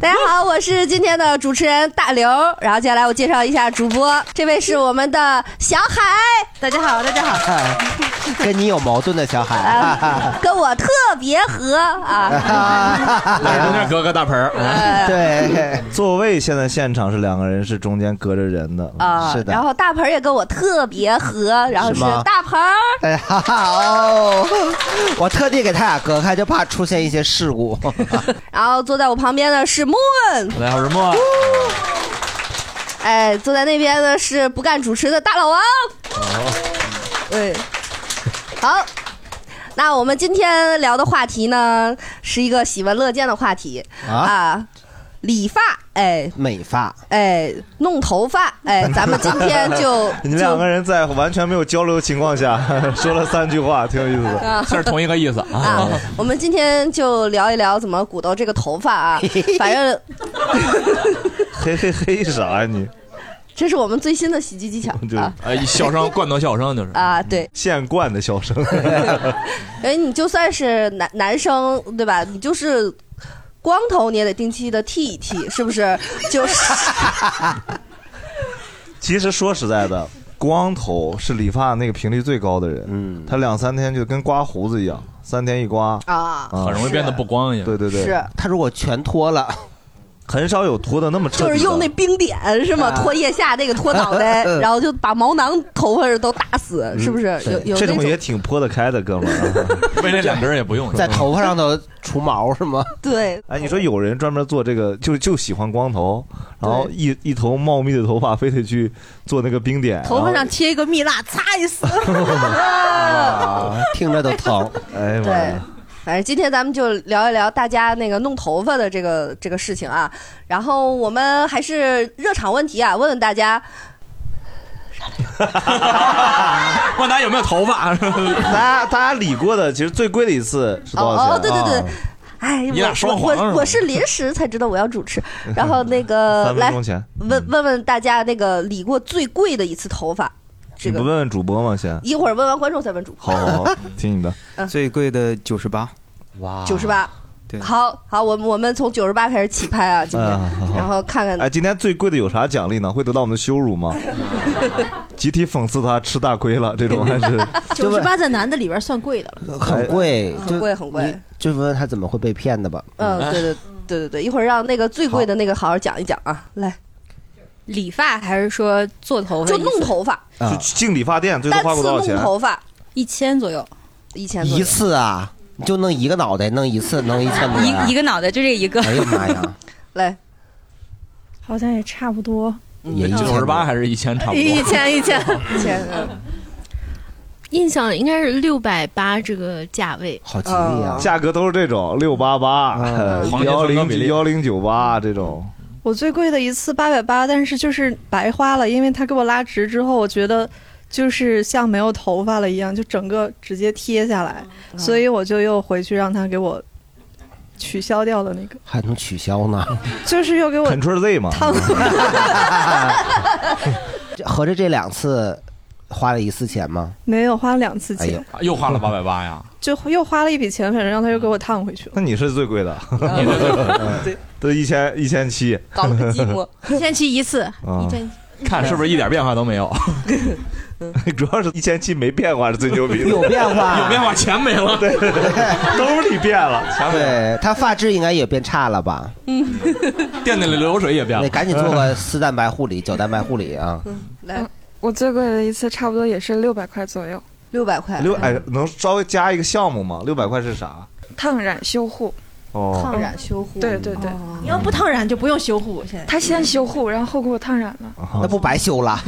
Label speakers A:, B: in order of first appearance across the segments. A: 大家好，我是今天的主持人大刘，然后接下来我介绍一下主播，这位是我们的小海，大家好，大家好。
B: 跟你有矛盾的小哎海，
A: 啊，跟我特别合啊！
C: 中间隔个大盆
A: 呃
C: 儿，
B: 啊对，
D: 座位现在现场是两个人是中间隔着人的，嗯
A: 啊，
D: 是的，
A: 然后大盆儿也跟我特别合，然后是
B: 是吗
A: 大盆儿，
B: 哎呀，哦，我特地给他俩隔开，就怕出现一些事 故。
A: 然后坐在我旁边的是 Moon，
B: 大家好，我是
C: 啊
B: 莫。
A: 哎，坐在那边的是不干主持的大老王，对，好。那我们今天聊的话题呢，是一个喜闻乐见的话题啊
B: 啊
A: 理发，哎
B: 美发，
A: 哎，弄头发，哎， 咱们今天 就
D: 你们两个人在完全没有交流情况下 说了三句话，挺有意思
A: 啊
D: 的，
A: 是
D: 同一个意思啊。
A: 我们今天就聊一聊怎么鼓捣这个头发啊，反正
D: 嘿嘿嘿，啥呀你？
A: 这是我们最新的喜剧技巧
D: 就是
A: 啊
C: 哎， 笑声惯到笑声就是
A: 啊，对，
D: 现灌的 笑声。
A: 哎，你就算是男男生对吧？你就是光头，你也得定期的剃一剃，是不是？就是，
D: 其实说实在的，光头是理发那个频率最高的人，嗯，他两三天就跟刮胡子一样，三天一刮
A: 啊
C: 很容易变得不光一样。
D: 对对对，
A: 是
D: 他如果全脱了，很少有脱的那么彻底
A: 就
D: 的嗯
A: 是用那冰点是吗？
D: 啊
A: 拖腋下那个拖 脑袋，
D: 嗯
A: 然后就把毛囊、头发都打死，是不是？有有那
D: 这种
A: 种
D: 也挺泼得开的，哥们儿。
C: 为那两根也不 用
B: 在头发上头除毛是 吗？
A: 对，
D: 哎，你说有人专门做这个，就就喜欢光头，然后一一头茂密的头发，非得去做那个冰点，
E: 头发上贴一个蜜蜡，擦一撕。
D: 啊，听着都疼。 哎呀妈
A: 对
D: 呀！，
A: 反正今天咱们就聊一聊大家那个弄头发的这个这个事情啊。然后我们还是热场问题啊，问问大家，
C: 问大家有没有头发？
D: 大家大家理过的，其实最贵的一次是多少钱？
A: 哦哦对对对对哎，
D: 你俩
A: 我
D: 啊
A: 我
D: 双簧是
A: 我
D: 吗
A: 我是临时才知道我要主 持，然后那个
D: 三
A: 来
D: 分钟前，嗯
A: 问问问大家那个理过最贵的一次头发，这
D: 你不
A: 个
D: 问问主播吗？先，
A: 一会儿问完观众再问主播。
D: 好好好，听你的。
F: 最贵的九十八，
D: 哇
A: 九十 八，
F: 对
A: 好好，我们我们从九十八开始起拍啊，今天，
D: 啊好好
A: 然后看看
D: 哎，今天最贵的有啥奖励呢？会得到我们的羞辱吗？集体讽刺他吃大亏了，这种还是
E: 九十八在男的里边算贵的了，
B: 很贵，
A: 很贵很贵，
B: 就问问他怎么会被骗的吧。
A: 嗯，对对对对对，一会儿让那个最贵的那个好好讲一讲啊，来，
G: 理发还是说做头发？
A: 就弄头发，
B: 啊
D: 就进理发店最多
A: 单
D: 花过
A: 次
D: 多少钱
A: 弄？头发
G: 一千左右，
A: 一千
B: 一次啊，你就弄一个脑袋，弄一次，弄一千多啊呀。
G: 一一个脑袋就这一个。
B: 哎呀妈呀！
A: 来，
H: 好像也差不多，
B: 也
C: 九十八还是一千差不多？
H: 一千 一 千
A: 一千，嗯
I: 印象应该是六百八这个价位，
B: 好
I: 吉利啊
D: 哦价格都是这种六八八、
B: 嗯
C: 黄金
D: 幺
C: 分割比
D: 零
C: 例
D: 幺零九八这种。
H: 我最贵的一次八百八，但是就是白花了，因为他给我拉直之后，我觉得就是像没有头发了一样，就整个直接贴下来，所以我就又回去让他给我取消掉的那个，
B: 还能取消呢？
H: 就是又给我
D: Ctrl Z 嘛，
H: 烫，
B: 合着这两次花了一次钱吗？
H: 没有花两次
B: 哎
H: 钱
B: 呦，，
C: 又花了八百八呀！
H: 就又花了一笔钱，反正让他又给我烫回去了。
D: 那你是最 贵的，嗯
H: 对，
D: 都一千一千七，
A: 搞了个寂寞。
E: 一千七一次，
D: 啊
E: 一千
C: 看是不是一点变化都没有？
D: 主要是一千七没变化是最牛逼的，
B: 有变化
C: 有变化，钱没了。
D: 对，兜里变了，钱
C: 没了，
B: 对他发质应该也变差了吧？
C: 店里的流水也变了
B: 得。赶紧做个丝蛋白护理、角蛋白护理啊！
A: 来，
J: 嗯我最贵的一次差不多也是六百块左右，
A: 六百块
D: 六哎，能稍微加一个项目吗？六百块是啥？
J: 烫染修护，
D: 哦，
A: 烫染修护，
J: 对对对，
H: 哦
E: 你要不烫染就不用修护。现在
J: 他先修护，然后后给我烫染了。
D: 哦
K: 哦
B: 那不白修了？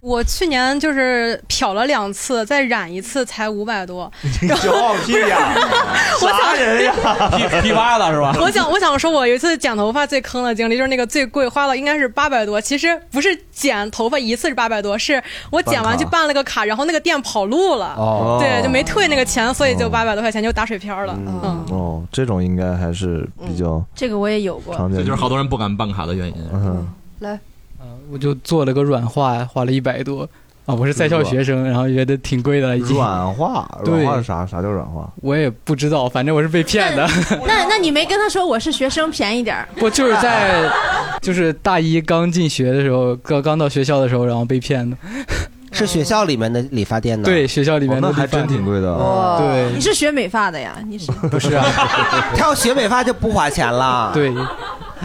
L: 我去年就是漂了两次，再染一次才五百多。
D: 骄傲屁呀！啥人呀？
M: 批批发的是吧？
L: 我想，我想说，我有一次剪头发最坑的经历，就是那个最贵，花了应该是八百多。其实不是剪头发一次是八百多，是我剪完去办了个卡，然后那个店跑路了，
D: 哦
L: 对，就没退那个钱，所以就八百多块钱就打水漂了。嗯，
D: 哦，这种应该还是比较
L: 这个我也有过
D: 常见的，
M: 这就是好 多人不敢办卡的原因。
D: 嗯，
L: 来，
K: 我就做了个软化，花了一百多啊。我是在校学生，然后觉得挺贵的了。已经
D: 软化，软
K: 对
D: 化是啥？啥叫软化？
K: 我也不知道，反正我是被骗 的。
E: 那那你没跟他说我是学生，便宜点儿？
K: 我就是 在就是大一刚进学的时候，刚刚到学校的时候，然后被骗的。
B: 是学校里面的理发店呢？
K: 对，学校里面的
B: 哦那还
K: 理发
B: 真挺
D: 贵的
E: 哇
K: 对，
E: 你是学美发的呀？你是
K: 不是啊？
B: 他要学美发就不花钱了。
K: 对，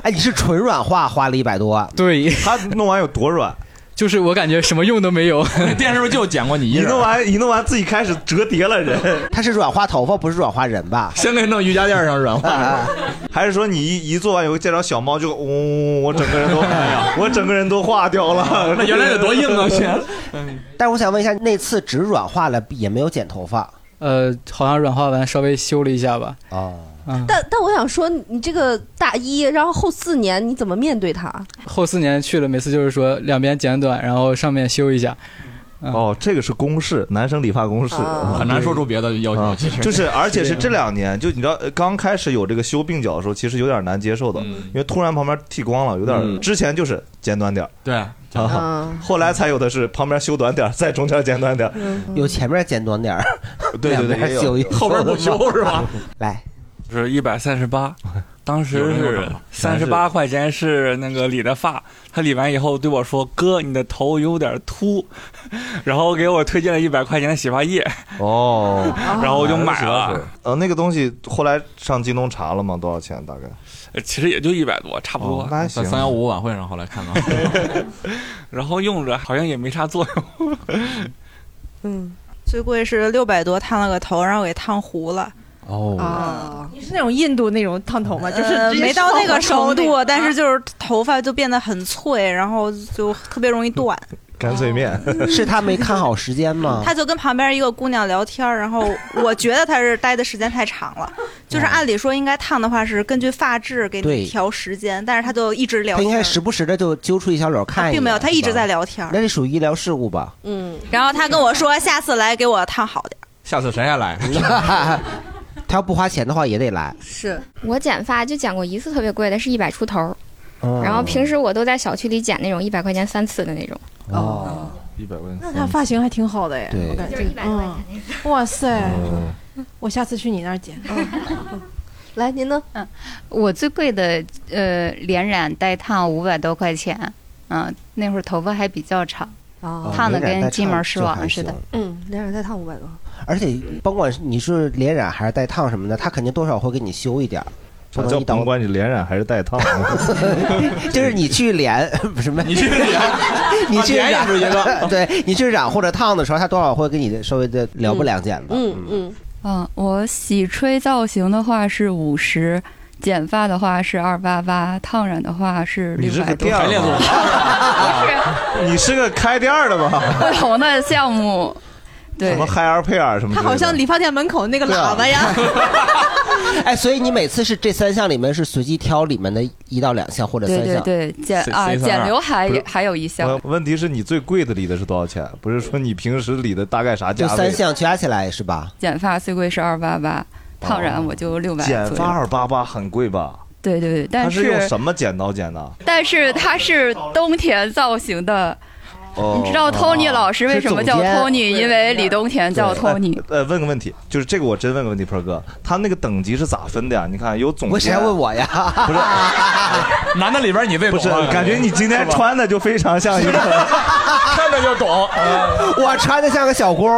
B: 哎，你是纯软化花了一百多，
K: 对
D: 他弄完 有多软？
K: 就是我感觉什么用都没 有。
M: 那店是不是就剪过你一
D: 你
M: 人？
D: 弄完，你弄完自己开始折叠了 人。
B: 他是软化头发，不是软化人吧？
M: 先给弄瑜伽垫上软
D: 化，还是说你一一做完以后见着小猫就嗡、我整个 人都，哎呀，我整个人都化掉了。
M: 那原来得多硬 啊先
B: 但是我想问一下，那次只软化了，也没有剪头发。
K: 呃，好像软化完稍微修了一下吧。
B: 啊，
A: 但但我想说，你这个大一，然后后四年你怎么面对它？
K: 后四年去了，每次就是说两边剪短，然后上面修一下。嗯
D: 哦，这个是公式，男生理发公式，嗯
K: 啊
M: 很难说出别的要求。其实
D: 啊就是，而且是这两年，就你知道，呃刚开始有这个修鬓角的时候，其实有点难接受的，
C: 嗯
D: 因为突然旁边剃光了，有点。
M: 嗯
D: 之前就是剪短点儿
M: 对，
D: 啊，后来才有的是旁边修短点儿，在中间剪短点儿，
E: 嗯
C: 嗯
B: 有前面剪短点 儿，
D: 对对对
B: 两边
D: 也有
B: 修一修
D: 后边不修是吧？
B: 来，
C: 是一百三十 八，当时是三十八块钱是那个理的发，他理完以后对我说：“哥，你的头有点秃。”然后给我推荐了一百块钱的洗发液，
D: 哦，
C: 然后我就买了。
D: 呃，那个东西后来上京东查了吗？多少钱大概？
C: 呃其实也就一百多，差不多。
D: 哦那还行在315
C: 晚会上后来看到， 然后用着好像也没啥作用。
J: 嗯，最贵是六百多烫了个头，然后给烫糊了。
D: 哦，
J: 啊，
E: 你是那种印度那种烫头吗？就是
J: 呃
E: 直接
J: 没到那个
E: 烧
J: 程
E: 那
J: 度，
E: 个
J: 但
E: 啊
J: 是就是头发就变得很脆，然后就特别容易断。
D: 干脆面
B: 是他没看好时间吗？
J: 他就跟旁边一个姑娘聊天儿，然后我觉得他是待的时间太长 了，就是按理说应该烫的话是根据发质给
B: 对
J: 你调时间，但是他就一直聊
B: 他应
J: 天
B: 该
J: 儿，啊
B: 时不时的就揪出一小绺看一眼，
J: 并没有，他一
B: 是
J: 直
B: 吧
J: 在聊天儿。
B: 那是属于医疗事故吧？
J: 嗯，然后他跟我说下次来给我烫好点儿。
M: 下次谁还来？
B: 他要不花钱的话也得来。
A: 是
N: 我剪发就剪过一次特别贵的，是一百出头。
D: 嗯
B: 哦
N: 然后平时我都在小区里剪那种一百块钱三次的那种，
D: 哦，一百块钱。
E: 那他发型还挺好的哎，
D: 对
E: 我感觉
N: 就是100多块钱
E: 嗯 哇塞，
D: 嗯
E: 我下次去你那儿 剪。
A: 来，您呢？
O: 嗯，我最贵的呃连染带烫五百多块钱，嗯、那会儿头发还比较长，
A: 哦
O: 烫的
B: 连染带
O: 跟金
B: 烫
O: 毛狮
B: 就
O: 王
B: 还
O: 似的
B: 行。
A: 嗯，连染带烫五百多。
B: 而且甭管是你是连染还是带烫什么的，他肯定多少会给你修一点儿。
D: 啥叫甭管你连染还是带烫？
B: 就是你去连 不是你
M: 去
B: 连，你去染
D: 啊连也是一 个
B: 对你去染或者烫的时候，他多少会给你稍微的撩拨两剪子。
A: 嗯嗯
P: 嗯，我洗吹造型的话是五十，剪发的话是二八八，烫染的话是
D: 你
P: 六
D: 是
P: 百
D: 个
P: 多
D: 店。儿吗？你是个开店儿的吧？
P: 不同的项目，
D: 什
P: 对
D: 么，海尔佩尔什么之
E: 他
D: 类的？
E: 好像理发店门口那个喇叭呀，
B: 哎，所以你每次是这三项里面是随机挑里面的一到两项或者
P: 对
B: 三
P: 对
B: 项。
P: 对，剪
D: 谁
P: 啊
D: 谁算
P: 剪
D: 二
P: 刘海
D: 不是
P: 也还有一项
D: 我，问题是你最贵的理的是多少钱？不是说你平时理的大概啥
B: 就
D: 价位？啊
B: 三项加起来是吧？
P: 剪发最贵是二八八，烫染我就六百
D: 哦剪
P: 左
D: 发
P: 右。
D: 二八八很贵吧？
P: 对对对，但
D: 它
P: 是
D: 用什么剪刀剪的？
P: 但是它是冬田造型的，
D: 哦
P: 你知道 Tony 老师为什么叫 Tony？因为李冬田叫 Tony。
D: 呃，问个问题，就是这个我真问个问题，鹏哥，他那个等级是咋分的呀？你看有总监，
B: 为啥问我呀？
D: 不是，
M: 男的里边你最
D: 不
M: 懂
D: 是
M: 啊，
D: 感觉你今天
M: 是吧
D: 穿的就非常 像一个，
M: 看着就懂。
B: 我穿的像个小锅。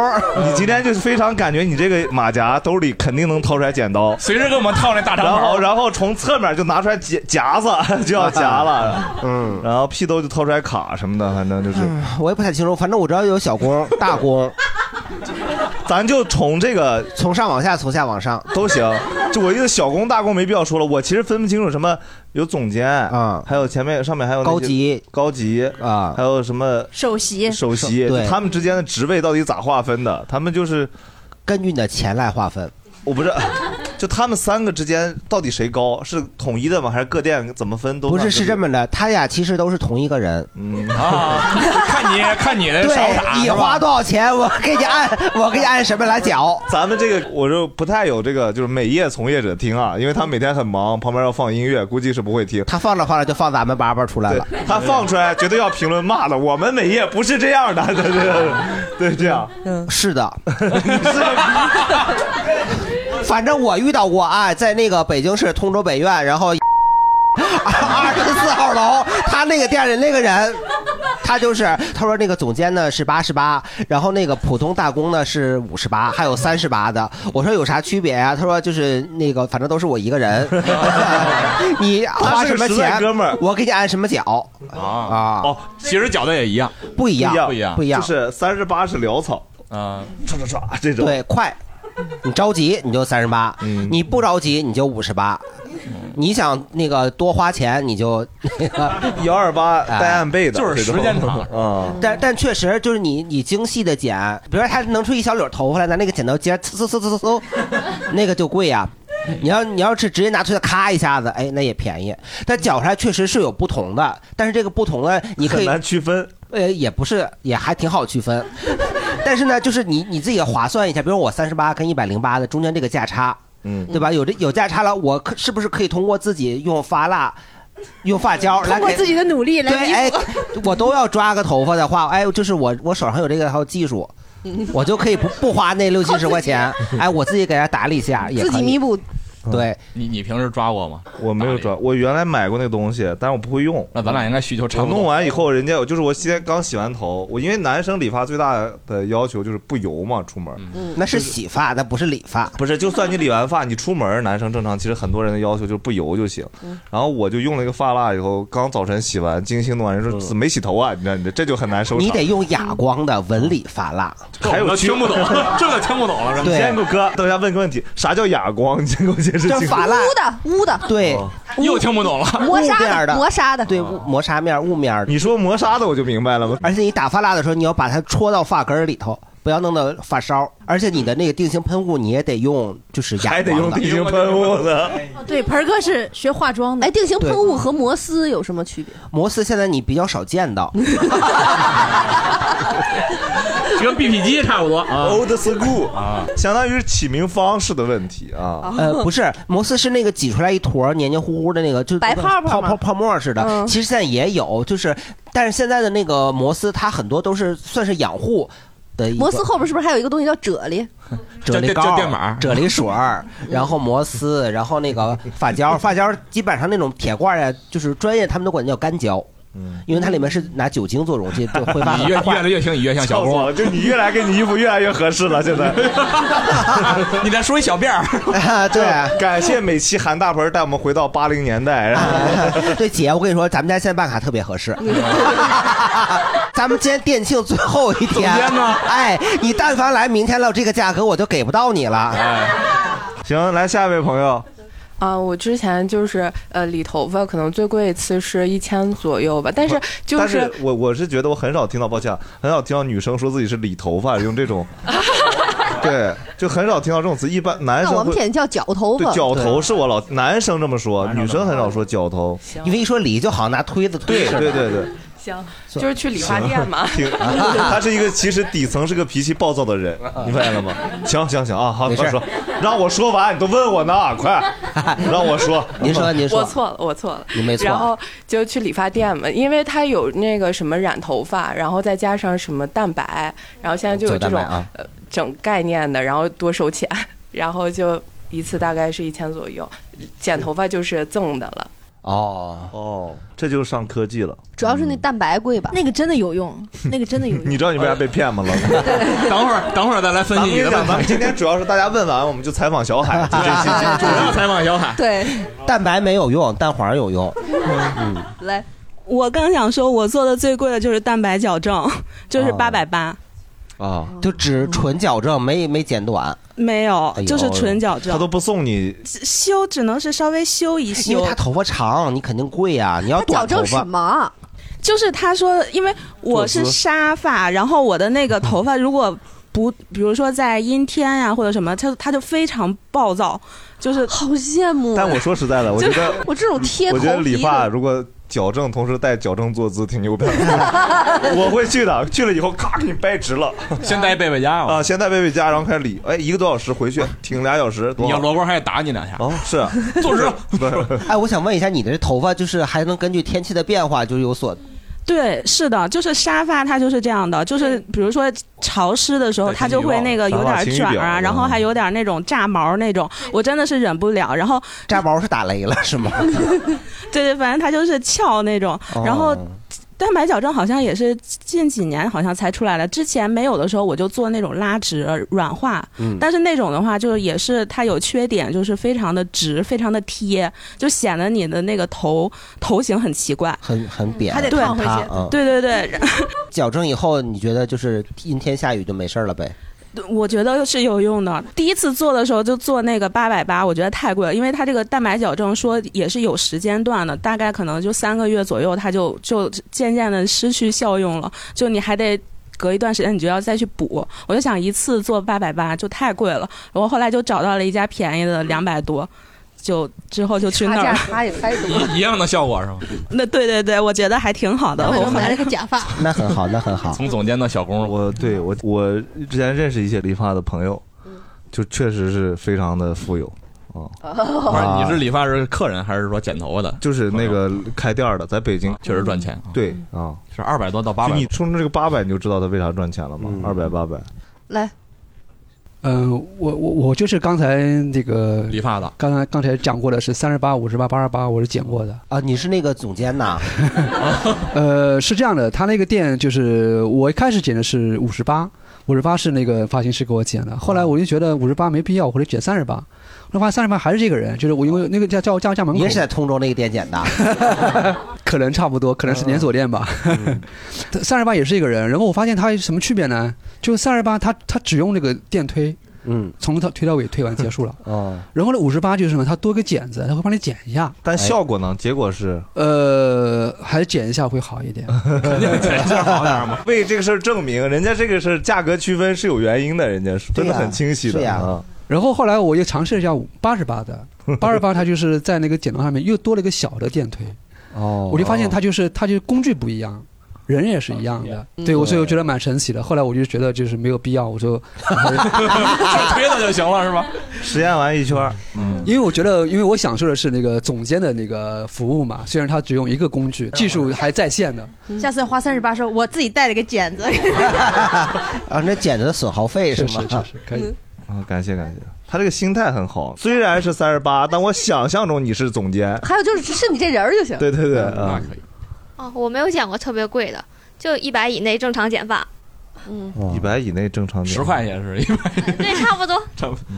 D: 你今天就是非常感觉你这个马甲兜里肯定能掏出来剪刀，
M: 随时给我们套那大长
D: 然
M: 袍
D: 后，然后从侧面就拿出来夹夹子 就要 夹了，嗯，然后屁兜就掏出来卡什么的，反正就是，
B: 嗯我也不太清楚，反正我知道有小 工、大工，
D: 咱就从这个
B: 从上往下，从下往上
D: 都行。就我意思，小工大工没必要说了，我其实分不清楚什么有总监啊，还有前面上面还有那些
B: 高级
D: 高级
B: 啊，
D: 还有什么
E: 首席
D: 首席，
B: 对
D: 他们之间的职位到底咋划分的？他们就是
B: 根据你的钱来划分。
D: 我不是， 就他们三个之间到底谁高？是统一的吗？还是各店怎么分都
B: 不
D: 算
B: 是，是这么的，他俩其实都是同一个人。
D: 嗯哎
C: 啊，看 你看你的傻不傻
B: 对，你
C: 是吧
B: 花多少钱，我给你 按，我给你按什么来缴？
D: 咱们这个我就不太有这个，就是美业从业者听啊，因为他每天很忙，旁边要放音乐，估计是不会听。
B: 他放着放着就放咱们叭叭出来了，
D: 他放出来绝对要评论骂的，我们美业不是这样的，对对对， 对这样。
P: 嗯
B: 是的， 反正我遇到过啊，在那个北京市通州北苑，然后二十四 号楼，他那个店里那个人。他就是，他说那个总监呢是八十八，然后那个普通大工呢是五十八，还有三十八的。我说有啥区别啊呀、他说就是那个，反正都是我一个 人，你花什么
C: 他是个实在
B: 钱，
C: 哥们儿
B: 我给你按什么脚。
C: 啊啊哦，其实饺子也一样，
B: 不一样
C: 不一样，
B: 不一样
D: 就是三十八是潦草
C: 啊，
D: 唰唰唰这种。
B: 对，快，你着急你就三十八，
D: 嗯
B: 你不着急你就五十八，你想那个多花钱你就
D: 幺二八带按倍的就是这种时间长
B: 啊。但但确实就是你你精细的剪，比如说他能出一小绺头发来，咱那个剪刀尖嗖嗖嗖嗖嗖， 那个就贵呀、你要你要是直接拿出来咔一下子，哎，那也便宜。但绞出来确实是有不同的，但是这个不同的你可以
D: 很难区分。
B: 呃，也不是，也还挺好区分。 但是呢，就是你你自己划算一下，比如我三十八跟一百零八的中间这个价差，
D: 嗯，
B: 对吧？有这有价差了，我可是不是可以通过自己用发蜡、用发胶来
E: 通过
B: 给
E: 自己的努力来
B: 对，哎
E: 弥补，
B: 我都要抓个头发的话，哎，就是我我手上有这个还有技术，我就可以不不花那六七十块钱，哎，我自己给它打理一 下，也可以。
E: 补。
B: 对
D: 你你平时抓过吗？嗯我没有抓，我原来买过那个东西，但是我不会用。
C: 那咱俩应该需求差不多
D: 我弄啊完以后，人家就是我今天刚洗完头，我因为男生理发最大的要求就是不油嘛，出门。
B: 嗯那是洗发，那不是理发。
D: 不是，就算你理完发，你出门，男生正常，其实很多人的要求就是不油就行。
B: 嗯
D: 然后我就用了一个发蜡以后，刚早晨洗完，精心弄完，人
C: 嗯
D: 说怎么没洗头啊？你知道，你这这就很难收场。
B: 你得用哑光的纹理发蜡，
D: 还有
C: 听不懂，这个听不懂了是吧？
D: 你先给我哥，等一下问个问题，啥叫哑光？你先给我解释清楚。
A: 乌的乌的，
B: 对，
C: 又听不懂了。
A: 磨砂的
B: 雾面的，
A: 磨砂的，
B: 对，雾磨砂面、雾面。
D: 你说磨砂的，我就明白了吗？
B: 而且你打发蜡的时候，你要把它戳到发根儿里头，不要弄到发梢。而且你的那个定型喷雾，你也得用，就是哑
D: 还得用
B: 光的
D: 定型喷雾的。
A: 对，盆哥是学化妆的。哎，定型喷雾和摩丝有什么区别？
B: 摩丝现在你比较少见到，
C: 就跟 BP 机差不多啊。
D: Old school 啊， 相当于是起名方式的问题啊。
B: 呃，不是，摩丝是那个挤出来一坨黏黏糊糊的那个，就是
D: 白泡泡
B: 泡
D: 吗
B: 泡泡沫似的。
D: 嗯
B: 其实现在也有，就是，但是现在的那个摩丝，它很多都是算是养护的一个
A: 摩丝后边是不是还有一个东西叫啫喱？
B: 啫喱
C: 叫
B: 膏、
C: 电码
B: 啫喱水儿，然后摩 丝，然后那个发胶，发胶基本上那种铁罐呀，就是专业他们都管它叫干胶。因为它里面是拿酒精做溶剂，就挥发
C: 嗯你越
B: 很快
C: 越来越听你越像小
D: 笑死我
C: 郭，
D: 了哦就你越 来跟你衣服越来越合适了，现在。
C: 你再说一小遍儿，
B: 对，
D: 感谢每期韩大盆带我们回到八零年代。然后
B: 对姐，我跟你说，咱们家现在办卡特别合适。
Q: 嗯
B: 咱们今天店庆最后一天，
D: 总监呢
B: 哎，你但凡来明天了这个价格，我就给不到你了。
D: 哎 行，来下一位朋友，
R: 啊、我之前就是呃理头发，可能最贵一次是一千左右吧，但是就
D: 但是我我是觉得我很少听到，抱歉啊，很少听到女生说自己是理头发，用这种，对，就很少听到这种词。一般男
A: 那
D: 生
A: 我们
D: 会
A: 天天叫绞头发。
D: 对绞头是我老男生这么说，女生很少说绞头，
B: 因为一说理就好像拿推子推
D: 对
B: 似的
D: 对对对。
R: 行， 就是去理发店 嘛。
D: 挺，他是一个其实底层是个脾气暴躁的人，
B: 啊
D: 你发现 了吗？行行行啊，好，
R: 没事
D: 快说，让我说完，你都问我呢，快 让我说。嗯
R: 我错了，我错了，
D: 你没错
R: 然后就去理发店嘛，因为它有那个什么染头发，然后再加上什么蛋白，然后现在就有这种、
B: 走蛋白啊
R: 呃整概念的，然后多收钱，然后就一次大概是一千左右，剪头发就是赠的了。
B: 哦
D: 哦，这就是上科技了。
A: 主要是那蛋白贵吧？那个真的有用，那个真的有
D: 你知道你为啥被骗吗，老板？
C: 等会儿等会儿再来分
D: 咱
C: 析
D: 们
C: 你的
D: 跟你讲，咱
C: 问
D: 们
C: 题
D: 今。天主要是大家问完，我们就采访小海，就 这期节目
C: 主要采访小海，
Q: 对，
B: 啊蛋白没有用，蛋黄有 用。嗯，
Q: 来，我刚想说，我做的最贵的就是蛋白矫正，
D: 哦
Q: 就是八百八，
D: 啊，
B: 嗯就只纯矫正，没没剪短。
Q: 没有
B: 哎，呦
Q: 就是纯矫正
D: 他。都不送你，
Q: 修只能是稍微修一
B: 因
Q: 修
B: 为他，头发长，你肯定贵呀、你要短头发，
A: 么？
Q: 就是他说，因为我是
B: 坐姿
Q: 沙发，然后我的那个
D: 嗯
Q: 头发如果不，比如说在阴天呀、或者什么，它它就非常暴躁，就是
A: 好羡慕
D: 但我说实在的，我觉
A: 就是
D: 得
A: 我这种贴
D: 我觉得
A: 头
D: 理
A: 皮
D: 发
A: 的
D: 如果矫正同时带矫正坐姿挺牛 逼的，我会去的。去了以后，咔给你掰直了。
C: 先带贝贝家
D: 啊，先带贝贝家，然后开始理。哎，一个多小时回去，挺俩小时。
C: 你要
D: 萝
C: 卜还得打你两下。
D: 哦，是啊，
C: 坐直了。
B: 哎，我想问一下，你的头发就是还能根据天气的变化就是有所
Q: 对，是的，就是沙发它就是这样的，就是比如说潮湿的时候，
B: 对
Q: 它就会那个有
B: 沙发晴
Q: 点
B: 雨
Q: 卷
B: 表
Q: 啊，然后还有点那种炸毛那种，我真的是忍不了。然后
B: 炸毛是打雷了是吗？
Q: 对对，反正它就是翘那种，然后。
B: 哦
Q: 蛋白矫正好像也是近几年好像才出来的，之前没有的时候我就做那种拉直软化，
H: 嗯
Q: 但是那种的话就是也是它有缺点，就是非常的直，非常的贴，就显得你的那个头头型很奇怪，
B: 很很扁，
Q: 还得烫回去
B: 它嗯
Q: 对对对，
B: 矫正以后，你觉得就是阴天下雨就没事儿了呗？
Q: 我觉得是有用的。第一次做的时候就做那个八百八，我觉得太贵了，因为它这个蛋白矫正说也是有时间段的，大概可能就三个月左右，它就就渐渐的失去效用了，就你还得。隔一段时间你就要再去补，我就想一次做八百八就太贵了，我后来就找到了一家便宜的两百多，就之后就去那儿了。
A: 差也 太多
C: 一一样的效果是吗？
Q: 那对对对，我觉得还挺好的。我后来
A: 个假 发，
B: 那很好，那很好。
D: 从总监到小工，我对我我之前认识一些理发的朋友，就确实是非常的富有啊。
C: 不是，你是理发是客人还是说剪头发的？
D: 就是那个开店儿的，在北京
C: 确实赚钱。
D: 对啊，
C: 是二百多到八
D: 就
C: 百
D: 你。冲着这个八百，你就知道他为啥赚钱了嘛？
B: 嗯
D: 二百八百，
A: 来，
S: 嗯，我我我就是刚才那个
C: 理发的，
S: 刚才刚才讲过的是三十八、五十八、八十八，我是剪过的
B: 啊。你是那个总监呐？
S: 呃，是这样的，他那个店就是我一开始剪的是五十八，五十八是那个发型师给我剪的，后来我就觉得五十八没必要，我就剪三十八。后来发现三十八还是这个人，就是我因为那个叫叫叫家门口，
B: 你也是在通州那个店剪的？ 嗯
S: 可能差不多，可能是连锁店吧。三十八也是一个人，然后我发现它有什么区别呢？就是三十八，它它只用那个电推，
B: 嗯，
S: 从头推到尾，推完结束了。
B: 哦，
S: 然后呢，五十八就是什么？它多个剪子，它会帮你剪一下。
D: 但效果呢？结果是
S: 呃，还是剪一下会好一点。
D: 好点嘛？为这个事儿证明，人家这个事儿价格区分是有原因的，人家是真的很清晰的
B: 哦
D: 啊。
S: 然后后来我又尝试了一下八十八的，八十八它就是在那个剪刀上面又多了一个小的电推，
B: 哦
S: 我就发现它就是它就是工具不一样。人也是一样的，对我，所以我觉得蛮神奇的。后来我就觉得就是没有必要，我就
D: 啊
C: 推了就行了是吧？
D: 实验完一圈儿，嗯，
S: 因为我觉得，因为我享受的是那个总监的那个服务嘛，虽然他只用一个工具，技术还在线的。
E: 下次花三十八说，我自己带了个剪子。
B: 啊，那剪子的损耗费是吗？
S: 可以。
H: 嗯
D: 啊，感谢感谢，他这个心态很好。虽然是三十八，但我想象中你是总监。
A: 还有就是只是你这人儿就行。
D: 对对对，啊，
N: 哦，我没有剪过特别贵的，就一百以内正常剪发。嗯，
D: 一百以内正常点，
C: 十块钱是一百
N: 对，差不多。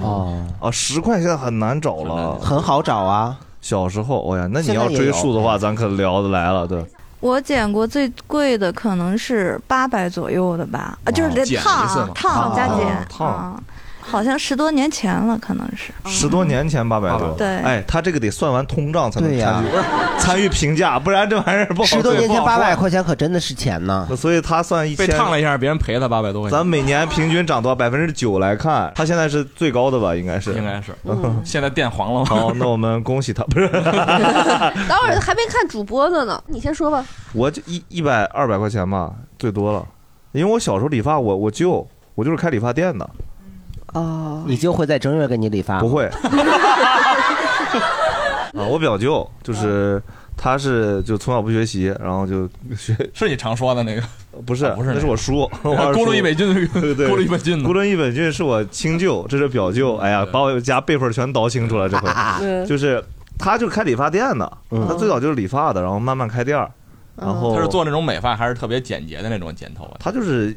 B: 哦
D: 啊，十块现在很难找了，
B: 很好找啊。
D: 小时候，哎呀，那你
N: 现在
D: 要
N: 也
D: 追
N: 有
D: 溯的话，咱可聊得来了，对。
H: 我剪过最贵的可能是八百左右的吧，啊，就是得
D: 剪
H: 烫
D: 一次
H: 啊
D: 嘛
H: 烫加
D: 啊
H: 剪
D: 烫
H: 啊，好像十多年前了，可能是。
D: 十多年前八百多，
H: 对
D: 哎，他这个得算完通胀才能
B: 对呀
D: 参与、参与评价，不然这玩意儿不好。
B: 十多年前八百块钱可真的是钱呢。
D: 所以他算一
C: 被
D: 千
C: 烫了一下，别人赔他八百多块钱。
D: 咱每年平均涨多少？百分之九来看，他现在是最高的吧？应该是，应
C: 该是。 现在变黄了吗？
D: 好，那我们恭喜他，不是？
A: 等会儿还没看主播的呢，你先说吧。
D: 我就一一百二百块钱吧，最多了。因为我小时候理发，我我舅，我就是开理发店的，
H: 哦，
B: 你就会在正月给你理发？
D: 不会。啊，我表舅就是，他是就从小不学习，然后就学，
C: 是你常说的那个？啊
D: 不是，
C: 不是那个
D: 那是我叔， 我二叔
C: 咕噜一本俊，
D: 对对，
C: 咕噜一本俊呢
D: 咕。噜一本俊是我亲舅，这是表舅。哎呀，把我家辈分全倒清楚了，这
C: 嗯
D: 回就是他就是开理发店的，
B: 嗯
D: 他最早就是理发的，然后慢慢开店儿，然后
C: 他是做那种美发，还是特别简洁的那种剪头发？
D: 他就是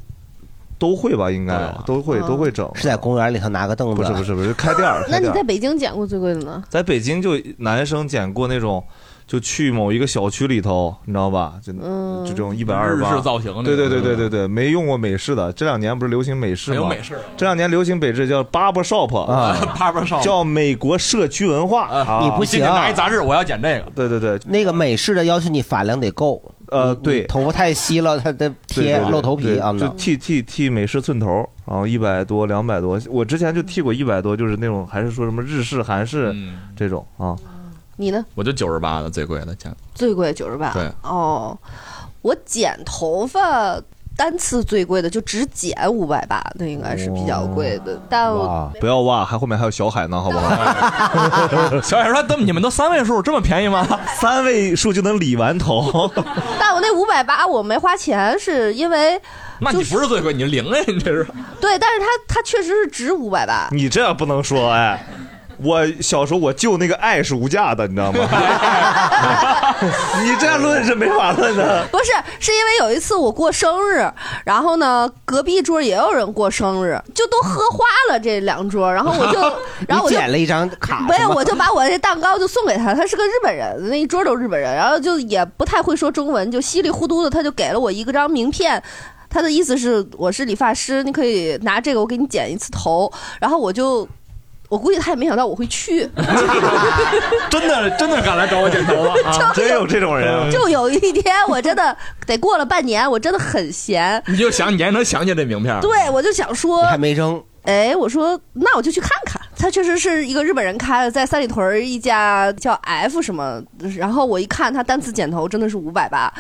D: 都会吧，应
C: 啊
D: 该都会
A: 哦
D: 都会整。
B: 嗯是在公园里头拿个凳子？
D: 不是不是不是，开 店儿。
A: 那
D: 开
A: 你
D: 店儿
A: 在北京剪过最贵的呢？
D: 在北京就男生剪过那种，就去某一个小区里头，你知道吧？就
A: 嗯
D: 就这种一百二十
C: 日式造型那种
D: 对对对对对对，没用过美式的。这两年不是流行美式吗？
C: 没有美式
D: 这两年流行美式叫 barbershop 啊
C: barbershop
D: 叫美国社区文化。啊
B: 你不行
C: 进去拿一杂志，我要剪这个。
D: 对对对，
B: 那个美式的要求你发量得够。
D: 呃，对，
B: 头发太稀了，它得贴露头皮啊。
D: 就剃剃剃美式寸头，然后一百多、两百多。我之前就剃过一百多，就是那种还是说什么日式、韩式这种啊。
A: 你呢？
C: 嗯我就九十八的最贵的剪，
A: 最贵九十八
C: 对。
A: 哦，我剪头发单次最贵的就只剪五百八，那应该是比较贵的。但我
D: 哇，啊不要哇，还后面还有小海呢，好不 好？
C: 小海说：“怎么你们都三位数，这么便宜吗？
D: 三位数就能理完头？
A: 但我那五百八我没花钱，是因为
C: 那你不是最贵，你零哎，你这是。
A: 对，但是它它确实是值五百八。
D: 你这不能说哎。”我小时候我舅那个爱是无价的，你 知道吗？你这论是没法论的。
A: 不是，是因为有一次我过生日，然后呢，隔壁桌也有人过生日，就都喝花了这两 桌，然后我就，然后我
B: 你
A: 就
B: 捡了一张卡，
A: 没
B: 是
A: 有，
B: 吗
A: 我就把我这蛋糕就送给他，他是个日本人，那一桌都是日本人，然后就也不太会说中文，就稀里糊涂的他就给了我一个张名片。他的意思是我是理发师，你可以拿这个我给你剪一次头，然后我就，我估计他也没想到我会去，
C: 真的真的敢来找我剪头发啊！
D: 真有这种
B: 嗯
D: 人
A: 就有一天我真的得过了半年，我真的很闲，
C: 你就想，你还能想起这名片儿？
A: 对我就想说，
B: 啊没扔。
A: 哎，我说那我就去看看。他确实是一个日本人开的，在三里屯儿一家叫 F 什么。然后我一看，他单次剪头真的是五百八。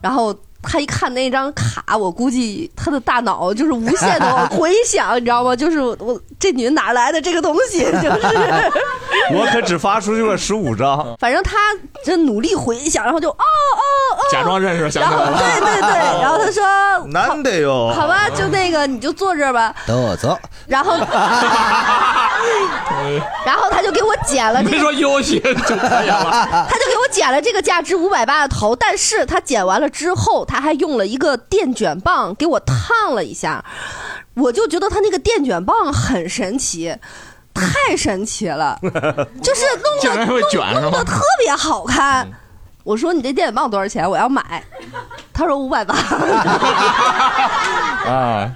A: 然后他一看那张卡，我估计他的大脑就是无限的回响，你知道吗？就是我这女人哪来的这个东西？ 就是，
D: 我可只发出去了十五张，
A: 反正他就努力回想，然后就哦哦哦，
C: 假装认识，想起来了。
A: 对对对。然后他说
D: 难得哟
B: 哦
A: 好吧，就那个你就坐这儿吧。
B: 等我走。
A: 然后。 然后他就给我剪了这
C: 没
A: 个，
C: 说悠闲就可以了。
A: 他就给我剪了这个价值五百八的头，但是他剪完了之后，他还用了一个电卷棒给我烫了一下，我就觉得他那个电卷棒很神奇，太神奇了， 就是
C: 竟
A: 弄得
C: 然会卷是吗
A: 弄弄得特别好看。
C: 嗯
A: 我说你这电卷棒多少钱？我要买。他说五百八。
D: 啊，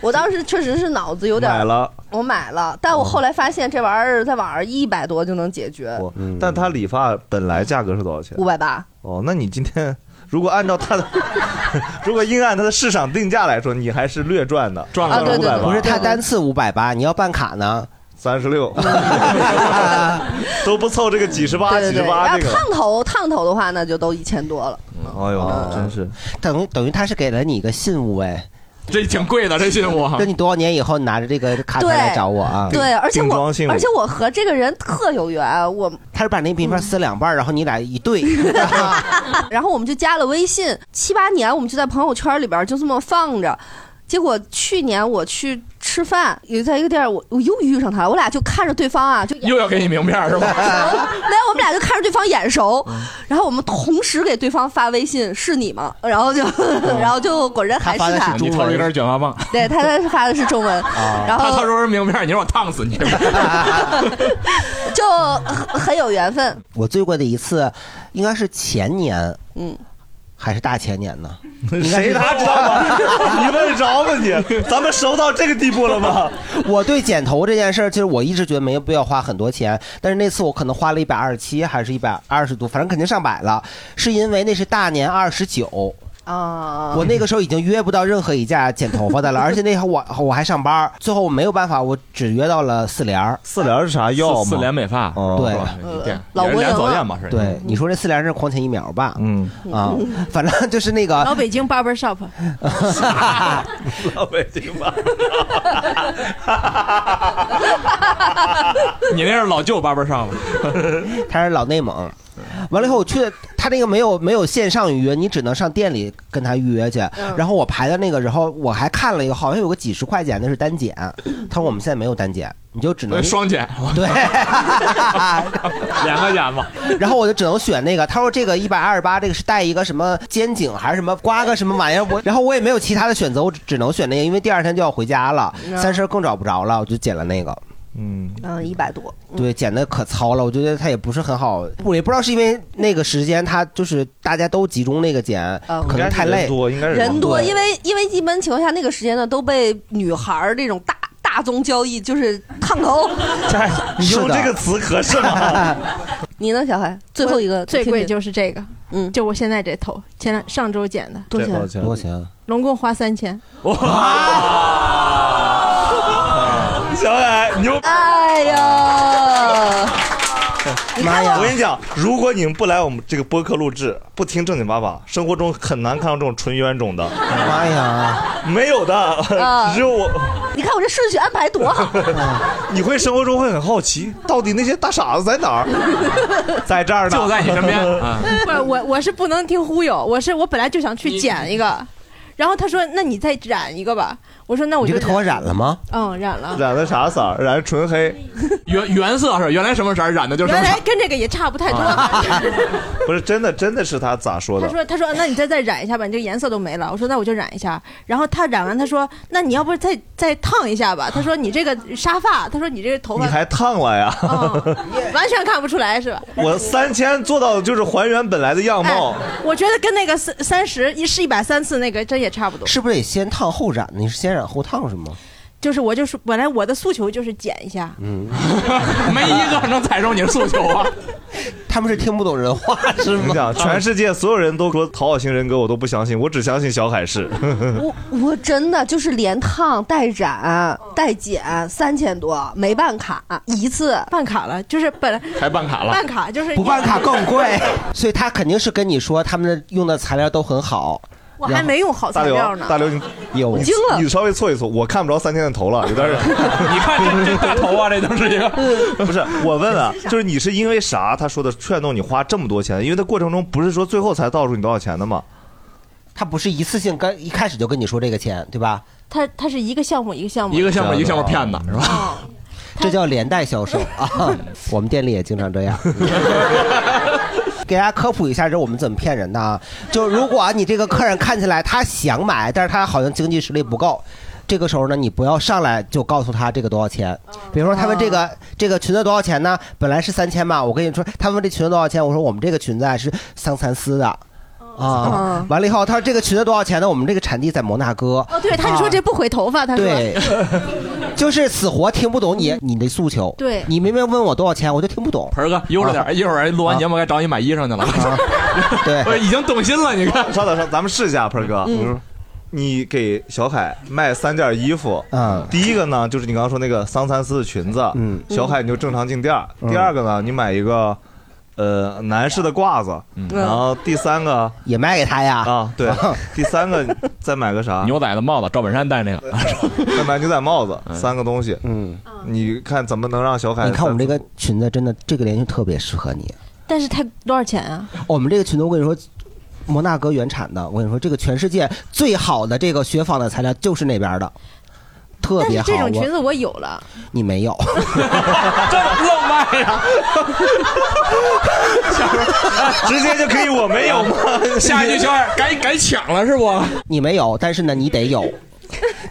A: 我当时确实是脑子有点
D: 买了，
A: 我买了，但我后来发现这玩意儿在网上一百多就能解决，
D: 我但他理发本来价格是多少钱？
A: 五百八。
D: 哦，那你今天如果按照他的， 如果硬按他的市场定价来说，你还是略赚的，赚
B: 啊对
D: 五
B: 对
D: 百
B: 对
D: 八，
B: 不是他单次五百八，你要办卡呢？
D: 三 十六，都不凑这个几十八、
A: 对对
D: 几十
A: 对，
D: 八
A: 然
D: 这
A: 后
D: 个。
A: 烫头烫头的话，那就都一千多了。
D: 哎呦，真是
B: 哦等于等于他是给了你一个信物哎，
C: 这挺贵 的，这信物。 啊
B: 那你多少年以后拿着这个卡片来找我啊？
A: 对，而且我而且我和这个人特有缘，我
B: 他是把那名片撕两半儿，然后你俩一对，
A: 然后我们就加了微信，七八年我们就在朋友圈里边儿就这么放着。结果去年我去吃饭，有在一个店儿，我我又遇上他了，我俩就看着对方啊， 就
C: 又要给你名片 儿是吧？
A: 没有，我们俩就看着对方眼熟，然后我们同时给对方发微信，是你吗？然后就， 然后就果然还是他，
C: 你掏出一根卷发棒。
A: 对他他发的是中文，
B: 啊
D: 啊
A: 然
C: 他
A: 后
C: 掏出根名片儿，你让我烫 死你！
A: 就很很有缘分。
B: 我最贵的一次应该是前年
A: 嗯，
B: 还是大前年呢？
D: 谁他知道吗？你问着吗你？咱们熟到这个地步了吗？
B: 我对剪头这件事儿，其实我一直觉得没有必要花很多钱，但是那次我可能花了一百二十七，还是一百二十多，反正肯定上百了，是因为那是大年二十九。
A: 啊，
B: 我那个时候已经约不到任何一家剪头发的了，而且那会儿我我还上班儿，最后我没有办法，我只约到了四联儿。
D: 四联是啥
B: 药吗
C: 四联美发，
B: 哦
T: 哦
B: 对
C: 是吧店
B: 老
C: 啊也是
B: 国
C: 连
B: 营
C: 锁
B: 了
C: 店嘛是。嗯
B: 对，你说这四联是狂犬疫苗吧？
D: 嗯
B: 啊，反正就是那个
E: 老北京 barber shop，
D: 老北京吧，
C: 你那是老舅八辈儿上吗？
B: 他是老内蒙。完了以后，我去的他那个没有没有线上预约，你只能上店里跟他预约去。然后我排的那个，然后我还看了一个，好像有个几十块钱的是单减，他说我们现在没有单减，你就只能
C: 双 剪，
B: 对，
C: 两个眼 吧。
B: 然后我就只能选那个。他说这个一百二十八，这个是带一个什么肩颈还是什么刮个什么玩意儿？我然后我也没有其他的选择，我只只能选那个，因为第二天就要回家了，
A: 嗯
B: 三十儿更找不着了，我就剪了那个。
D: 嗯，
A: 嗯，一百多，
B: 对，剪的可糙了，我觉得它也不是很好。我也不知道是因为那个时间，它就是大家都集中那个剪，可能太累，
A: 嗯人多，因
B: 为
A: 为因为一般情况下那个时间呢都被女孩儿这种大大宗交易就是烫 头。
B: 哎
D: 你用这个词合适吗？
A: 你呢，小孩？最后一个
E: 最贵
A: 就是
E: 这个，
A: 嗯，
E: 就我现在这头，前两上周剪的，
B: 多少钱？多少钱？啊
E: 拢共花三千。
D: 小矮牛，
A: 哎呀，
D: 妈呀！我跟你讲，如果你们不来我们这个播客录制，不听正经八百，生活中很难看到这种纯冤种的。妈呀，没有的， 只有我。
A: 嗯你看我这顺序安排多好，
D: 你会生活中会很好奇，到底那些大傻子在哪儿？ 在这儿呢，就在你身边。
C: 啊
E: 不是我，我是不能听忽悠，我是我本来就想去剪一个，然后他说那你再染一个吧，我说那我
D: 你
E: 就
D: 这个头发染
B: 了吗？
E: 嗯，染了，
D: 染的啥色儿？染的纯黑，
C: 原原色是原来什么色儿染的就
E: 原来跟这个也差不太多。
D: 不是真的，真的是他咋说
E: 他
D: 的？
E: 说：“他说，那你再再染一下吧，你这个颜色都没了。”我说：“那我就染一下。”然后他染完，他说：“那你要不再再烫一下吧？”他说：“你这个沙发，他说你这个头
D: 你
E: 发
D: 还烫了呀？
A: 哦
E: 完全看不出来是吧？”哎
D: 我三千做到的就是还原本来的样貌。
A: 哎
E: 我觉得跟那个三三十一是一百三次那个真也差不多。
B: 是不是得先烫后染？你是先染后烫是吗？
E: 就是我就是本来我的诉求就是剪一下，
B: 嗯，
C: 没一个能采收你的诉求 啊！
B: 他们是听不懂人话是
D: 你
B: 吗
D: 讲，？全世界所有人都说讨好型人格，我都不相信，我只相信小海是。
A: 我我真的就是连烫带染带剪三千多，没办卡一次，
E: 办卡了就是本来
D: 还办卡
E: 办卡就是
B: 不办卡更贵， 所以他肯定是跟你说他们的用的材料都很好。
E: 我还没用好材料呢。
D: 大刘，你
B: 有
D: 你
E: 惊了
D: 你稍微搓一搓， 我看不着三天的头了，有点儿。
C: 你看这这大头啊，这都是一个。
D: 不是我问啊，就是你是因为啥？他说的劝动你花这么多钱，因为他过程中不是说最后才倒数你多少钱的嘛？
B: 他不是一次性跟一开始就跟你说这个钱，对吧？
E: 他他是一个项目一个项目哦
B: 骗子是吧？ 这叫连带销 售啊！我们店里也经常这样。给大家科普一下，这我们怎么骗人的啊？就如果你这个客人看起来他想买，但是他好像经济实力不够，这个时候呢，你不要上来就告诉他这个多少钱。
E: 哦
B: 比如说他问这个这个裙子多少钱呢？本来是三千嘛，我跟你说，他问这裙子多少钱，我说我们这个裙子啊是桑蚕丝的。
E: 哦
B: 啊，完了以后，他说这个裙子多少钱呢？我们这个产地在摩纳哥。
E: 哦，对，他是说
B: 啊
E: 这不回头发，他说
B: 对， 就是死活听不懂你你的诉求。
E: 对
B: 你明明问我多少钱，我就听不懂。
C: 盆儿哥，悠着点儿，一会儿录
D: 啊
C: 完节目该找你买衣裳 去了。
B: 对，
C: 已经动心了，你看。
D: 稍等，稍，咱们试一下，盆儿哥。
C: 嗯
D: 你给小海卖三件衣服，
B: 嗯，
D: 第一个呢就是你刚刚说那个桑蚕丝的裙子，嗯，小海你就正常进店儿。
B: 嗯
D: 第二个呢，你买一个，呃，男士的褂子，然后第三个
B: 也卖给他呀，
D: 啊， 对，第三个再买个啥？牛仔的帽子，赵本山戴那个， 再买牛仔帽子，三个东西，
B: 嗯，
D: 你看怎么能让小海？
B: 你看我们这个裙子，真的这个连衣特别适合你。
E: 但是他多少钱啊？
B: 我们这个裙子，我跟你说，摩纳哥原产的，我跟你说，这个全世界最好的这个雪纺的材料就是那边的，特
E: 但
B: 别
E: 是
B: 好。
E: 这种裙子
B: 我
E: 我有了，
B: 你没有，
C: 这么浪漫 呀！
D: 直接就可以，我没有吗？
C: 下一句小海该该抢了是不？
B: 你没有，但是呢，你得有。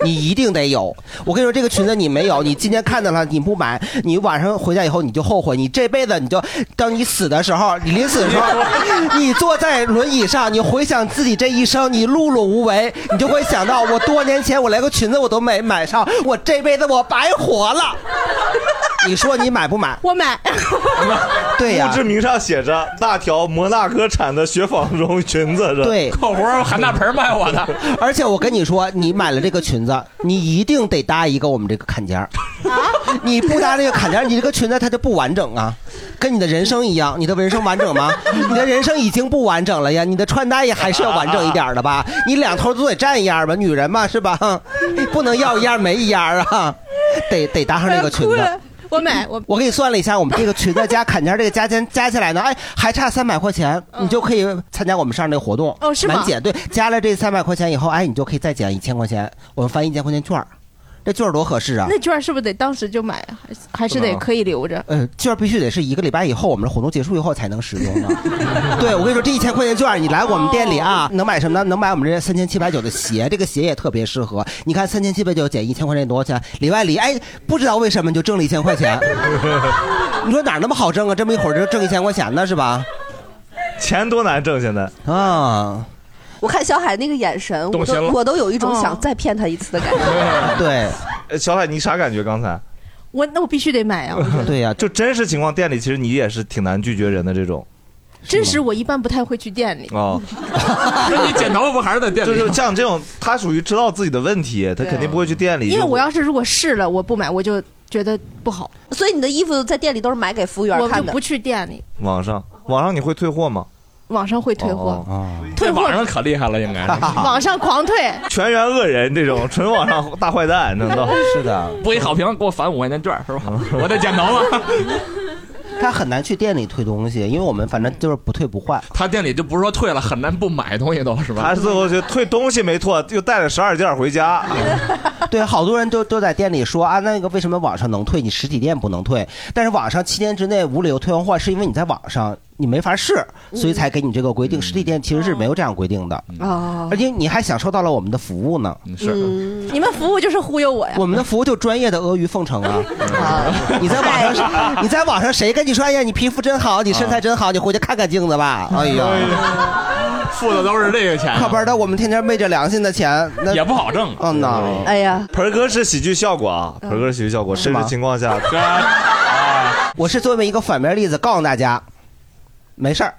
B: 你一定得有，我跟你说，这个裙子你没有，你今天看到了，你不买，你晚上回家以后你就后悔，你这辈子你就当你死的时候，你临死的时 候，你坐在轮椅上，你回想自己这一生，你碌碌无为，你就会想到，我多年前我连个裙子我都没买上，我这辈子我白活了。你说你买不买？
E: 我买。
B: 对呀
D: 墓志铭上写着那条摩纳哥产的雪纺绒裙子 是。
B: 对，
C: 口活喊大盆卖我的。
B: 而且我跟你说，你买了这个裙子，你一定得搭一个我们这个坎肩儿。
E: 啊
B: 你不搭这个坎肩儿，你这个裙子它就不完整啊，跟你的人生一样，你的人生 完整吗？你的人生已经不完整了呀，你的穿搭也还是要完整一点儿的吧？你两头都得占一样吧，女人嘛是吧？ 不能要一样没一样啊，得得搭上这个裙
E: 哎哭
B: 子。
E: 了，我买我
B: 我给你算了一下，我们这个裙子加坎肩儿这个加肩加起来呢，哎，还差三百块钱，你就可以参加我们上这个活动。
E: 嗯哦是吗
B: 满减对，加了这三百块钱以后，哎，你就可以再减一千块钱，我们翻一千块钱券儿，这券儿多合适啊！
E: 那券儿是不是得当时就买啊，还是还是得可以留着？
B: 呃，券儿必须得是一个礼拜以后，我们的活动结束以后才能使用的。啊 对，我跟你说，这一千块钱券儿，你来我们店里啊，
D: 哦
B: 能买什么呢？能买我们这三千七百九的鞋，这个鞋也特别适合。你看，三千七百九减一千块钱多少钱？里外里，哎，不知道为什么你就挣了一千块 钱。你说哪儿那么好挣啊？这么一会儿就挣一千块钱呢，是吧？
D: 钱多难挣现在
B: 啊！
A: 我看小海那个眼神，
D: 动
A: 我
D: 心
A: 都
D: 了
A: 我都有一
E: 哦
A: 种想再骗他一次的感觉。
B: 对，
D: 小海，你啥感觉？刚才？
E: 我那我必须得买啊！我觉得
B: 对呀、
D: 就真实情况，店里其实你也是挺难拒绝人的这种。
E: 真实我一般不太会去店里。
D: 哦，
C: 那你剪头发不还是在店里？
D: 就是像这种，他属于知道自己的问题，他肯定不会去店里。
E: 啊因为我要是如果试了，我不买，我就觉得不好。
A: 所以你的衣服在店里都是买给服务员看
E: 我就
A: 的，
E: 不去店里，
D: 网上，网上你会退货吗？
E: 网上会退货，
D: 哦，
E: 退货
D: 上可厉害了，应该
E: 网上狂退。
D: 全员恶人这种纯网上大坏 蛋，真的是的，
C: 不给好评，给我返五块钱券是吧？
B: 嗯
C: 我得剪头发。
B: 他很难去店里退东西，因为我们反正就是不退不换。
C: 他店里就不是说退了，很难不买东西都是吧？
D: 他最后就退东西没退，又带了十二件回家。
B: 对，好多人都都在店里说啊，那个为什么网上能退，你实体店不能退？但是网上七天之内无理由退换货，是因为你在网上你没法试，所以才给你这个规定。实体店其实是没有这样规定的，
E: 哦
B: 而且你还享受到了我们的服务呢。
E: 嗯，你们服务就是忽悠我呀。
B: 我们的服务就专业的阿谀奉承啊！你在网上，你在网上谁跟你说，哎呀，你皮肤真好，你身材真好，你回去看看镜子吧。哎呀，
C: 付的都是这个钱，
B: 可不是的，我们天天昧着良心的钱，那
D: 也不好挣。
B: 嗯呐，
A: 哎呀，
D: 盆儿哥是喜剧效果啊，盆儿哥是喜剧效果，真实情况下，
B: 我是作为一个反面例子告诉大家，没事儿，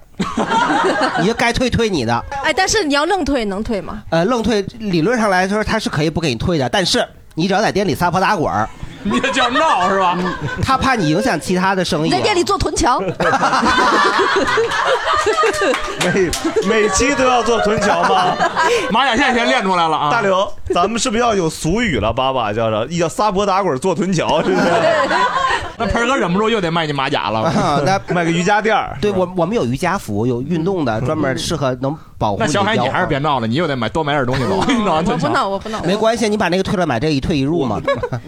B: 你就该退退你的。
E: 哎，但是你要愣退能退吗？
B: 呃，愣退理论上来说他是可以不给你退的，但是你只要在店里撒泼打滚儿，嗯
C: 你也见不着是吧？
B: 他怕你影响其他的生
A: 你
B: 意。啊
A: 在店里做臀墙，
D: 每每期都要做臀桥吗？
C: 马甲线先练出来了啊！
D: 大刘，咱们是不是要有俗语了？爸爸叫啥？要撒泼打滚做臀桥，是不是？
C: 那盆儿哥忍不住又得卖你马甲了。
B: 啊 那
D: 买个瑜伽垫儿，
B: 对我我们有瑜伽服，有运动的，专门适合能保护
C: 那
B: 你
C: 小海，
B: 腰
C: 你还是别闹了，你又得买多买点东西走。你闹完
E: 我
C: 就
E: 不闹，我不闹。
B: 没关系，你把那个退了买这个一退一入嘛。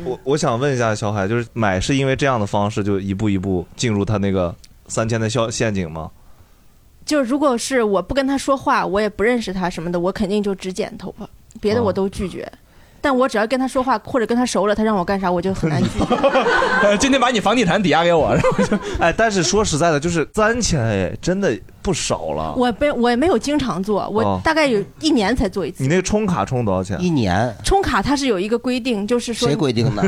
D: 我我想问一下小海，就是买是因为这样的方式就一步一步进入他那个三千的陷陷阱吗？
E: 就如果是我不跟他说话，我也不认识他什么的，我肯定就只剪头发，别的我都拒绝。但我只要跟他说话或者跟他熟了，他让我干啥我就很难拒绝。
C: 呃今天把你房地产抵押给我，
D: 哎，但是说实在的，就是三千哎，真的不少了。
E: 我没我也没有经常做，我
D: 哦
E: 大概有一年才做一次。
D: 你那个充卡充多少钱？
B: 一年。
E: 充卡它是有一个规定，就是说
B: 定 的？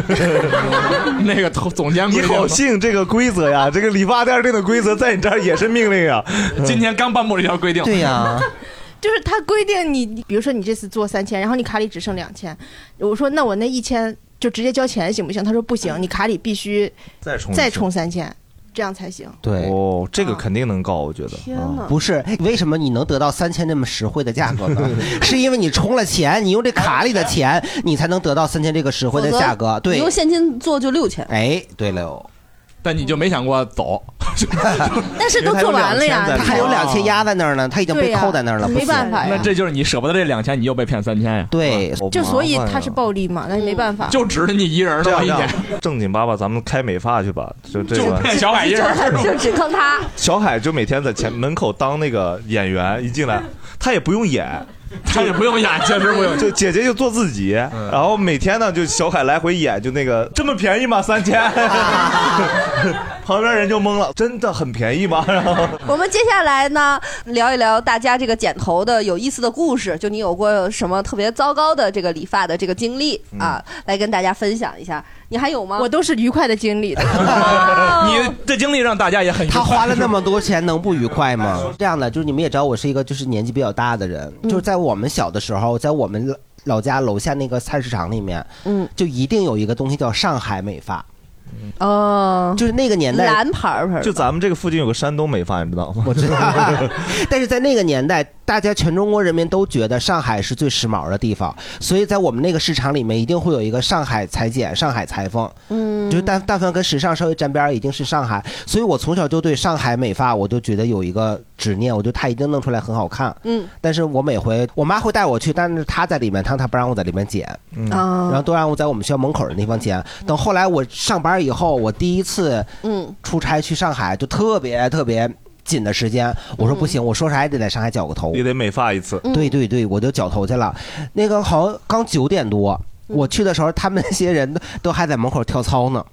C: 那个总总监
D: 你好信这个规则呀？这个理发店定的规则在你这儿也是命令啊！
C: 今天刚颁布了一条规定。
B: 对呀，
E: 就是他规定你，你比如说你这次做三千，然后你卡里只剩两千，我说那我那一千就直接交钱行不行？他说不行，你卡里必须
D: 再充一次
E: 再充三千，这样才行。
B: 对，
D: 哦，这个肯定能告，我觉得。啊
E: 天哪！
B: 不是，为什么你能得到三千这么实惠的价格 呢？是因为你充了钱，你用这卡里的钱，你才能得到三千这个实惠的价格。
A: 你
B: 对
A: 用，现金做就六千。
B: 哎，对了，
C: 但你就没想过走？
E: 但是都做完了呀，
B: 他还有两千压在那儿呢，他已经被
E: 对呀
B: 扣在那儿了，
E: 没办法呀
C: 那这就是你舍不得这两千，你又被骗三千呀？
B: 对，
E: 就所以他是暴利嘛，那也没办法。
C: 啊就指着你一人
D: 这
C: 了，
D: 样
C: 一
D: 这
C: 年
D: 样，正经爸爸，咱们开美发去吧，就这
C: 就
D: 个。
C: 骗小海一人儿。
A: 就只坑他，
D: 小海就每天在前门口当那个演员，一进来他也不用演，
C: 他也不用演，确实不用
D: 就姐姐就做自己，然后每天呢就小海来回演，就那个这么便宜吗？三千，旁边人就懵了，真的很便宜吗？然后
A: 我们接下来呢，聊一聊大家这个剪头的有意思的故事，就你有过什么特别糟糕的这个理发的这个经历啊，来跟大家分享一下。你还有吗？
E: 我都是愉快的经历的。
C: 你这经历让大家也很
B: 他花了那么多钱，能不愉快吗？这样的，就是你们也知道，我是一个就是年纪比较大的人，就是在我们小的时候，在我们老家楼下那个菜市场里面，
A: 嗯，
B: 就一定有一个东西叫上海美发，
A: 哦，
B: 就是那个年代
A: 蓝牌儿牌儿的，
D: 就咱们这个附近有个山东美发，你知道吗？
B: 我知道。 但是在那个年代，大家全中国人民都觉得上海是最时髦的地方，所以在我们那个市场里面，一定会有一个上海裁剪、上海裁缝，
A: 嗯，
B: 就是但但凡跟时尚稍微沾边儿，一定是上海。所以我从小就对上海美发，我就觉得有一个执念，我觉得它一定弄出来很好看。
A: 嗯，
B: 但是我每回我妈会带我去，但是她在里面烫，她不让我在里面剪，
D: 嗯
A: 哦
B: 然后都让我在我们学校门口的地方剪。等后来我上班以后，我第一次
A: 嗯
B: 出差去上海，就特别特别紧的时间，我
D: 嗯
B: 说不行，我说啥也得在上海绞个头，
D: 也得美发一次。
B: 对对对，我就绞头去了。那个好像刚九点多，
D: 嗯
B: 我去的时候，他们那些人都 都还在门口跳操呢，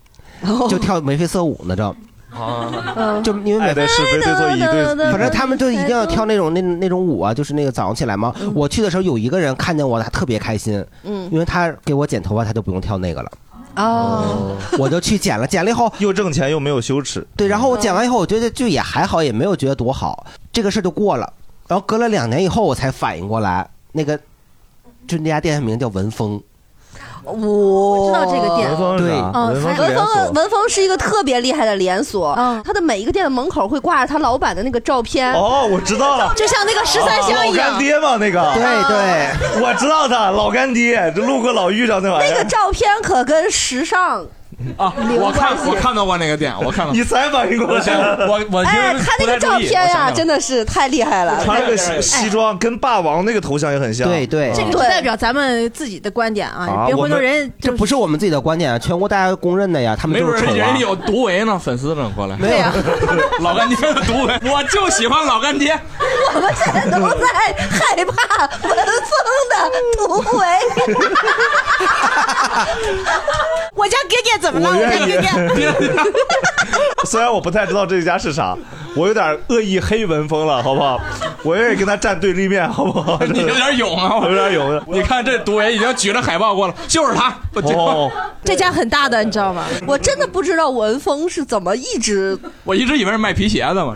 D: 哦
B: 就跳眉飞色舞呢，正。
D: 啊
B: 就因为
D: 爱的是非哎对错一对，
B: 反正他们就一定要跳那种那那种舞啊，就是那个早上起来嘛。
D: 嗯
B: 我去的时候有一个人看见我，他特别开心，
A: 嗯
B: 因为他给我剪头发，他就不用跳那个了。
A: 哦，
B: 我就去 剪了，剪了以后
D: 又挣钱又没有羞耻。
B: 对，然后我剪完以后，我觉得就也还好，也没有觉得多好。这个事儿就过了。然后隔了两年以后，我才反应过来，那个就那家店名叫文峰，
A: 我知道这个店，
B: 文峰
A: 嗯，
B: 是啥文峰是
A: 文
B: 连锁
A: 峰文峰是一个特别厉害的连锁，
E: 嗯
A: 它的每一个店的门口会挂着他老板的那个照片。
D: 哦， 我知道了，
A: 就像那个十三香一样
D: 老干爹嘛，那个，
A: 对
D: 对，我知道他老干爹，就路过老遇上那玩意
A: 那个
D: 儿。
A: 照片可跟时尚，
C: 啊！我看我看到过那个店，我看到
D: 你才反应过来
C: 我想我我其
A: 哎，
C: 实
A: 他那
C: 不太
A: 个照
C: 注意
A: 片呀、
C: 我想想
A: 啊真的是太厉害了。
D: 穿了个西西装，跟霸王那个头像也很像。
B: 对对
E: 这个是代表咱们自己的观点啊，
B: 啊，
E: 别回头
B: 我们
E: 人
B: 这不是我们自己的观点啊，全国大家公认的呀，他们
C: 没
B: 就
C: 准
B: 是丑
C: 人
B: 啊
C: 家。有毒唯呢，粉丝呢过来。
B: 没有对呀
C: 老干爹的毒唯，我就喜欢老干爹。
A: 我们现在都在害怕文风的突围。
E: 我家哥哥怎么了？我家哥哥。
D: 虽然我不太知道这家是啥，我有点恶意黑文风了，好不好？我愿意跟他站对立面，好不好？
C: 你有点勇啊！
D: 有点勇。
C: 你看这毒唯已经举着海报过了，就是他。不
D: 哦，
E: 这家很大的，你知道吗？
A: 我真的不知道文风是怎么一直
C: 我一直以为是卖皮鞋 的嘛，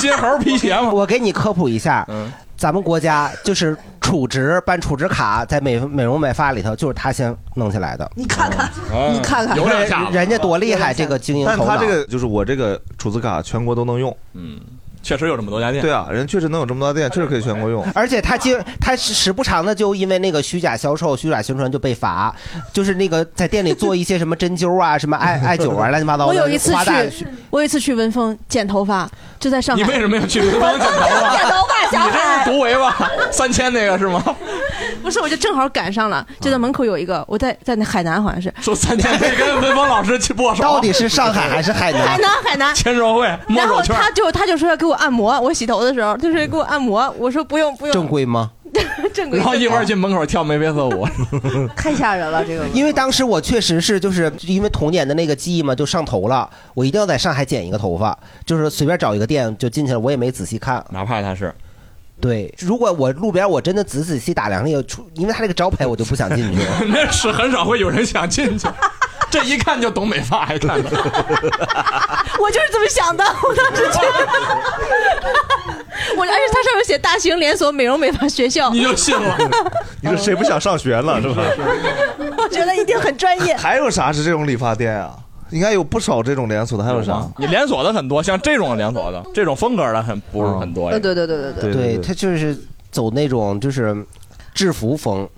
C: 街猴皮鞋嘛。
B: 我给你科普一下，
D: 嗯
B: 咱们国家就是储值办储值卡，在美美容美发里头，就是他先弄起来的。
A: 你看看，
D: 你看看有两下子
B: 人家多厉害，这个经营
D: 但
B: 头
D: 他
B: 脑
D: 这。个就是我这个储值卡全国都能用，
C: 嗯，确实有这么多家店。
D: 对啊，人确实能有这么多家店，确实可以全 国用。
B: 而且他经他时时不常的就因为那个虚假销售、虚假宣传就被罚，就是那个在店里做一些什么针灸啊、什么 艾艾灸啊、乱七八糟的。
E: 我有一次
B: 花旦
E: 去，我有一次去文峰剪头发，就在上海。
C: 你为什么要去文峰剪头发
E: 剪头发，
C: 你这是毒唯吧？ 三千那个 是吗？
E: 不是，我就正好赶上了，就在门口有一个，我在在那海南好像是。
C: 说三千得跟文峰老师去握手，
B: 到底是上海还是海南？
E: 海南，海南。
C: 签售会摸
E: 然
C: 手
E: 后
C: 圈。
E: 他就他就说要给我按摩，我洗头的时候，他说给我按摩，我说不用不用，
B: 正规吗？
E: 正规。
C: 然后一会儿进门口跳眉飞色舞，
A: 太吓人了，这个
B: 因为当时我确实是就是因为童年的那个记忆嘛，就上头了。我一定要在上海剪一个头发，就是随便找一个店就进去了，我也没仔细看。
C: 哪怕他是，
B: 对，如果我路边我真的仔仔细打量那个，出因为他那个招牌，我就不想进去。
C: 那是很少会有人想进去。这一看就懂美发，还 看
E: 我就是这么想的，我当时觉得， 我而且它上面写大型连锁美容美发学校，
C: 你就信了。
D: 你说谁不想上学了，是 吧？
E: 我觉得一定很专 业。
D: 还有啥是这种理发店啊？应该有不少这种连锁的，还有啥？
C: 你啊连锁的很多，像这种连 锁的，这种风格的很不是很多。
A: 呃
B: 嗯
A: 对对对对对
B: 对他就是走那种就是制服风。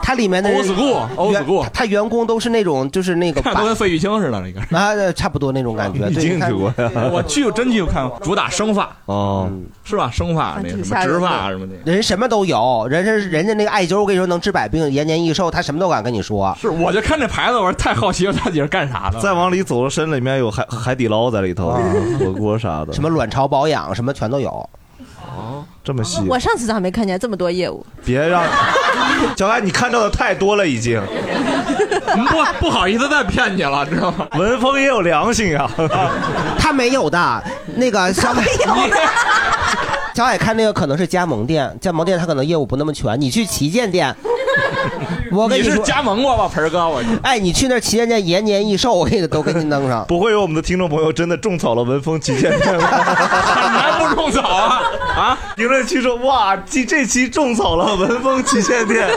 B: 它里面的人
C: Old school，old
B: 员他员工都是那种就是那个
C: 看都跟费玉清似的，那个
B: 啊，差不多那种感觉。
C: 你
B: 对
C: 进去过
B: 你看
C: 我去真去看过，主打生发
D: 哦，
C: 是吧？生发那个什么植发什么的。
B: 人什么都有，人是人家那个艾灸，我跟你说能治百病，延年益寿，他什么都敢跟你说。
C: 是，我就看这牌子，我说太好奇了，到底是干啥的？啊
D: 再往里走深，里面有海海底捞在里头， 火锅啥的，
B: 什么卵巢保养什么全都有。
D: 哦，这么细，
E: 我上次咋没看见这么多业务？
D: 别让小安，你看到的太多了，已经。
C: 嗯不不好意思再骗你了，知道吗？
D: 文峰也有良心啊，
B: 他没有的，那个小海， 小海看那个可能是加盟店，加盟店他可能业务不那么全。你去旗 舰店，我跟
C: 你是
B: 说，
C: 加盟过吧，盆儿哥？我
B: 哎，你去那旗舰店延年益寿，我给你都给你弄上。
D: 不会有我们的听众朋友真的种草了文峰旗舰店吧？
C: 很难不种草啊啊！
D: 评论区说哇，这这期种草了文峰旗舰店。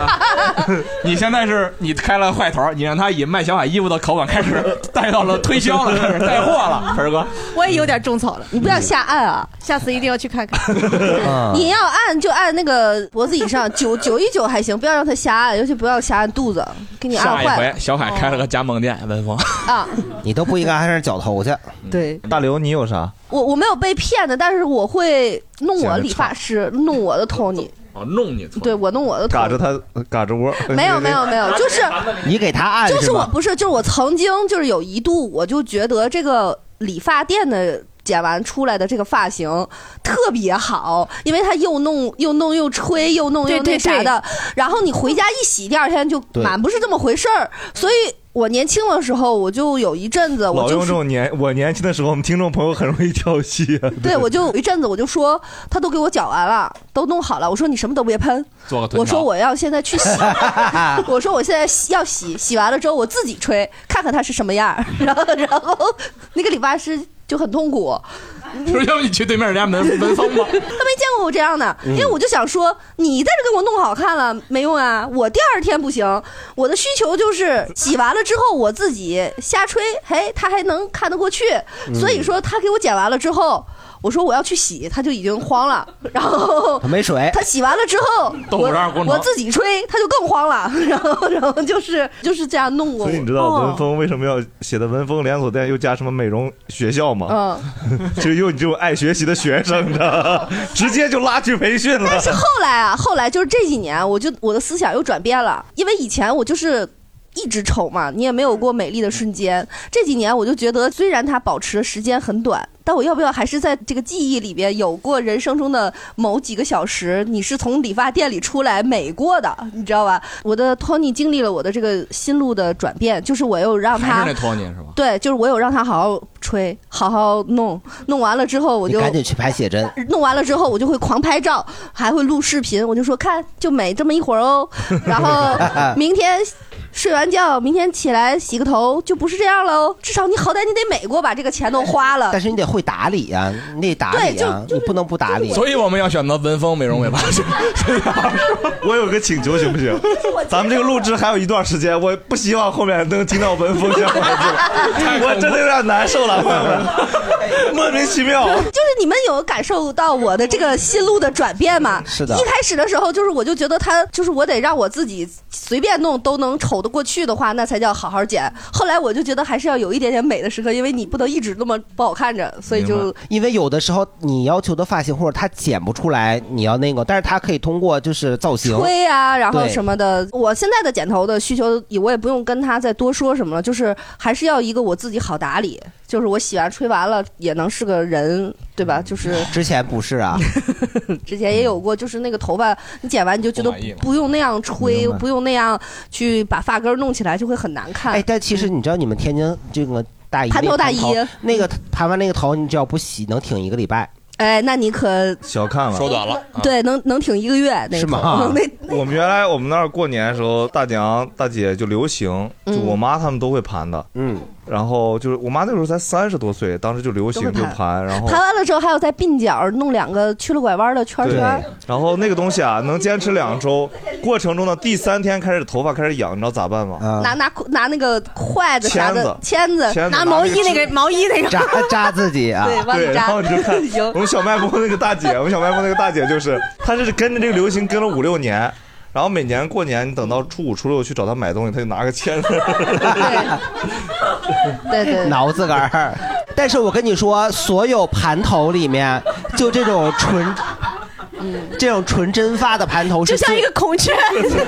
C: 你现在是你开了坏头儿，你让他以卖小海衣服的口感开始带到了推 销了，开始带货了，盆儿哥。
D: 嗯
E: 我也有点种草了，
A: 你不要瞎按 啊，
E: 下次一定要去看看。
B: 啊嗯
A: 你要按就按那个脖子以上，九九一九还行，不要让它瞎按，尤其不要瞎按肚子，给你按
C: 下一
A: 坏
C: 回
A: 了
C: 小海开了个加盟店，文峰。嗯
A: 啊！
B: 你都不应该还是绞头去。
E: 对，
D: 大刘，你有啥？
A: 我我没有被骗的，但是我会弄我理发师，弄我的 Tony，
C: 哦，弄你
A: 对我弄我的 Tony，
D: 嘎着他，嘎着窝。
A: 没有没有没有，就是
B: 你给他按
A: 就是
B: 吧
A: 我不是，就是我曾经就是有一度，我就觉得这个理发店的剪完出来的这个发型特别好，因为它又弄又弄又吹又弄
E: 对
A: 又那
E: 对
A: 啥
E: 对
A: 的，然后你回家一洗，第二天就
D: 对
A: 满不是这么回事儿。所以我年轻的时候，我就有一阵子，我
D: 老
A: 就
D: 用这
A: 是
D: 种年，我年轻的时候，我们听众朋友很容易跳戏 啊。
A: 对，我就有一阵子我就说，他都给我绞完了，都弄好了，我说你什么都别喷，
C: 做个臀
A: 我说
C: 条
A: 我要现在去 洗，我说我现在洗要洗，洗完了之后我自己 吹，看看它是什么样儿。然后，然后那个理发师就很痛苦，
C: 就是要不你去对面人家 门门风吧。
A: 他没见过我这样的，
C: 嗯
A: 因为我就想说，你在这给我弄好看了没用啊，我第二天不行，我的需求就是洗完了之后我自己瞎吹，嘿，他还能看得过去。
B: 嗯
A: 所以说他给我剪完了之后，我说我要去洗，他就已经慌了，然后
B: 没
D: 哎
B: 水，
A: 他洗完了之后，
B: 豆
A: 我
B: 腐渣儿功能
A: 我自己吹，他就更慌了， 然后然后就是就是这样弄过我。
D: 所以你知道
A: 哦
D: 文峰为什么要写的文峰连锁店又加什么美容学校 吗？
A: 嗯，
D: 就有你这种爱学习的学生 的，直接就拉去培训了。
A: 但是后来啊，后来就是这几年，我就我的思想又转变了，因为以前我就是。一直丑嘛，你也没有过美丽的瞬间。这几年我就觉得，虽然它保持的时间很短，但我要不要还是在这个记忆里边有过人生中的某几个小时，你是从理发店里出来美过的，你知道吧？我的 Tony 经历了我的这个心路的转变，就是我又让他
C: 还是那托尼是吧？
A: 对，就是我有让他好好吹，好好弄，弄完了之后我
B: 你
A: 就
B: 赶紧去拍写真。
A: 弄完了之后，我就会狂拍照，还会录视频。我就说看，就美这么一会儿哦。然 后明天睡完觉，明天起来洗个头，就不是这样了哦。至少你好歹你得美过，把这个钱都花了。
B: 但是你得会打理呀、你得打理呀、你不能不打理。啊
C: 所以我们要选择文峰美容美发。
D: 我有个请求行 不行？咱们这个录制还有一段时间，我不希望后面能听到文 峰相关的字，我真的有点难受了，朋友们， 莫名其妙。
A: 就是你们有感受到我的这个心路的转变吗？
B: 是的
A: 一开始的时候，就是我就觉得他就是我得让我自己随便弄都能瞅得过去的话，那才叫好好剪。后来我就觉得还是要有一点点美的时刻，因为你不能一直那么不好看着，所以就
B: 因为有的时候你要求的发型或者他剪不出来，你要那个，但是他可以通过就是造型
A: 吹啊，然后
B: 对
A: 什么的。我现在的剪头的需求，我也不用跟他再多说什么了，就是还是要一个我自己好打理，就是我洗完吹完了也能是个人，对吧？ 就是
B: 之前不 是啊，
A: 之前也有过，就是那个头发你剪完你就觉得
B: 不满意吗
A: 不用那样吹
B: 明，白
A: 不用那样去把发根儿弄起来，就会很难看。嗯
B: 哎，但其实你知道你们天津这个大姨
A: 盘头
B: 那
A: 大嗯
B: 盘头
A: 姨
B: 那个盘完那个头，你只要不洗，能挺一个礼拜。
A: 哎，那你可
D: 小看了，
A: 手短了
B: 啊
A: 对能能挺一个月那个
D: 是
A: 头
D: 吗
A: 那？
D: 我们原来我们那儿过年的时候，大娘大姐就流行，就
A: 嗯
D: 我妈他们都会盘的。
B: 嗯，
D: 然后就是我妈那时候才三十多岁，当时就流行
A: 都
D: 就
A: 会盘
D: 盘，然后
A: 盘完了之后还要在鬓角儿弄两个曲了拐弯儿的圈儿
D: 对
A: 圈儿。，
D: 然后那个东西啊，能坚持两周，过程中呢，第三天开始头发开始痒，你知道咋办吗？
A: 拿拿拿那个筷子啥的，
D: 啊签
A: 签
D: 子
A: 子
D: 签子，拿毛衣那个
A: 毛衣那
B: 扎扎自己啊
A: 对，往里
D: 然
A: 扎
D: 后你就看我们小卖部那个大姐，我们小卖部那个大姐就是，她是跟着这个流行跟了五六年，然后每年过年你等到初五初六去找她买东西，她就拿个签子，
A: 对对
B: 挠自个儿。但是我跟你说，所有盘头里面，就这种纯，这种纯真发的盘头是
A: 嗯就像
B: 最
A: 一个孔雀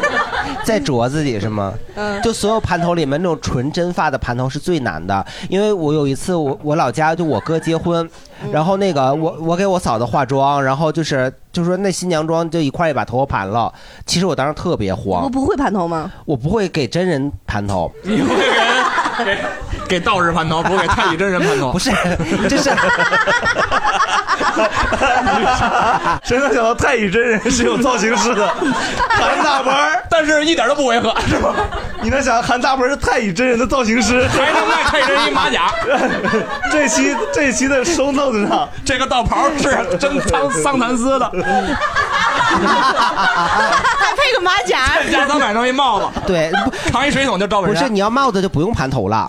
B: 在啄自己是吗？
A: 嗯
B: 就所有盘头里面那种纯真发的盘头是最难的，因为我有一次我我老家就我哥结婚，然
A: 嗯
B: 后那个我我给我嫂子化妆，然后就是就说那新娘妆就一块儿也把头发盘了，其实我当时特别
A: 我
B: 慌，
A: 不会盘头吗？
B: 我不会给真人盘头，
C: 给 给道士盘头，不给哎太乙真人盘头。
B: 不是， 这是
D: 谁能想到太 乙真人是有造型师 的？韩大文儿，
C: 但是一点都不违 和，是吧？
D: 你能想韩大文儿是太乙真人的造型师，
C: 还能卖太乙真人一马甲？
D: 这期这期的收 note 上，
C: 这个道袍 是真桑桑蚕丝的，
E: 还配个马甲，
C: 加三百弄一帽子，
B: 对，
C: 扛一水桶就赵本
B: 不
C: 山。
B: 是你要帽子就不用盘头 了。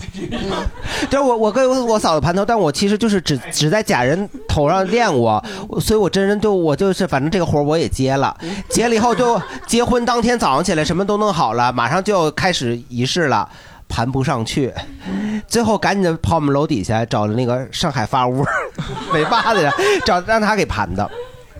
B: 就是我我跟我嫂子盘头，但我其实就是只只在假人头上练过，我所以我真人就我就是反正这个活儿我也接了，结了以后就结婚当天早上起来什么都弄好了，马上就要开始仪式了。盘不上去，最后赶紧地跑我们楼底下找那个上海发 屋美发的人，找让他给盘的。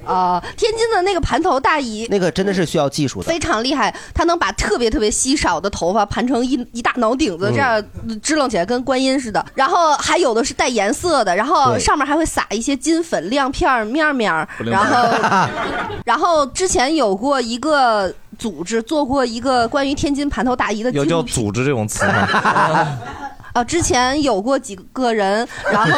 A: 啊，天津的那个盘头大姨
B: 那个真的是需要技术的，
A: 非常厉害，她能把特别特别稀少的头发盘成一一大脑顶子，
B: 嗯
A: 这样支棱起来跟观音似的。然后还有的是带颜色的，然后
B: 对
A: 上面还会撒一些金粉亮片儿面儿面儿，
B: 不灵
A: 然
B: 光
D: 啊
A: 后然后之前有过一个组织做过一个关于天津盘头大姨的纪
D: 有叫
A: 录片
D: 组织这种词 吗？
A: 啊，之前有过几个人，然后。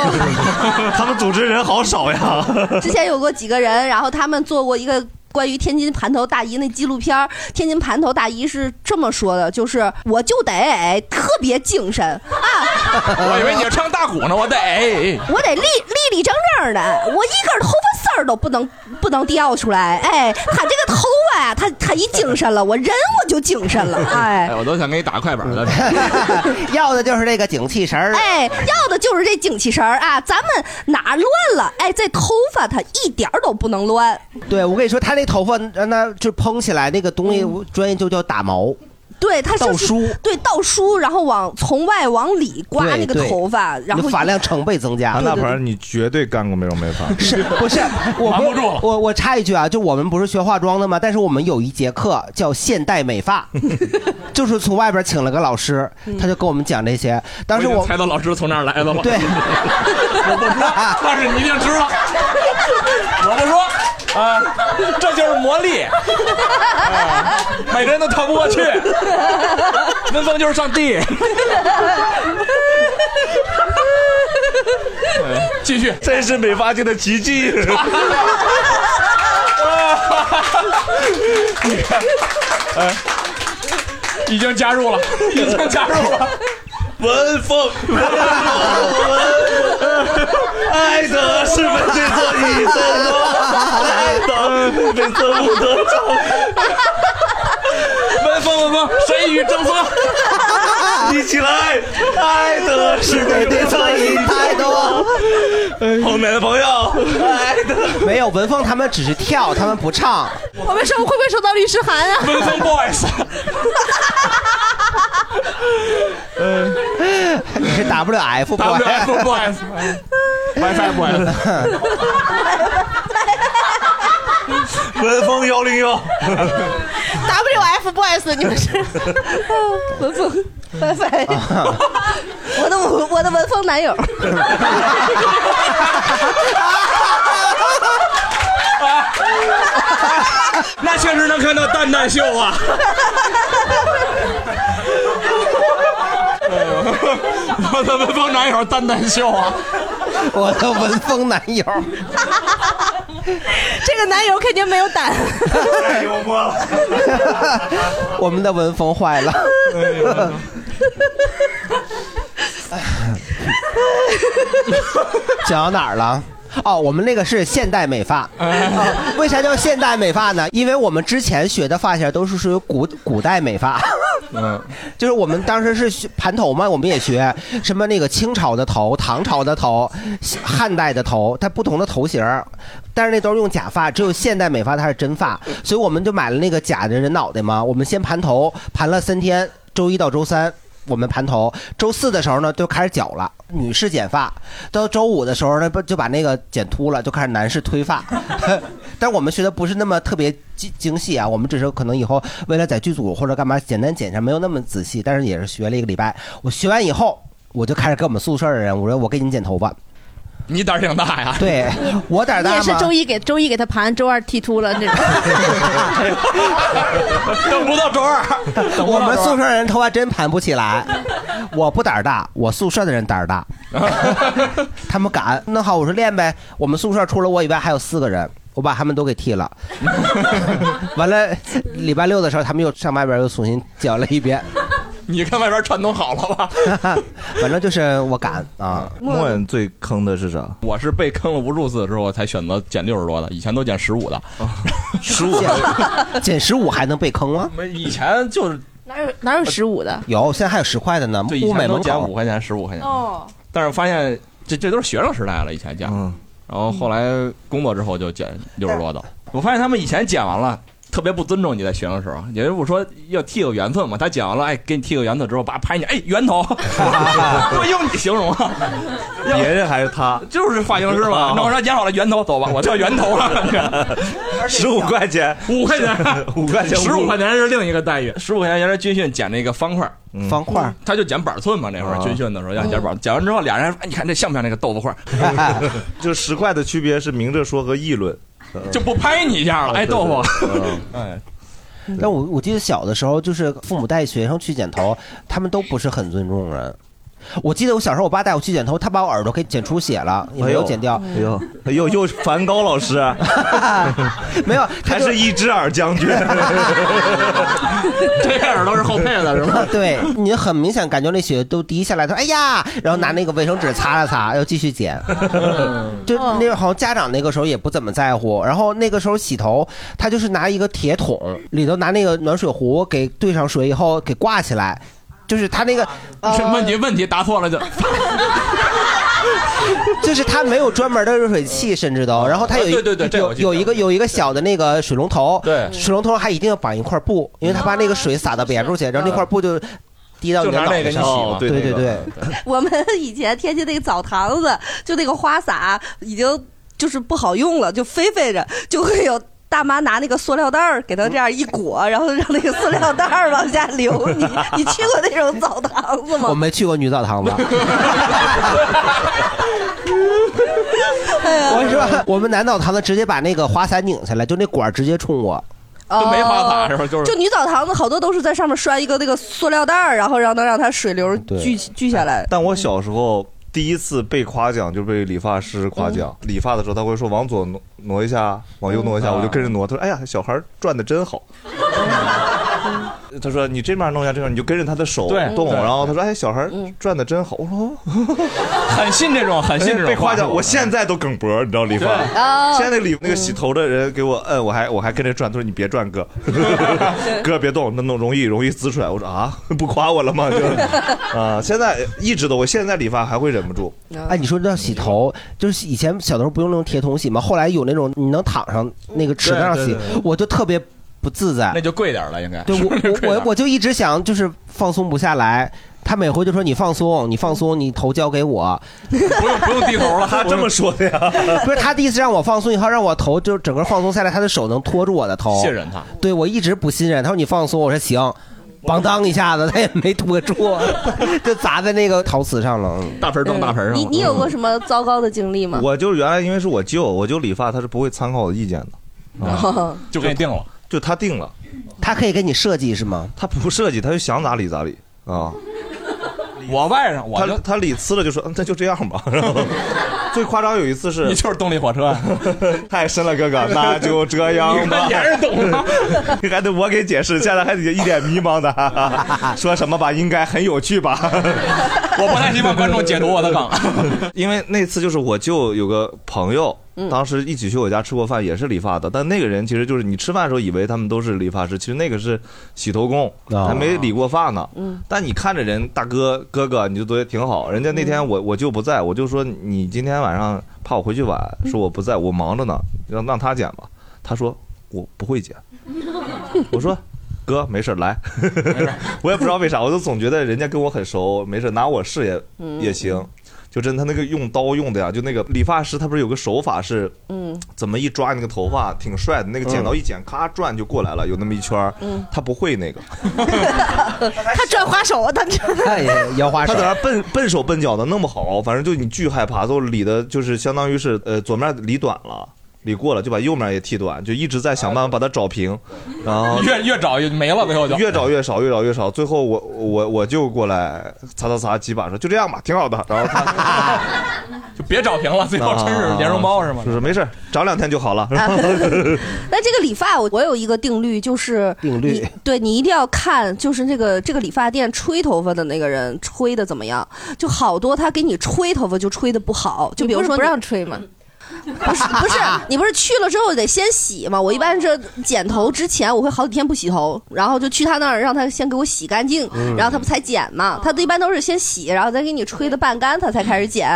D: 他们组织人好少呀。
A: 之前有过几个人，然后他们做过一个关于天津盘头大姨那纪录片儿，天津盘头大姨是这么说的，就是我就得特别精神啊，
C: 我以为你要唱大鼓呢，我得哎
A: 我得立立立正正的，我一根头发丝儿都不能不能掉出来。哎，他这个头发呀、他他一精神了，我人我就精神了。哎，
C: 哎，我都想给你打快板了。
B: 要的就是这个精气神儿。
A: 哎，要的就是这精气神儿啊！咱们哪儿乱了？哎，这头发它一点儿都不能乱。
B: 对，我跟你说，他那头发让他就蓬起来，那个东西
A: 嗯
B: 我专业就叫打毛。
A: 对，它就是
B: 倒梳
A: 对倒梳，然后往从外往里刮
B: 对
A: 那个
B: 对
A: 头发，然后
B: 发量 成倍增加。
D: 韩大鹏，你绝对干过美容美发，
B: 是不是？我不住我我插一句啊，就我们不是学化妆的吗？但是我们有一节课叫现代 美发，就是从外边请了个老师，
A: 嗯
B: 他就跟我们讲这些。 当时
C: 我已
B: 我
C: 经猜到老师从哪儿来的了。
B: 对
C: 我不说， 但是你一定知道。我不说啊，这就是魔力，啊每个人都逃不过去。文峰就是上帝。继续，
D: 这是美发界的奇迹。
C: 你看， 哎，已经加入了，已经加入了。
D: 文风，文风，爱的是粉碎座椅子，爱的被错误的
C: 文风文风，谁与争锋？
D: 一起来！爱的是对对错已太多。 后面的朋友，爱的
B: 哎没有文峰，他们只是跳，他们不唱。
E: 我们收会不会收到律师函啊？
C: 文风 boys，
B: 嗯，你是 W F
C: W F boys，WiFi boys。
D: 文风幺零幺，
E: WF Boys，你们是
A: 文风 WiFi，我的文我的文风男 友。
C: 那确实能看到蛋蛋秀啊！ 我的文风男友蛋蛋秀啊！
B: 我的文风男友，
E: 这个男友肯定没有胆。
D: 太幽默了。
B: 我们的文风坏了。 讲到哪儿了？哦，我们那个是现代美发、哦为啥叫现代美发呢？因为我们之前学的发型都是属于古古代美发，
C: 嗯，
B: 就是我们当时是学盘头嘛，我们也学什么那个清朝的头、唐朝的头、汉代的头，它不同的头型儿，但是那都是用假发，只有现代美发它是真发，所以我们就买了那个假的人脑袋嘛，我们先盘头，盘了三天，周一到周三。我们盘头，周四的时候呢就开始绞了，女士剪发；到周五的时候呢，不就把那个剪秃了，就开始男士推发。 但我们学的不是那么特别精精细啊，我们只是可能以后为了在剧组或者干嘛简单剪一下，没有那么仔细，但是也是学了一个礼拜。我学完以后，我就开始跟我们宿舍的人，我说我给你们剪头发。
C: 你胆儿挺大呀！
B: 对，我胆 儿
E: 你
B: 大
E: 也
B: 吗？
E: 是周一给周一给他盘，周二剃秃了那种。
C: 等不到周二，
B: 我们宿舍人头发真盘不起来。我不胆儿大，我宿舍的人胆儿 大，他们敢。那好，我说练呗。我们宿舍除了我以外还有四个人，我把他们都给 剃了。完了，礼拜六的时候他们又上外边又重新剪了一遍。
C: 你看外边串通好了吧？
B: 啊反正就是我敢啊。
C: 默
D: 默最坑的是啥？
C: 我是被坑了无数次之后才选择减六十多的，以前都减十五的，
B: 十五减十五还能被坑吗？
C: 没以前就是
E: 哪有哪有十五的？
B: 有，现在还有十块的呢。
C: 对，以
B: 物美
C: 前都
B: 门
C: 减
B: 口
C: 五块钱、十五块钱，
E: 哦，
C: 但是发现这这都是学生时代了，以前减，然后后来工作之后就减六十多的。我发现他们以前减完了。特别不尊重你在学生时候，也就是我说要剃个圆寸嘛，他剪完了，哎，给你剃个圆寸之后，叭拍你，哎，圆头，我用你形容啊，
D: 别人还是他？
C: 就是发型师 嘛，那我说剪好了圆头，走 吧，我叫圆头了，
D: 十五块钱，，
C: 五块钱
D: 五块钱，
C: 十 五块钱是另一个待遇。十五块钱原来军训剪那个方块儿，
B: 嗯
C: 嗯
B: 方块儿
C: 他就剪板寸嘛，那会儿
D: 啊
C: 军训的时候要剪板，剪完之后俩人还说哎你看这像不像那个豆腐 块儿？
B: 哎
D: 就十块的区别是明着说和议论，
C: 就不拍你一下了，哎豆腐，
D: 哎，
B: 但我我记得小的时候，就是父母带学生去剪头，他们都不是很尊重人。我记得我小时候，我爸带我去剪头，他把我耳朵给剪出血了，也没有剪掉。
D: 哎呦，哎呦，又是梵高老师，啊
B: 没有，
D: 还是一只耳将军。
C: 这耳朵是后配的，是吗？
B: 对，你很明显感觉那血都滴下来，他说哎呀，然后拿那个卫生纸擦了擦，又继续剪。
C: 嗯
B: 就那个好像家长那个时候也不怎么在乎，然后那个时候洗头，他就是拿一个铁桶，里头拿那个暖水壶给兑上水以后给挂起来，就是他那个呃哎
C: 这问题问题答错了就，
B: 就是它没有专门的热水器，甚至都，然后它有一
C: 哦对对对这
B: 有
C: 我记得
B: 有一个有一个小的那个水龙头，
C: 对
B: 水龙头还一定要绑一块布，因为它把那个水洒到别处去，然后那块布就滴到你
C: 就
B: 的
C: 拿
B: 脑
C: 那
B: 袋
C: 个
B: 上，
C: 哦
B: 对
C: 对
B: 对
C: 那
B: 对
C: 个，
A: 我们以前天津那个澡堂子，就那个花洒已经就是不好用了，就飞飞着，就会有大妈拿那个塑料袋儿给它这样一裹，然后让那个塑料袋儿往下流。 你你去过那种澡堂子
B: 我
A: 吗？
B: 没去过女澡 堂子。我跟你说，我们男澡堂子直接把那个花洒拧下来，就那管儿直接冲我。
A: 哦
C: 都没花洒是吧就是
A: 就女澡堂子好多都是在上面拴一个那个塑料袋儿，然后让能让它水流聚起聚下来。
D: 但我小时候第一次被夸奖就被理发师夸奖，理发的时候他会说往左挪挪一下，往右挪一下，
C: 嗯
D: 我就跟着挪。他说：“哎呀，小孩儿转的真好。”他说：“你这面弄一下，这面你就跟着他的
C: 嗯
D: 手
C: 对
D: 动。”
C: 对嗯
D: 然后他说：“哎，小孩儿转的真好。”我说：“
C: 很信这种，很信这种
D: 被夸奖，
C: 话术
D: 我现在都梗脖，你知道理发
C: 对哦。
D: 现在那理那个洗头的人给我摁，我还我还跟着转，他说你别转哥， 哥别动，那弄容易容易滋出来。我说啊， 不夸我了吗？就啊，现在一直都，我现在理发还会忍不住。
B: 哎，你说这洗头，就是以前小时候不用那种铁桶洗吗？后来有那种你能躺上那个池子上
C: 对
B: 洗
C: 对对，
B: 我就特别不自在。
C: 那就贵点儿了，应该。
B: 对 我
C: 贵点
B: 我
C: 儿
B: 我我就一直想就是放松不下来，他每回就说你放松，你放松，你头交给 我。
C: 不用不用低头了，他这么
D: 说的呀？
B: 不是他第一次让我放松以后，让我头就整个放松下来，他的手能托住我的头。
C: 信任他。
B: 对我一直不信任，他说你放松，我说行，咣当一下子他也没托住， 就砸在那个陶瓷上了。
C: 大盆
D: 撞大盆
A: 嗯你你有
C: 嗯
A: 过什么糟糕的经历 吗？
D: 我就是原来因为是我舅，我舅理发他是不会参考我的意见的，
A: 啊
D: 就给你定了，就他定
A: 哦
D: 了，
B: 他可以给你设计是吗？
D: 他不设计，他就想咋理咋理啊。
C: 我外甥，我
D: 他他理呲了就说嗯那就这样吧。 然后最夸张有一次是，
C: 你就是动力火车，啊
D: 太深了，哥哥，那就这样吧。
C: 你还是懂啊吗？
D: 你还得我给解释，现在还得一脸迷 茫的，说什么吧，应该很有趣吧。
C: 我不太希望观众解读我的梗。
D: 因为那次就是我舅有个朋友
C: 嗯，
D: 当时一起去我家吃过饭，也是理发的，但那个人其实就是你吃饭的时候以为他们都是理发师，其实那个是洗头工，
B: 啊
D: 还没理过发呢。
B: 嗯
D: 但你看着人大哥哥哥，你就觉得挺好。人家那天我我舅不在，我就说你今天晚上怕我回去晚，说我不在，我忙着呢，让让他剪吧。他说我不会剪。我说。哥，没事儿来， 我也不知道为啥，我就总觉得人家跟我很熟，没事儿拿我试也
A: 嗯
D: 也行。就真的他那个用刀用的呀，就那个理发师他不是有个手法是，
A: 嗯，
D: 怎么一抓那个头发挺帅的，那个剪刀一剪，咔转就过来了，有那么一圈儿
A: 嗯
D: 他不会那个，
A: 他转花手，他转
B: 摇花
D: 他
B: 手
D: 在那笨笨手笨脚的弄不好，反正就你巨害怕，最后理的就是相当于是呃左面理短了。理过了就把右面也剃短，就一直在想办法把它找平，然后
C: 越越找越没了，最后就
D: 越找越少，越找越少。最后我我我就过来擦擦擦几把说就这样吧，挺好的。然后他 啊
C: 就别找平了，最后真是莲蓉包是吗？
D: 就是没事儿，长两天就 好了。
A: 那这个理发，我我有一个定律，就是
B: 定律
A: 你对你一定要看，就是那个这个理发店吹头发的那个人吹的怎么样。就好多他给你吹头发就吹的不好，就比如
E: 你不
A: 说
E: 是不
A: 你
E: 让吹吗？
A: 不是不是，你不是去了之后得先洗嘛？我一般是剪头之前，我会好几天不洗头，然后就去他那儿让他先给我洗干净，
U: 嗯
A: 然后他不才剪嘛。他一般都是先洗，然后再给你吹的半干，他才开始剪。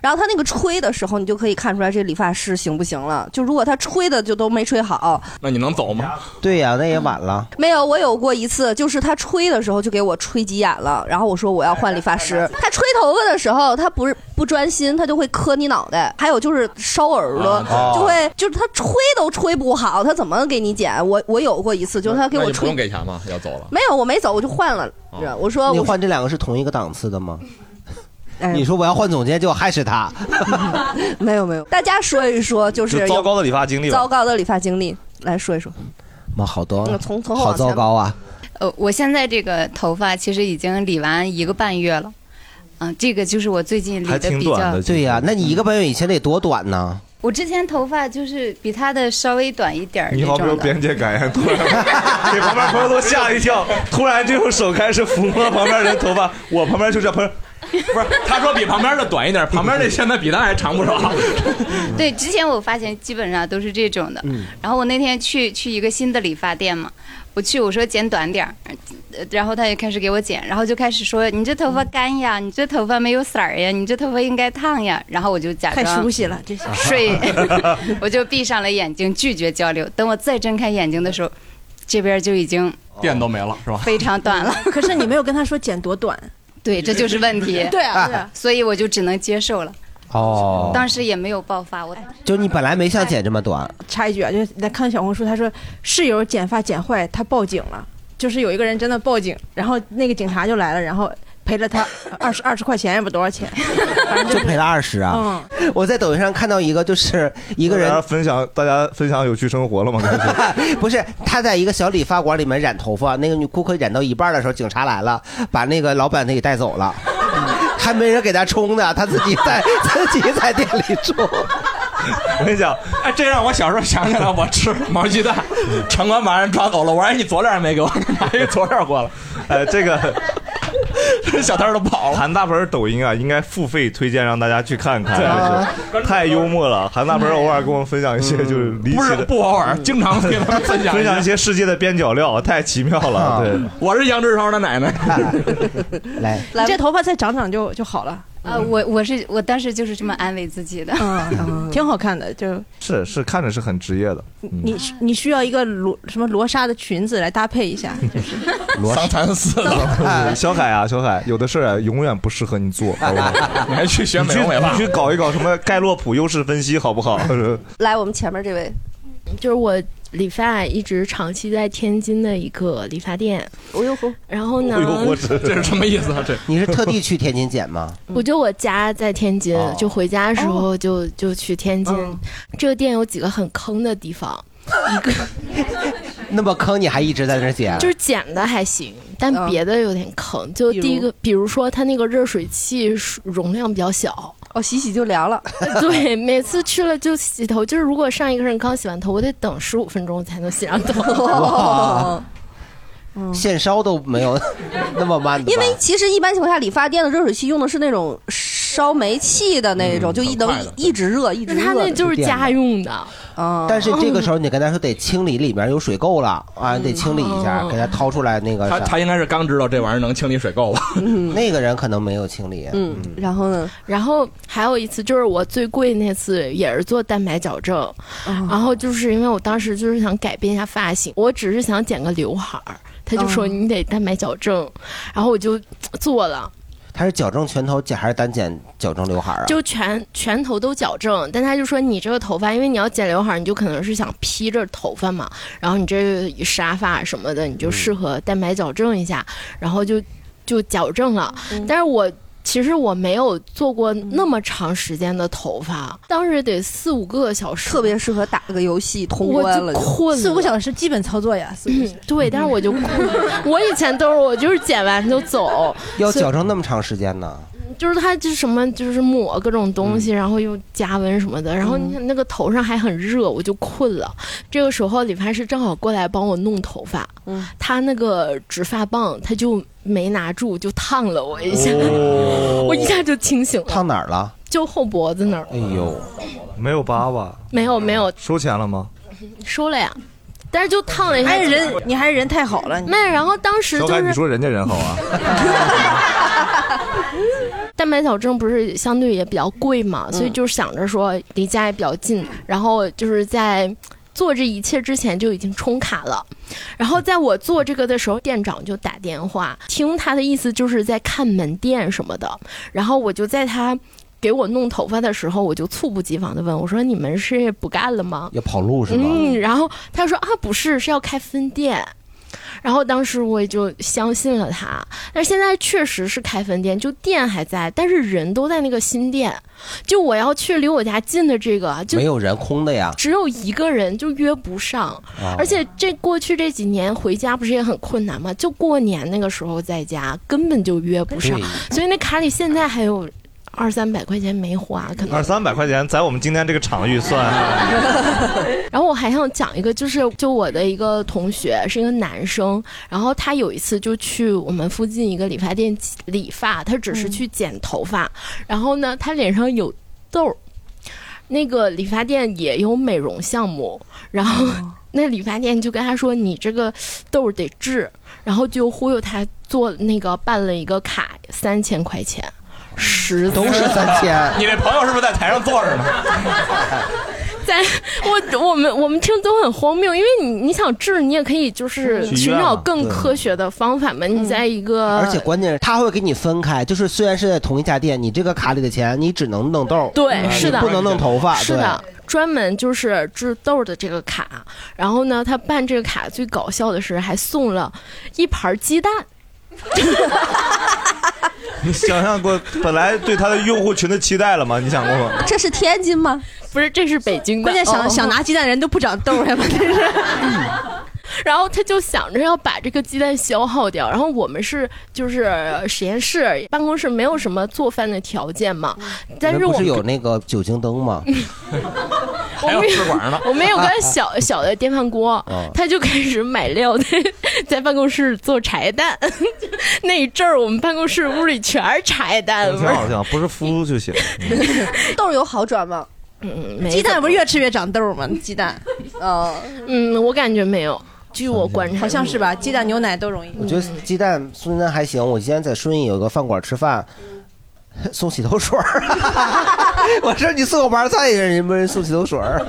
A: 然后他那个吹的时候，你就可以看出来这理发师行不行了。就如果他吹的就都没吹好，
C: 那你能走吗？
B: 对呀、那也晚了。
A: 没有，我有过一次，就是他吹的时候就给我吹急眼了，然后我说我要换理发 师。他吹头发的时候，他不是不专心，他就会磕你脑袋，还有就是烧耳朵，
C: 啊
A: 就会就是他吹都吹不好，他怎么给你剪？我我有过一次，就是他给
C: 那
A: 我
C: 你不
A: 吹
C: 用，给钱吗？要走了。
A: 没有，我没走，我就换 了。是我说
B: 你
A: 我
B: 换这两个是同一个档次的吗？
A: 哎
B: 你说我要换总监，结果还是他。
A: 没有没有，大家说一说，就是
B: 就糟
A: 有
B: 糕的理发经历吧
A: 糟糕的理发经历来说一说。
B: 妈，好多
A: 嗯从从后
B: 好
A: 往前
B: 糟糕啊！
O: 呃，我现在这个头发其实已经理完一个半月了，啊、啊，这个就是我最近理的比较。
B: 对呀、那你一个半月以前得多短呢？
O: 我之前头发就是比他的稍微短一点儿
D: 你
O: 这
D: 好比有
O: 种的。
D: 边界感呀，突然给旁边朋友都吓一跳，突然就用手开始抚摸旁边人头发，我旁边就这朋友，
C: 不是，他说比旁边的短一点，旁边那现在比咱还长不少。
O: 对，之前我发现基本上都是这种的。
C: 嗯
O: 然后我那天去去一个新的理发店嘛，我去我说剪短点儿，呃然后他就开始给我剪，然后就开始说你这头发干呀，你这头发没有色儿呀，你这头发应该烫呀。然后我就假装
E: 太熟悉了，这些
O: 睡，我就闭上了眼睛拒绝交流。等我再睁开眼睛的时候，这边就已经
C: 电都没了 是吧？
O: 非常短了。
E: 可是你没有跟他说剪多短，
O: 对，这就是问题。
E: 对啊对啊
O: 所以我就只能接受了。
B: 哦，
O: 当时也没有爆发，我当时
B: 就你本来没想剪这么短，
E: 哎插一句啊，就是来看小红书，他说室友剪发剪坏，他报警了，就是有一个人真的报警，然后那个警察就来了，然后赔 了他二十二十块钱，也不多少钱。
B: 就赔了二十啊！ 我在抖音上看到一个，就是一个人
D: 大家分享大家分享有趣生活了吗？开始
B: 不是，他在一个小理发馆里面染头发，那个女顾客染到一半的时候，警察来了，把那个老板给带走了， 还没人给他冲呢，他自己在 自己在店里冲。
D: 我跟你讲，
C: 哎，这让我小时候想起来，我吃毛鸡蛋，城管把人抓走了，我说哎你左脸没给我，拿一个左脸过来。
D: 哎，这个
C: 小摊都跑了。
D: 韩大盆儿抖音啊，应该付费推荐让大家去看看，
C: 对啊
D: 真是太幽默了。韩大盆儿偶尔给我们分享一些就是离
C: 嗯
D: 奇
C: 不是
D: 的，
C: 不偶尔，经常给他们分享
D: 分享一
C: 些。
D: 些世界的边角料，太奇妙
C: 啊
D: 了。对，
C: 我是杨志超的奶奶。
B: 来，
E: 你这头发再长长就就好了，
O: 啊，我我是我当时就是这么安慰自己的。
E: 嗯，挺好看的。就
D: 就是是看着是很职业 的。
E: 你你需要一个罗什么罗纱的裙子来搭配一下，就是
D: 桑
C: 蚕丝
D: 了。 小海啊，小海，有的事儿啊永远不适合你 做，好不好
C: 你还去学美容美发
D: 你去搞一搞什么盖洛普优势分析，好不好？
A: 来，我们前面这位，
I: 就是我理发一直长期在天津的一个理发店，
A: 我又红，
I: 然后
B: 哦
I: 呢，
C: 这是什么意思啊？这
B: 你是特地去天津剪吗？
I: 我就我家在天津，就回家的时候就、就去天津。这个店有几个很坑的地方，
B: 那么坑你还一直在那儿剪？
I: 就是剪的还行，但
A: 嗯
I: 别的有点坑。就第一个，比如说它那个热水器容量比较小。呃
A: 哦，洗洗就凉了。
I: 对，每次去了就洗头，就是如果上一个人刚洗完头，我得等十五分钟才能洗上 头。
A: 哦
B: 哇，
I: 嗯
B: 现烧都没有那么慢的吧，
A: 因为其实一般情况下，理发店的热水器用的是那种烧煤气的那种，就一能一直热，一直热的。
I: 那它那就是家用的，
A: 啊
B: 但是这个时候你跟他说得清理里面有水垢了啊，你得清理一
I: 嗯
B: 下，给他掏出来那个
C: 他
B: 啥。
C: 他应该是刚知道这玩意儿能清理水垢吧？
B: 那个人可能没有清理，
I: 嗯，
A: 然后呢？
I: 然后还有一次就是我最贵那次也是做蛋白矫
A: 哦
I: 正，然后就是因为我当时就是想改变一下发型，我只是想剪个刘海儿，他就说
B: 哦
I: 你得蛋白矫正，然后我就做了。
B: 他是矫正全头剪还是单剪矫正刘海啊？
I: 就全全头都矫正，但他就说你这个头发，因为你要剪刘海儿，你就可能是想披着头发嘛，然后你这沙发什么的，你就适
B: 嗯
I: 合蛋白矫正一下，然后就就矫正了。
B: 嗯
I: 但是我其实我没有做过那么长时间的头
B: 嗯
I: 发，当时得四五个小时，特
A: 别适合打个游戏通
I: 我
A: 关
I: 就
A: 了就
I: 困了，
A: 四五小
I: 时基本操作呀，对，但是我就困 了，我以前都是我就是剪完就走，
B: 要
I: 所以
B: 矫正那么长时间呢？
I: 就是它就是什么，就是抹各种东西，然后又加温什么的，然后你看那个头上还很热，我就困了。这个时候理发师正好过来帮我弄头发，
T: 嗯
A: 嗯
I: 他那个直发棒他就没拿住，就烫了我一下，
D: 哦
I: 我一下就清醒了，
B: 烫哪儿了？
I: 就后脖子那儿，
B: 哎呦，
D: 没有疤吧？
I: 没有没有
D: 收钱了吗？
I: 收了呀，但是就烫了一下。
E: 还是人
I: 你还是哎人太好了，没有。然后当时
D: 小
I: 就
D: 凯，你
I: 是
D: 说人家人好 啊？
I: 蛋白矫正不是相对也比较贵嘛，所以就想着说离家也比较近，然后就是在做这一切之前就已经充卡了。然后在我做这个的时候，店长就打电话，听他的意思就是在看门店什么的。然后我就在他给我弄头发的时候，我就猝不及防的问我说：“你们是不干了吗？”嗯
B: 要跑路是吗？
I: 嗯，然后他说啊，不是，是要开分店。然后当时我也就相信了他，但是现在确实是开分店，就店还在，但是人都在那个新店，就我要去离我家近的这个，就
B: 没有人空的呀。
I: 只有一个人就约不上，
B: 哦
I: 而且这过去这几年回家不是也很困难吗？就过年那个时候在家根本就约不上，
D: 对
I: 所以那卡里现在还有二三百块钱没花，可能
D: 二三百块钱在我们今天这个场 域算，啊
I: 然后我还想讲一个，就是就我的一个同学是一个男生，然后他有一次就去我们附近一个理发店剪理发，他只是去剪头发，然后呢，他脸上有痘儿，那个理发店也有美容项目，然后 那理发店就跟他说你这个痘儿得治，然后就忽悠他做那个办了一个卡三千块钱，十
B: 都是三千
C: 你那朋友是不是在台上坐着呢？
I: 在我我们我们听都很荒谬，因为你你想治，你也可以就是
B: 去医
I: 寻
B: 院
I: 找
B: 嘛
I: 更
B: 对
I: 科学的方法嘛。你在一
A: 呃
I: 个
B: 而且关键是他会给你分开，就是虽然是在同一家店，你这个卡里的钱你只能弄痘，
I: 对，是的，
B: 嗯你不能弄头发，
I: 是
B: 对
I: 的，，专门就是治痘儿的这个卡。然后呢，他办这个卡最搞笑的是还送了一盘鸡蛋。
D: 你想象过本来对他的用户群的期待了吗？你想过吗？
A: 这是天津吗？
I: 不是，这是北京的
A: 关键想
I: 哦
A: 想拿
I: 鸡蛋人都不长痘呀， 这是。然后他就想着要把这个鸡蛋消耗掉。然后我们是就是呃实验室办公室没有什么做饭的条件嘛，但
A: 嗯
B: 你
I: 是
B: 们
I: 我
B: 不是
I: 们
B: 有那个酒精灯吗？
I: 我们有 我们有个小小的电饭锅
B: 哦，
I: 他就开始买料在 在办公室做柴蛋。 那一阵儿我们办公室屋里全哎是柴蛋
D: 挺
I: 味儿
D: 好，挺好，不是敷就行。
A: 豆儿有好转吗？
I: 嗯，没
A: 鸡蛋
I: 怎
A: 不
I: 么
A: 是越吃越长 痘吗？鸡蛋，哦，
I: 嗯，我感觉没有，据我观
E: 嗯
I: 察，
A: 好像是吧？鸡蛋、牛奶都容易。
B: 我觉得鸡蛋松鸡蛋还行。我今天在顺义有个饭馆吃饭，送洗头水儿。 我说你送我盘菜，人没人送洗头水儿。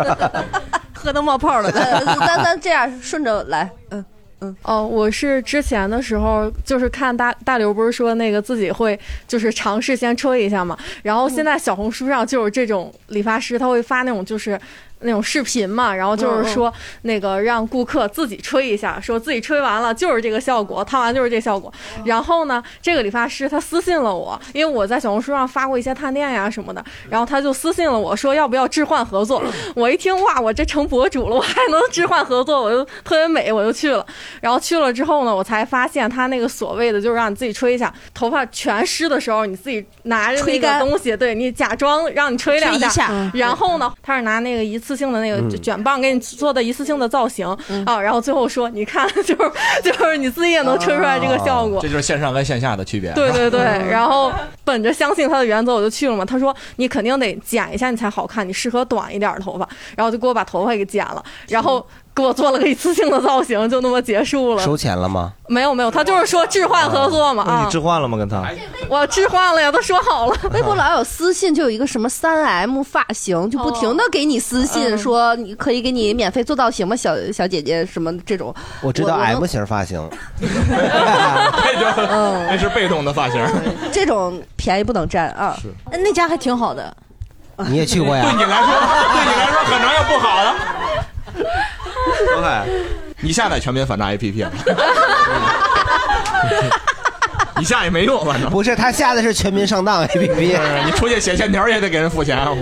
A: 喝都冒泡了。咱 咱这样顺着来，嗯嗯。
U: 哦，我是之前的时候，就是看大大刘不是说那个自己会就是尝试先吹一下嘛，然后现在小红书上就有这种理发师，他会发那种就是那种视频嘛，然后
A: 嗯
U: 就是说那个让顾客自己吹一下，说自己吹完了就是这个效果，烫完就是这效果。
A: 哦
U: 然后呢，这个理发师他私信了我，因为我在小红书上发过一些探店呀什么的，然后他就私信了我说要不要置换 合作。我一听哇，我这成博主了，我还能置换合作，我就特别美，我就去了。然后去了之后呢，我才发现他那个所谓的就是让你自己吹一下，头发全湿的时候，你自己拿着
A: 吹
U: 那
A: 干
U: 个东西，对你假装让你吹两
A: 吹一下
U: 下
A: 嗯，
U: 然后呢，他是拿那个一次性的那
A: 嗯
U: 个卷棒给你做的一次性的造型
C: 嗯
U: 啊，然后最后说，你看， 就是就是你自己也能 吹出来啊这个效果
C: 啊这。就是嗯线上跟线下的区别。
U: 对对 对，然后本着相信他的原则，我就去了嘛。他说你肯定得剪一下你才好看，你适合短一点的头发。然后就给我把头发给剪了，然后给我做了个一次性的造型，就那么结束了。
B: 收钱了吗？
U: 没有没有，他就是说置换合作嘛啊
D: 你，置换了吗？跟他？
U: 我置换了呀，都说好了。
A: 微博老有私信，就有一个什么三 M 发型，就不停的
I: 哦
A: 给你
I: 嗯
A: 私信说你可以给你免费做造型吗，小小姐姐什么这种。
B: 我知道
A: 我
B: M 型发 型，
A: 嗯
C: 那是被动的发型。
E: 嗯
A: 这种便宜不能占啊。那家还挺好的，
B: 你也去过呀？
C: 对你来说，对你来说可能有不好的。 小海，你下载全民反诈 APP 了？ 你下也没用，反正
B: 不是他下的是全民上当 APP。
C: 你出去写欠条也得给人付钱。啊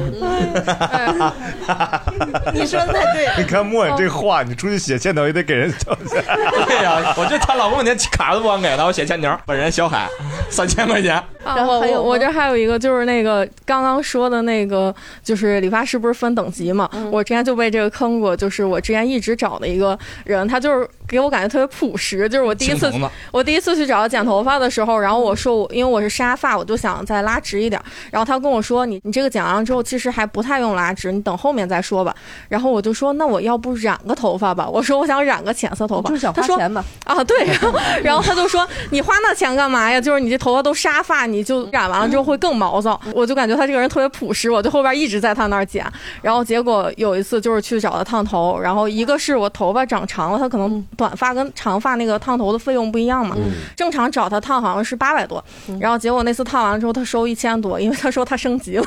U: 你说的太 对了
D: 你看莫言这话，你出去写欠条也得给人 交钱。
C: 对呀、我这她老公连卡都不敢给她，我写欠条。本人小海，三千块钱。
T: 哦
U: 啊，我我我这还有一个就是那个刚刚说的那个，就是理发师不是分等级嘛？
A: 嗯
U: 我之前就被这个坑过，就是我之前一直找的一个人，他就是给我感觉特别朴实，就是我第一次
F: 青铜的
U: 我第一次去找他剪头发的时候，然后
A: 嗯
U: 我说我因为我是沙发，我就想再拉直一点，然后他跟我说你你这个剪完了之后其实还不太用拉直，你等后面再说吧。然后我就说那我要不染个头发吧？我说我想染个浅色头发，
A: 哦就是想花
U: 他说
A: 钱嘛
U: 啊， 对，然后然后他就说你花那钱干嘛呀？就是你这头发都沙发，你就染完了之后会更毛躁。我就感觉他这个人特别朴实，我就后边一直在他那儿剪。然后结果有一次就是去找他烫头，然后一个是我头发长长了，他可能短发跟长发那个烫头的费用不一样嘛，正常找他烫好像是八百多，然后结果那次烫完了之后他收一千多，因为他说他升级了。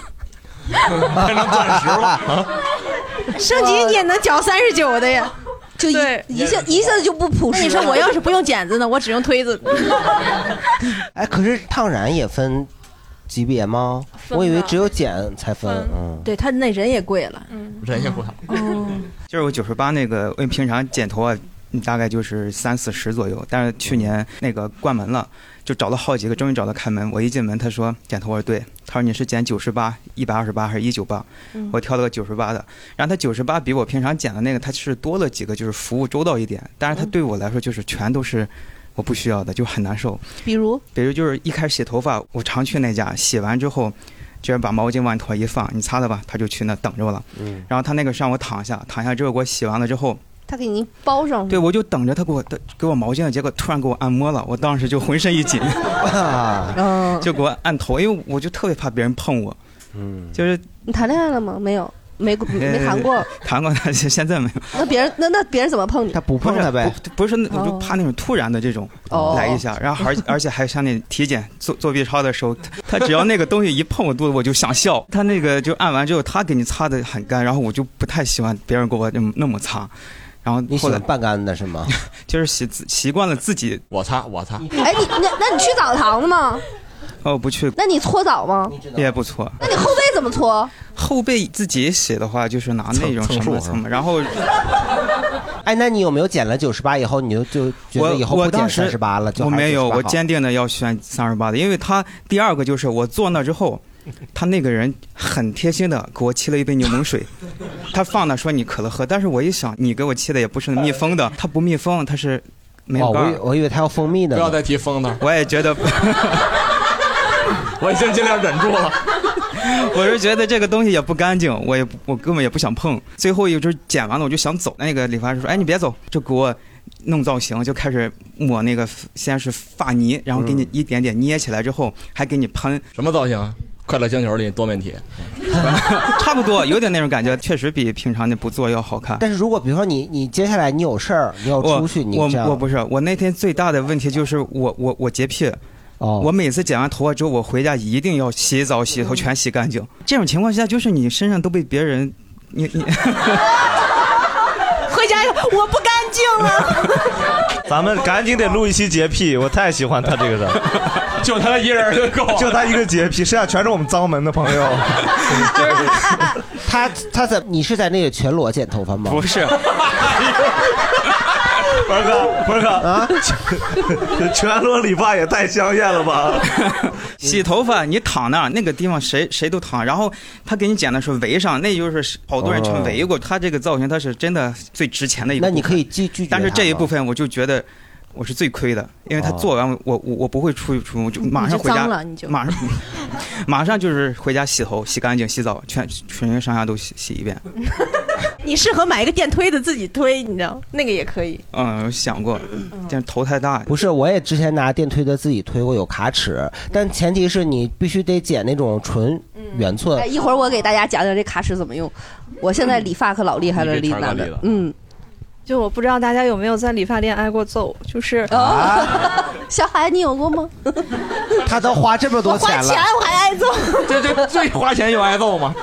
C: 变成钻石了。
U: 升级你也能缴三十九的呀。
A: 就一一下一下子就不朴实
E: 那你
A: 了。
E: 说我要是不用剪子呢？ 我只用推子。
B: 哎，可是烫染也分级别吗？
E: 分
B: 我以为
E: 吧
B: 只有剪才分，嗯。
E: 对他那人也贵了，
F: 人也不好。
E: 哦，
F: 就是我九十八那个，因为平常剪头发嗯大概就是三四十左右，但是去年那个关门了，就找了好几个，终于找到开门。我一进门，他说剪头发对，他说你是剪九十八、一百二十八还是一九八
G: 嗯？
F: 我挑了个九十八的，然后他九十八比我平常剪的那个，他是多了几个，就是服务周到一点，但是他对我来说就是全都是我不需要的，就很难受。
E: 比如
F: 比如就是一开始洗头发，我常去那家，洗完之后，居然把毛巾往头一放，你擦擦吧，他就去那等着我了。
B: 嗯，
F: 然后他那个是让我躺下，躺下之后给我洗完了之后，
A: 他给你包上，
F: 对我就等着他给我他给我毛巾了，结果突然给我按摩了，我当时就浑身一紧，
A: 嗯
F: 就给我按头，因为我就特别怕别人碰我，嗯，就是
A: 你谈恋爱了吗？没有，没没谈过
F: 呃。谈过，但是现在没有。
A: 那别人那那别人怎么碰你？
F: 他不碰他呗，不是那，我就怕那种突然的这种
A: 哦
F: 来一下，然后而而且还像那体检做做 B 超的时候，他他只要那个东西一碰我肚子，我就想笑。他那个就按完之后，他给你擦的很干，然后我就不太喜欢别人给我那么那么擦。然后你
B: 喜欢
F: 半干的是吗？ 就是习习惯了自己，我擦我擦，
A: 哎，你那那你去澡堂子吗？
F: 哦不去
A: 那你搓澡吗？
F: 也不错。
A: 那你后背怎么搓？
F: 后背自己洗的话，就是拿那种
B: 蹭蹭
F: 什么
B: 数是吧
F: 蹭嘛，然后
B: 哎，那你有没有减了九十八以后，你就就觉
F: 我
B: 得以后
F: 我
B: 不减
F: 当时
B: 三十八了？就
F: 我
B: 还是
F: 没有，
B: 98好
F: 我坚定的要选三十八的，因为他第二个就是我坐那之后，他那个人很贴心的给我沏了一杯柠 檬水，他放那说你渴了喝，但是我一想你给我沏的也不是密封的，它不密封，它是没有
B: 哦
F: 盖
B: 我以我以为他要蜂蜜呢。
F: 不要
B: 再
F: 提封的，我也觉得，我已经尽量忍 住 了。我是觉得这个东西也不干净，我也不我根本也不想碰。最后一就是剪完了，我就想走，那个理发师说：“哎，你别走，就给我弄造型，就开始抹那个先是发泥，然后给你一点点捏起来之后，还给你喷嗯什么造型、快乐星球里多面体， 差不多有点那种感觉，确实比平常那不做要好看。
B: 但是如果比如说你你接下来你有事儿，你要
F: 我
B: 出去，你
F: 我
B: 这样
F: 我不是，我那天最大的问题就是我我我洁癖。
B: 哦
F: 我每次剪完头发之后，我回家一定要洗澡、洗头全洗干净。这种情况下，就是你身上都被别人，你你
E: 回家我不干净了。
D: 咱们赶紧得录一期洁癖，我太喜欢他这个人了，
F: 就他一人就够，
D: 就他 一个洁癖，剩下全是我们脏门的朋友。
B: 他他在你是在那个全裸剪头发吗？
F: 不是，
D: 博哥，博哥啊， 全裸理发也太香艳了吧！
F: 洗头发你躺那儿那个地方谁谁都躺，然后他给你剪的时候围上，那就是好多人全围过。他这个造型他是真的最值钱的一个部
B: 那你
F: 分。
B: 可以拒拒绝他
F: 但
B: 吗。
F: 是这一部分我就觉得我是最亏的，因为他
B: 哦
F: 做完我我我不会出去出门，我就马上回
E: 你就
F: 家
E: 脏了你就，
F: 马上马上就是回家洗头、洗干净、洗澡，全全身上下都洗洗一遍。
E: 你适合买一个电推子自己推，你知道那个也可以。
F: 嗯，有想过，但是头太大。
B: 不是，我也之前拿电推的自己推过，有卡尺，但前提是你必须得剪那种纯
H: 嗯
B: 圆寸。
A: 哎，一会儿我给大家讲讲这卡尺怎么用。我现在理发可老厉害了，
B: 你被
A: 理
B: 茬儿
A: 男
B: 老厉
A: 的
B: 了，
A: 嗯，
H: 就我不知道大家有没有在理发店挨过揍，就是
A: 啊 小海你有过吗？
B: 他都花这么多钱了，
A: 我还挨揍。
C: 这这最花钱又挨揍吗？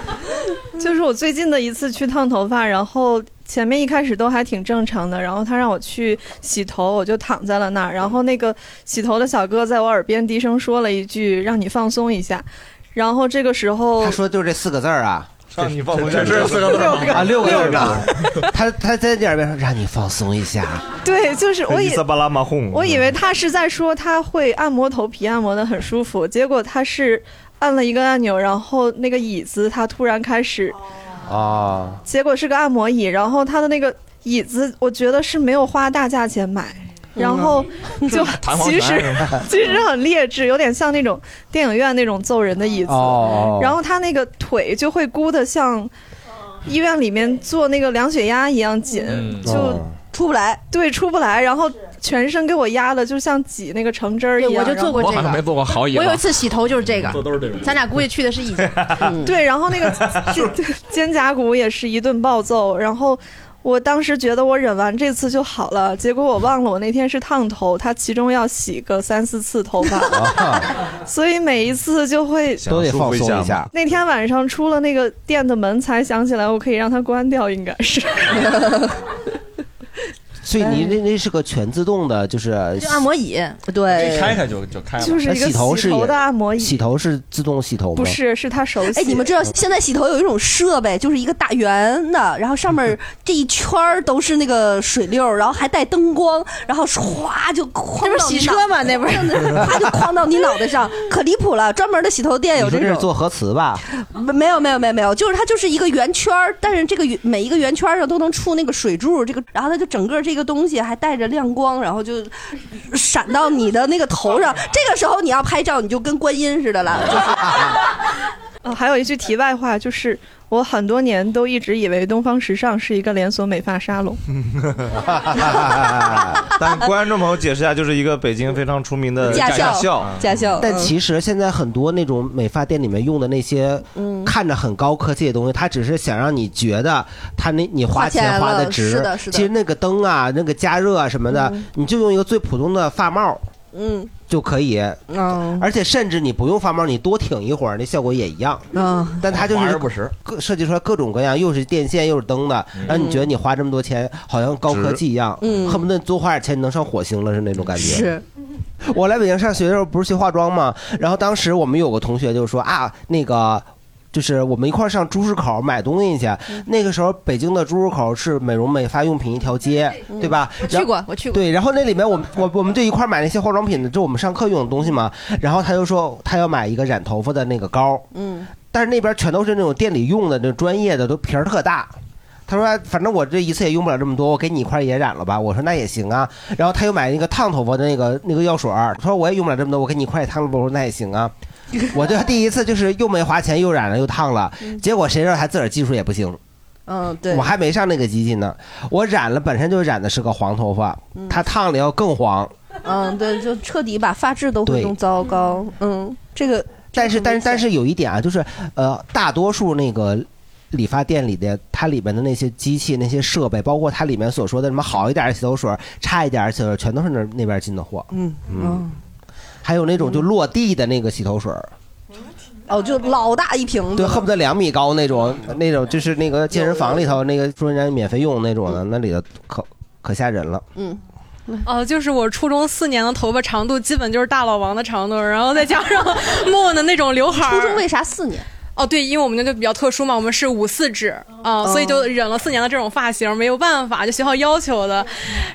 H: 就是我最近的一次去烫头发，然后前面一开始都还挺正常的，然后他让我去洗头，我就躺在了那儿，然后那个洗头的小哥在我耳边低声说了一句：“让你放松一下。”然后这个时候
B: 他，说就这四个字儿啊。
D: 让你放松一下
B: 这
D: 六个
B: 啊，六个字儿吧
D: 六。
B: 他他在那边说让你放松一下。
H: 对，就是我
D: 伊
H: 以
D: 萨巴拉马哄，
H: 我以为他是在说他会按摩头皮，按摩的很舒服，结果他是按了一个按钮，然后那个椅子它突然开始
B: 哦，
H: 结果是个按摩椅，然后它的那个椅子，我觉得是没有花大价钱买，然后就
B: 嗯弹簧
H: 其
B: 床
H: 实
M: 啊
H: 其实很劣质，有点像那种电影院那种揍人的椅子
B: 哦，
H: 然后它那个腿就会箍得像医院里面做那个量血压一样紧，就
B: 哦。
A: 出不来，
H: 对，出不来，然后全身给我压的就像挤那个橙汁儿一
E: 对
H: 样。
E: 我就做过这个
H: 然后
C: 做过好
E: 我有一次洗头就是这个，
C: 做都是这种
E: 咱俩估计去的 是一家。
H: 嗯
E: 嗯
H: 对，然后 那个肩 肩胛骨也是一顿暴揍，然后我当时觉得我忍完这次就好了，结果我忘了我那天是烫头，他其中要洗个三四次头
C: 啊
H: 发， 所以每一次就会
B: 都得放松一下。
H: 那天晚上出了 那个店的门才想起来，我可以让它关掉，应该是。
B: 所以
H: 哎
B: 你那那是个全自动的，就是
A: 就按摩椅，
H: 对，
C: 开开就就开了，
H: 哎就是一
B: 那
H: 个
B: 洗头是
H: 洗头
B: 也
H: 的按摩椅
B: 洗头是自动洗头吗？
H: 不是，是他手洗。
A: 哎，你们知道现在洗头有一种设备，就是一个大圆的，然后 上面这一圈儿都是那个水溜儿，然后还带灯光，然后唰就哐
V: 那不是
A: 到
V: 洗
A: 你脑
V: 车吗那不 是
A: 唰就哐到你脑袋上，可离谱了。专门的洗头店有
B: 你说
A: 这
B: 这是
A: 种。
B: 做核磁 吧？
A: 没没有没有没有没有，就是它就是一个圆圈儿，但是这个圆每一个圆圈儿上都能出那个水柱，这个然后它就整个这个东西还带着亮光，然后就闪到你的那个头上。这个时候你要拍照，你就跟观音似的了。
H: 哦，还有一句题外话，就是我很多年都一直以为东方时尚是一个连锁美发沙龙。
D: 但观众朋友解释一下，就是一个北京非常出名的
A: 驾校
D: 校，
A: 驾校
B: 但
A: 嗯
B: 其实现在很多那种美发店里面用的那些
A: 嗯
B: 看着很高科技的东西，它只是想让你觉得它那你花
A: 花钱
B: 钱花
A: 了
B: 的值。
A: 是的是的
B: 其实那个灯啊，那个加热啊什么的，你就用一个最普通的发帽
A: 嗯
B: 就可以。
A: 嗯，
B: 而且甚至你不用发帽，你多挺一会儿，那效果也一样。
A: 嗯，
B: 但它就是
C: 华而不实，
B: 各设计出来各种各样，又是电线又是灯的，让你觉得你花这么多钱好像高科技一样，
A: 值嗯
B: 恨不得多花点钱你能上火星了是那种感觉。
A: 是。
B: 我来北京上学的时候不是学化妆嘛，然后当时我们有个同学就说啊，那个。就是我们一块儿上珠市口买东西去，
A: 嗯
B: 那个时候北京的珠市口是美容美发用品一条街，对吧？
A: 嗯我去过我去过
B: 对，然后那里面我们我我们就一块儿买那些化妆品的，就我们上课用的东西嘛。然后他就说他要买一个染头发的那个膏，
A: 嗯，
B: 但是那边全都是那种店里用的那专业的，都瓶儿特大。他说：“反正我这一次也用不了这么多，我给你一块儿也染了吧。”我说：“那也行啊。”然后他又买那个烫头发的那个那个药水儿，他说：“我也用不了这么多，我给你一块儿也烫了吧。”我说：“那也行 啊。”我这第一次就是又没花钱，又染了又烫了，结果谁知道他自个儿技术也不行。
A: 嗯，对，
B: 我还没上那个机器呢，我染了本身就染的是个黄头发，
A: 嗯
B: 他烫了要更黄。
A: 嗯，对，就彻底把发质都会
B: 对
A: 弄糟糕。嗯，这个
B: 但是但是但是有一点啊，就是呃，大多数那个理发店里的它里面的那些机器、那些设备，包括它里面所说的什么好一点的洗头水、差一点的洗头水，全都是那那边进的货。
A: 嗯
B: 嗯，还有那种就落地的那个洗头水，
A: 哦，就老大一瓶，
B: 对，恨不得两米高那种，那种就是那个健身房里头那个说人家免费用那种的，那里头可可吓人了。
A: 嗯。
L: 哦，就是我初中四年的头发长度，基本就是大老王的长度，然后再加 上莫的那种刘海
A: 初中为
L: 啥
A: 四年？
L: 哦，对，因为我们那就比较特殊嘛，我们是五四制啊、所以
A: 哦
L: 就忍了四年的这种发型，没有办法，就学校要求的。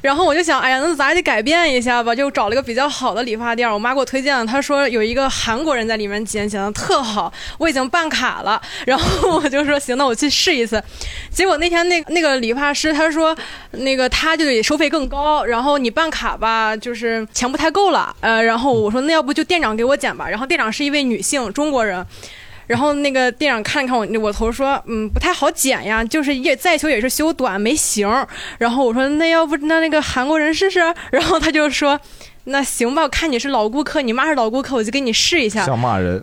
L: 然后我就想，哎呀，那咱还得改变一下吧，就找了个比较好的理发店。我妈给我推荐了，她说有一个韩国人在里面剪，剪的特好，我已经办卡了。然后我就说行，那我去试一次。结果那天那那个理发师他说，那个他就得收费更高，然后你办卡吧，就是钱不太够了。呃，然后我说那要不就店长给我剪吧。然后店长是一位女性中国人。然后那个店长看了看我，我头说，嗯，不太好剪呀，就是也再修也是修短没型儿。然后我说，那要不那那个韩国人试试？然后他就说，那行吧，我看你是老顾客，你妈是老顾客，我就给你试一下。
D: 想骂人。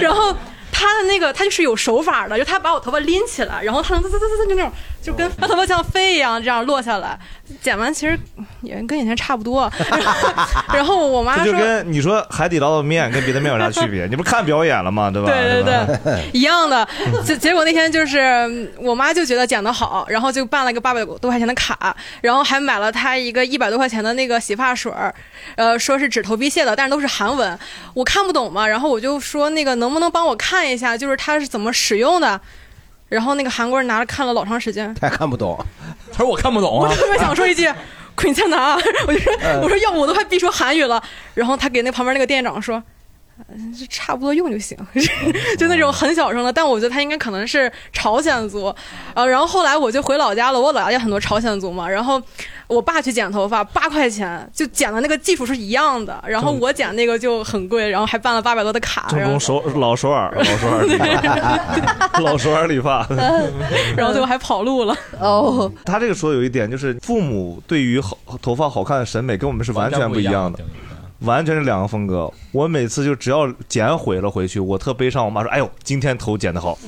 L: 然后他的那个他就是有手法的，就他把我头发拎起来，然后他能滋滋滋滋就那种，就跟他头发像飞一样这样落下来。剪完其实也跟以前差不多。然后然后我妈
D: 这就
L: 说。
D: 跟你说海底捞的面跟别的面有啥区别？你不是看表演了吗？对吧？
L: 对对
D: 对
L: 一样的。结结果那天就是嗯我妈就觉得剪得好，然后就办了个八百多块钱的卡，然后还买了她一个一百多块钱的那个洗发水儿，呃，说是止头皮屑的，但是都是韩文，我看不懂嘛。然后我就说那个能不能帮我看一下，就是它是怎么使用的。然后那个韩国人拿着看了老长时间，
B: 他也看不懂，
C: 他说我看不懂
L: 我
C: 啊。
L: 特别想说一句。滚下
E: 啊
L: 拿！我就说，
D: 呃
C: 嗯
L: 我说要不我都快逼出韩语了。然后他给那旁边那个店长说，呃就差不多用就行，就那种很小声的。但我觉得他应该可能是朝鲜族，呃，然后后来我就回老家了，我老家有很多朝鲜族嘛。然后我爸去剪头发，八块钱就剪的那个技术是一样的，然后我剪那个就很贵，然后还办了八百多的卡，
D: 正
L: 然后
D: 宗首老首尔，老首尔理 发，老首尔理发。
L: 然后最后还跑路了。
A: 哦，
D: 他这个说有一点就是，父母对于好头发好看的审美跟我们是完全不一样的，啊完全是两个风格。我每次就只要剪毁了回去，我特悲伤。我妈说：“哎呦，今天头剪的 好。”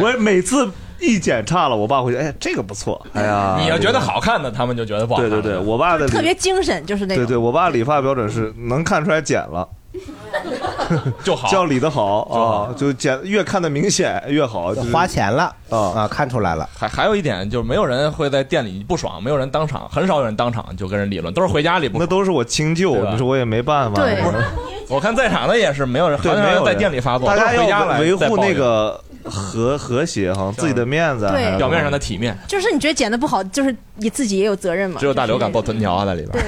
D: 我每次一剪差了，我爸回去：“哎，这个不错。”哎
B: 啊
D: 呀，
C: 你要觉得好看的，他们就觉得不好
D: 对
C: 看。
D: 对对，我爸的理
V: 特别精神，就是那
D: 对
V: 种。
D: 对，我爸理发标准是能看出来剪了。
C: 就好，
D: 叫理的好啊，就简越看的明显越好，就是
C: 花钱
B: 了
D: 啊
B: 啊，看出来了。
C: 还还有一点就是，没有人会在店里不爽，没有人当场，很少有人当场就跟人理论，都是回家里不。那
D: 都是我亲舅，你说我也没办法。
C: 不是，我看在场的也是没有人，
D: 对，
C: 很少
D: 没
C: 人
D: 有
C: 在
D: 人
C: 店里发过，
D: 大
C: 都
D: 家
C: 是回家
D: 要
C: 来
D: 维
C: 再
D: 护
C: 抱
D: 那
C: 怨
D: 个和和谐哈，自己的面子啊，
G: 对
D: 还有
C: 表面上的体面。
G: 就是你觉得剪的不好，就是你自己也有责任嘛。
C: 只有大刘敢抱臀条在里边。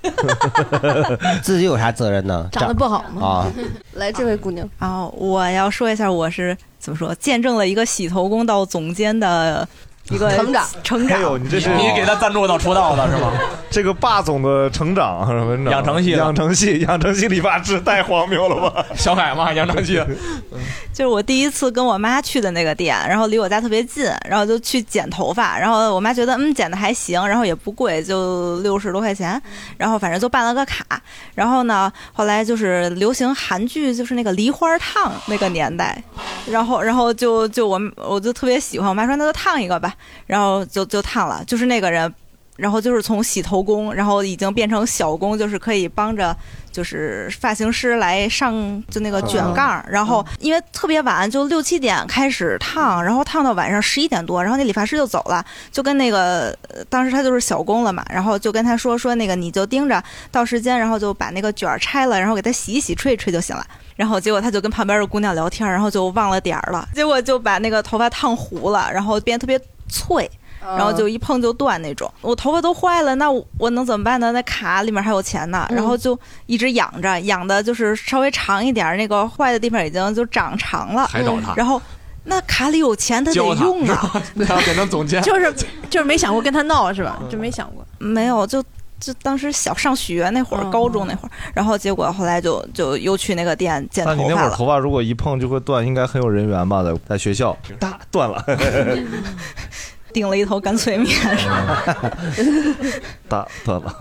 B: 自己有啥责任呢？
G: 长得不好
B: 啊
G: 吗？
A: 来，这位姑娘，
G: 然
J: 后啊我要说一下，我是怎么说，见证了一个洗头工到总监的一个
A: 成长
J: 成
D: 哎呦，
J: 长。
D: 你这是
C: 你给他赞助到出道的是吗？
D: 这个霸总的成长啊是吧？
C: 养成系的
D: 养成系，养成系理发师太荒谬了吧？
C: 小海嘛，养成系。
J: 就是我第一次跟我妈去的那个店，然后离我家特别近，然后就去剪头发，然后我妈觉得嗯剪的还行，然后也不贵，就六十多块钱，然后反正就办了个卡，然后呢，后来就是流行韩剧，就是那个梨花烫那个年代，然后然后就就我我就特别喜欢，我妈说那就烫一个吧，然后就就烫了，就是那个人。然后就是从洗头工，然后已经变成小工，就是可以帮着就是发型师来上就那个卷盖儿，然后因为特别晚，就六七点开始烫，然后烫到晚上十一点多，然后那理发师就走了，就跟那个呃当时他就是小工了嘛，然后就跟他说说那个你就盯着到时间，然后就把那个卷儿拆了，然后给他洗一洗吹一吹就行了。然后结果他就跟旁边的姑娘聊天，然后就忘了点儿了，结果就把那个头发烫糊了，然后变得特别脆。
G: 嗯
J: 然后就一碰就断那种。我头发都坏了，那我我能怎么办呢？那卡里面还有钱
G: 嗯
J: 呢，然后就一直养着，养的就是稍微长一点儿，那个坏的地方已经就长长了。嗯
C: 还找他
J: 然后那卡里有钱，他得
C: 教他
J: 用啊。
C: 是吧他要变成总监，
J: 就是就是没想过
G: 跟他闹是
D: 嗯
G: 吧？就没想过。嗯
J: 没有，就就当时小上学那会儿，高中那会儿，然后结果后来就就又去那个店剪
D: 那
J: 头
D: 你那会
J: 发
D: 儿
J: 了。
D: 头发如果一碰就会断，应该很有人缘吧？在在学校，哒断了，
J: 顶了一头干脆面，
D: 哒断了，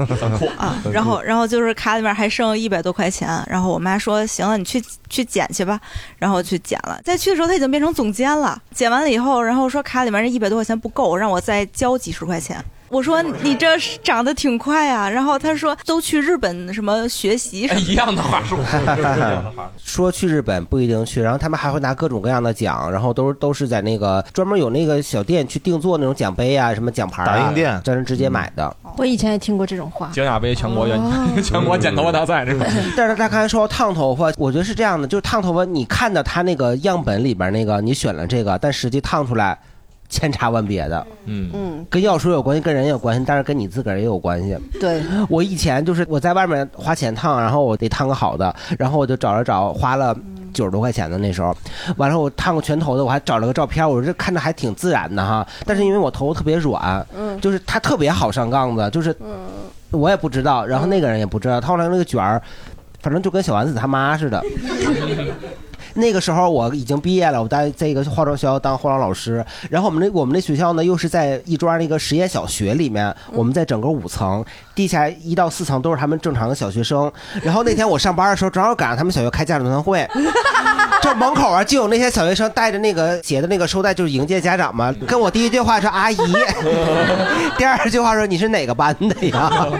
J: 啊
D: 嗯
J: 然后，然后就是卡里面还剩一百多块钱，然后我妈说：“行了，你去去捡去吧。”然后去捡了。再去的时候，他已经变成总监了。捡完了以后，然后说卡里面那一百多块钱不够，让我再交几十块钱。我
D: 哎
J: 说你这是长得挺快啊，然后他说都去日本什么学习什
D: 哎
J: 么的、
C: 一样的话术，一样的话术。
B: 啊说去日本不一定去，然后他们还会拿各种各样的奖，然后都是都是在那个专门有那个小店去定做那种奖杯啊、什么奖牌啊，
C: 打印店
B: 在那直接买的。
G: 我以前也听过这种话，
C: 京亚杯全国原 全国剪头发大赛
D: 嗯
C: 这种。
B: 但是他刚才说到烫头发，我觉得是这样的，就是烫头发，你看到他那个样本里边那个，你选了这个，但实际烫出来千差万别的。
C: 嗯
A: 嗯，
B: 跟药水有关系，跟人也有关系，但是跟你自个儿也有关系。
A: 对，
B: 我以前就是我在外面花钱烫，然后我得烫个好的，然后我就找了找，花了九十多块钱的那时候，完了我烫个全头的，我还找了个照片，我这看着还挺自然的哈，但是因为我头特别软，
A: 嗯
B: 就是它特别好上杠子，就是我也不知道，然后那个人也不知道，他后来那个卷儿，反正就跟小丸子他妈似的。那个时候我已经毕业了，我在在一个化妆学校当化妆老师。然后我们那我们那学校呢，又是在亦庄那个实验小学里面，我们在整个五层，地下一到四层都是他们正常的小学生。然后那天我上班的时候，正好赶上他们小学开家长座谈会， 这门口啊就有那些小学生带着那个解的那个收带，就是迎接家长嘛。跟我第一句话说阿姨， 第二句话说你是哪个班的呀？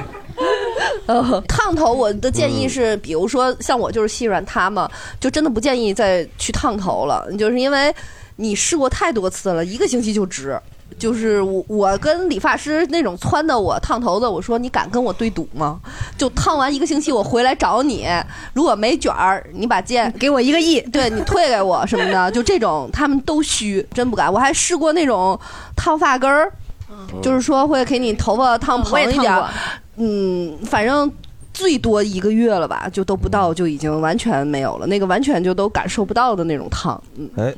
A: 呃， 烫头我的建议是，比如说像我就是细软塌嘛，就真的不建议再去烫头了，就是因为你试过太多次了，一个星期就值。就是我，我跟理发师那种撺掇我烫头的，我说你敢跟我对赌吗？就烫完一个星期，我回来找你，如果没卷儿，你把剑
G: 给我一个亿，
A: 对你退给我什么 的，就这种他们都虚，真不敢。我还试过那种烫发根儿，就是说会给你头发烫蓬一
G: 嗯
A: 点
G: 我也烫
A: 儿
G: 过，
A: 嗯，反正最多一个月了吧，就都不到，就已经完全没有了，那个完全就都感受不到的那种烫，嗯。
D: 哎。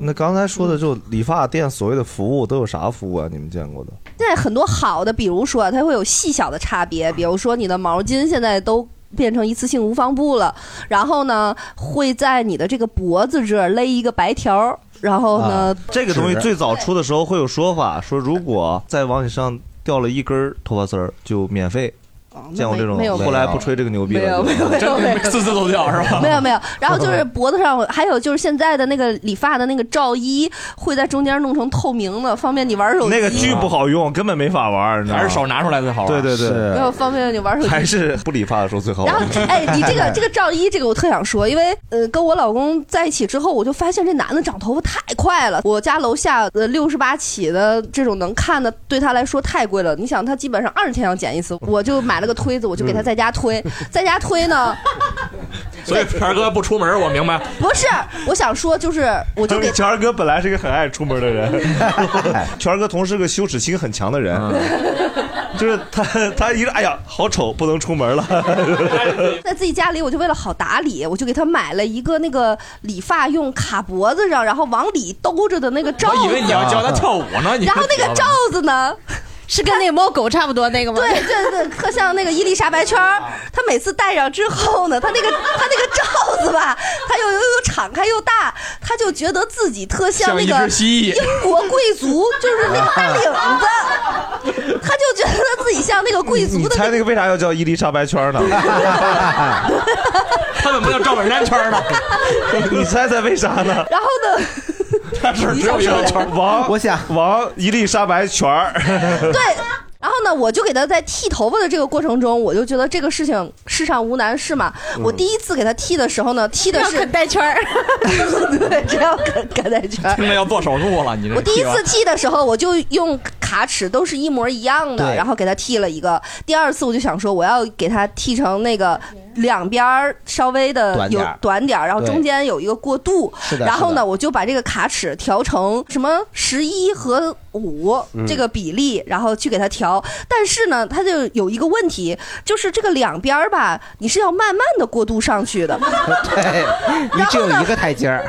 D: 那刚才说的就理发店所谓的服务都有啥服务啊？你们见过的？
A: 现在很多好的，比如说它会有细小的差别，比如说你的毛巾现在都。变成一次性无纺布了，然后呢，会在你的这个脖子这儿勒一个白条儿，然后呢，
D: 啊这个东西最早出的时候会有说法，说如果再往你身上掉了一根儿头发丝儿，就免费。见过这种
A: 哦没有
D: 后来不吹这个牛逼了，
A: 没有没有没有没有
C: 四字头条是吧？
A: 没有没 有，然后就是脖子上，还有就是现在的那个理发的那个罩衣，会在中间弄成透明的，方便你玩手机。啊
D: 那个巨不好用，根本没法玩，还是手
C: 拿出来最好
D: 玩。对对
A: 没
D: 对
A: 有，方便你 玩手机。
D: 还是不理发的时候最好玩。
A: 然后，哎，你 这个这个赵一，这个我特想说，因为呃，跟我老公在一起之后，我就发现这男的长头发太快了。我家楼下呃六十八起的这种能看的，对他来说太贵了。你想，他基本上二十天要剪一次，我就买了个推子，我就给他在家推，在家推呢，
C: 所以权哥不出门，我 明白。
A: 不是，我想说就是，我就给
D: 权儿哥本来是个很爱出门的人，
C: 哎
D: 权儿哥同时是个羞耻心很强的人，
C: 嗯
D: 就是他他一哎呀好丑，不能 出门了。
A: 在自己家里，我就为了好打理，我就给他买了一个那个理发用卡脖子上，然后往里兜着的那个罩子。
C: 我以为你要教他跳舞呢，你
A: 然后那个罩子呢，是跟那猫狗差不多那个吗？对对对，特像那个伊丽莎白圈儿。
C: 啊
A: 他每次戴上之后呢，他那个他那个罩子吧，他又又又敞开又大，他就觉得自己特像那
C: 像一
A: 个
C: 只蜥蜴
A: 英国贵族，就是那个大领子，他就觉得自己像那个贵族
D: 你
A: 的
D: 猜那个为啥要叫伊丽莎白圈呢？
C: 他怎么叫赵本山圈呢？
D: 你猜猜为啥 呢？
A: 然后呢？
D: 他是
A: 只有一个圈儿
D: 王，我想王伊丽莎白圈儿。
A: 对，然后呢，我就给他在剃头发的这个过程中，我就觉得这个事情世上无难事嘛。我第一次给他剃的时候呢，剃的是
G: 要
A: 带圈儿， 对，只要肯肯带圈儿。
C: 听着要做手术了，你这
A: 我第一次
C: 剃
A: 剃的时候，我就用卡尺，都是一模一样的，
C: 对
A: 然后给他剃了一个。第二次我就想说，我要给他剃成那个两边儿稍微的
T: 短
A: 有
T: 点儿
A: 短点儿，然后中
T: 对
A: 间有一个过渡。
T: 是的
A: 然后
T: 是
A: 呢，
T: 的
A: 我就把这个卡尺调成什么十一和五
T: 嗯
A: 这个比例，然后去给他调。但是呢，他就有一个问题，就是这个两边儿吧，你是要慢慢的过渡上去 的。
B: 对，你只有一个台阶儿。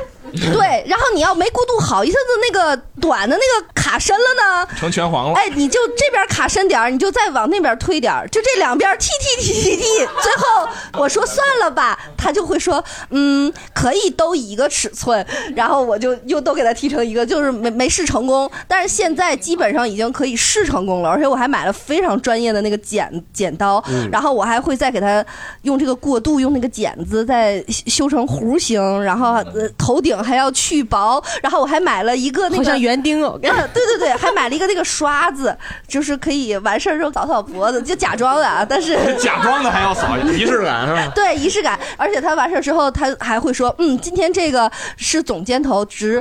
A: 对，然后你要没过渡好，一下子那个短的那个卡深了呢，
C: 成拳皇了。
A: 哎，你就这边卡深点儿，你就再往那边推点儿，就这两边踢踢踢踢踢，最后我说算了吧，他就会说，嗯，可以都一个尺寸，然后我就又都给他踢成一个，就是没没试成功，但是现在基本上已经可以试成功了，而且我还买了非常专业的那个剪剪刀，
T: 嗯
A: 然后我还会再给他用这个过渡，用那个剪子再修修成弧形，然后呃头顶还要去薄，然后我还买了一个那个
G: 好像园丁哦
A: 啊对对对， 还买了一个那个刷子，就是可以完事儿之后扫扫脖子，就假装的啊，但是
C: 假装的还 要 扫，仪式感是吧？
A: 对仪式感，而且他完事儿之后，他还会说，嗯，今天这个是总尖头值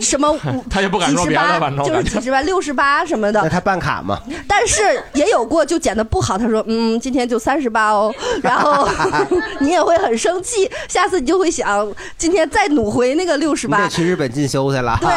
A: 什么五，
C: 他也不敢说别的
A: 几十八
C: 反正我
A: 就
C: 感
A: 是
C: 觉
A: 几十八、六十八什么的。
B: 那他办卡吗？
A: 但是也有过就剪的不好，他说嗯，今天就三十八 哦，然后 你也会很生气，下次你就会想今天再努回那个六十
B: 你得
A: 八，
B: 去日啊本进修去了。
A: 对，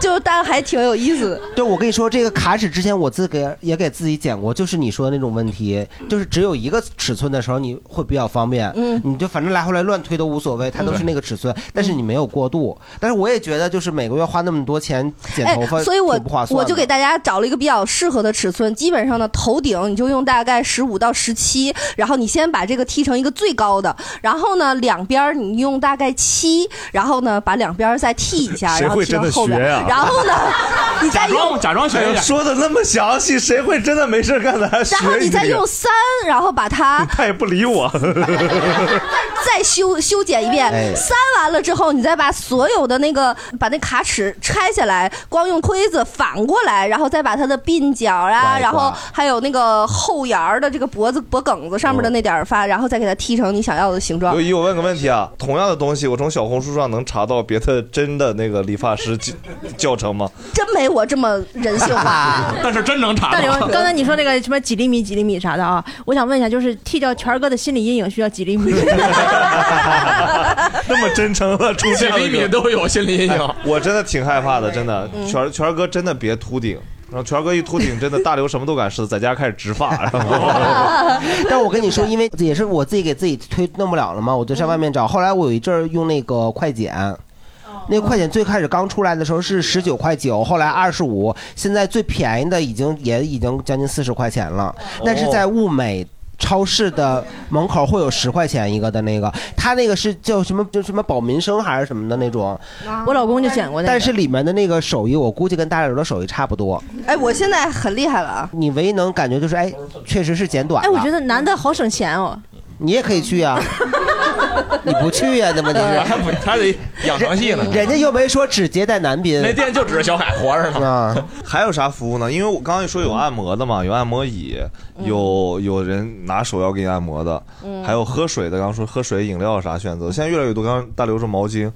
A: 就但还挺有意思的。
B: 对，我跟你说，这个卡尺之前我自给也给自己剪过，就是你说的那种问题，就是只有一个尺寸的时候，你会比较方便。
A: 嗯
B: 你就反正来回来乱推都无所谓，它都是那个尺寸，但是你没有过度。但是我也觉得，就是每个月花那么多钱剪头发，
A: 哎、所以我
B: 挺不划算的。
A: 我就给大家找了一个比较适合的尺寸，基本上呢，头顶你就用大概十五到十七，然后你先把这个剃成一个最高的，然后呢两边儿你用大概七，然后呢把两边儿再剃一 下，
D: 谁
A: 然后
D: 会
A: 剃到
D: 真的
A: 后边儿，
B: 啊
D: 学呀啊
A: 然后 呢你再用。
D: 哎呦说的那么详细，谁会真的没事干的还啊学
A: 然后你再
D: 这个
A: 用三，然后把它
D: 他也不 理我。
A: 再修修剪一遍
D: 哎，
A: 删完了之后，你再把所有的那个把那卡尺拆下来，光用推子反过来，然后再把它的鬓角啊，
T: 刮一刮
A: 然后还有那个后沿儿的这个脖子脖梗子上面的那点儿发，然后再给它剃成你想要的形状
D: 刘。姨，我问个问题啊，同样的东西，我从小红书上能查到别的真的那个理发师教教 程吗？
A: 真没我这么人性 化。
C: 但是真能查
G: 大刘，刚才你说那个什么几厘米、几厘米啥的啊，我想问一下，就是剃掉权儿哥的心理阴影需要几厘米？
D: 那么真诚的出现了，
C: 几厘米都有心理阴影
D: 哎我真的挺害怕的，真的
C: 嗯。
D: 权儿权儿哥真的别秃顶，然后权儿哥一秃顶，真的大刘什么都敢试，在家开始植发。然 后
B: 但我跟你说，因为也是我自己给自己推弄不了了嘛，我就上外
E: 嗯
B: 面找。后来我有一阵儿用那个快剪。
E: 哦
B: 那个快剪最开始刚出来的时候是十九块九，后来二十
E: 哦
B: 五，现在最便宜的已经也已经将近四十块钱了。但是在物美超市的门口会有十块钱一个的那个，它那个是叫什么？就什么保民生还是什么的那种。
A: 我老公就剪过那个。
B: 但是里面的那个手艺，我估计跟大柳的手艺差不多。
A: 哎，我现在很厉害了啊！
B: 你唯一能感觉就是，哎，确实是剪短
E: 哎，
B: 了。
E: 我觉得男的好省钱哦。
B: 你也可以去 呀，你不去啊呀？那问题是，
C: 还 不还得养成系呢。
B: 人家又没说只接待男宾，
C: 那店就指着小海活着呢。，
D: 还有啥服务呢？因为我刚刚说有按摩的嘛，有按摩椅，有有人拿手要给你按摩的，
E: 嗯
D: 还有喝水的。刚刚说喝水、饮料啥选择，现在越来越多。刚刚大刘说毛巾，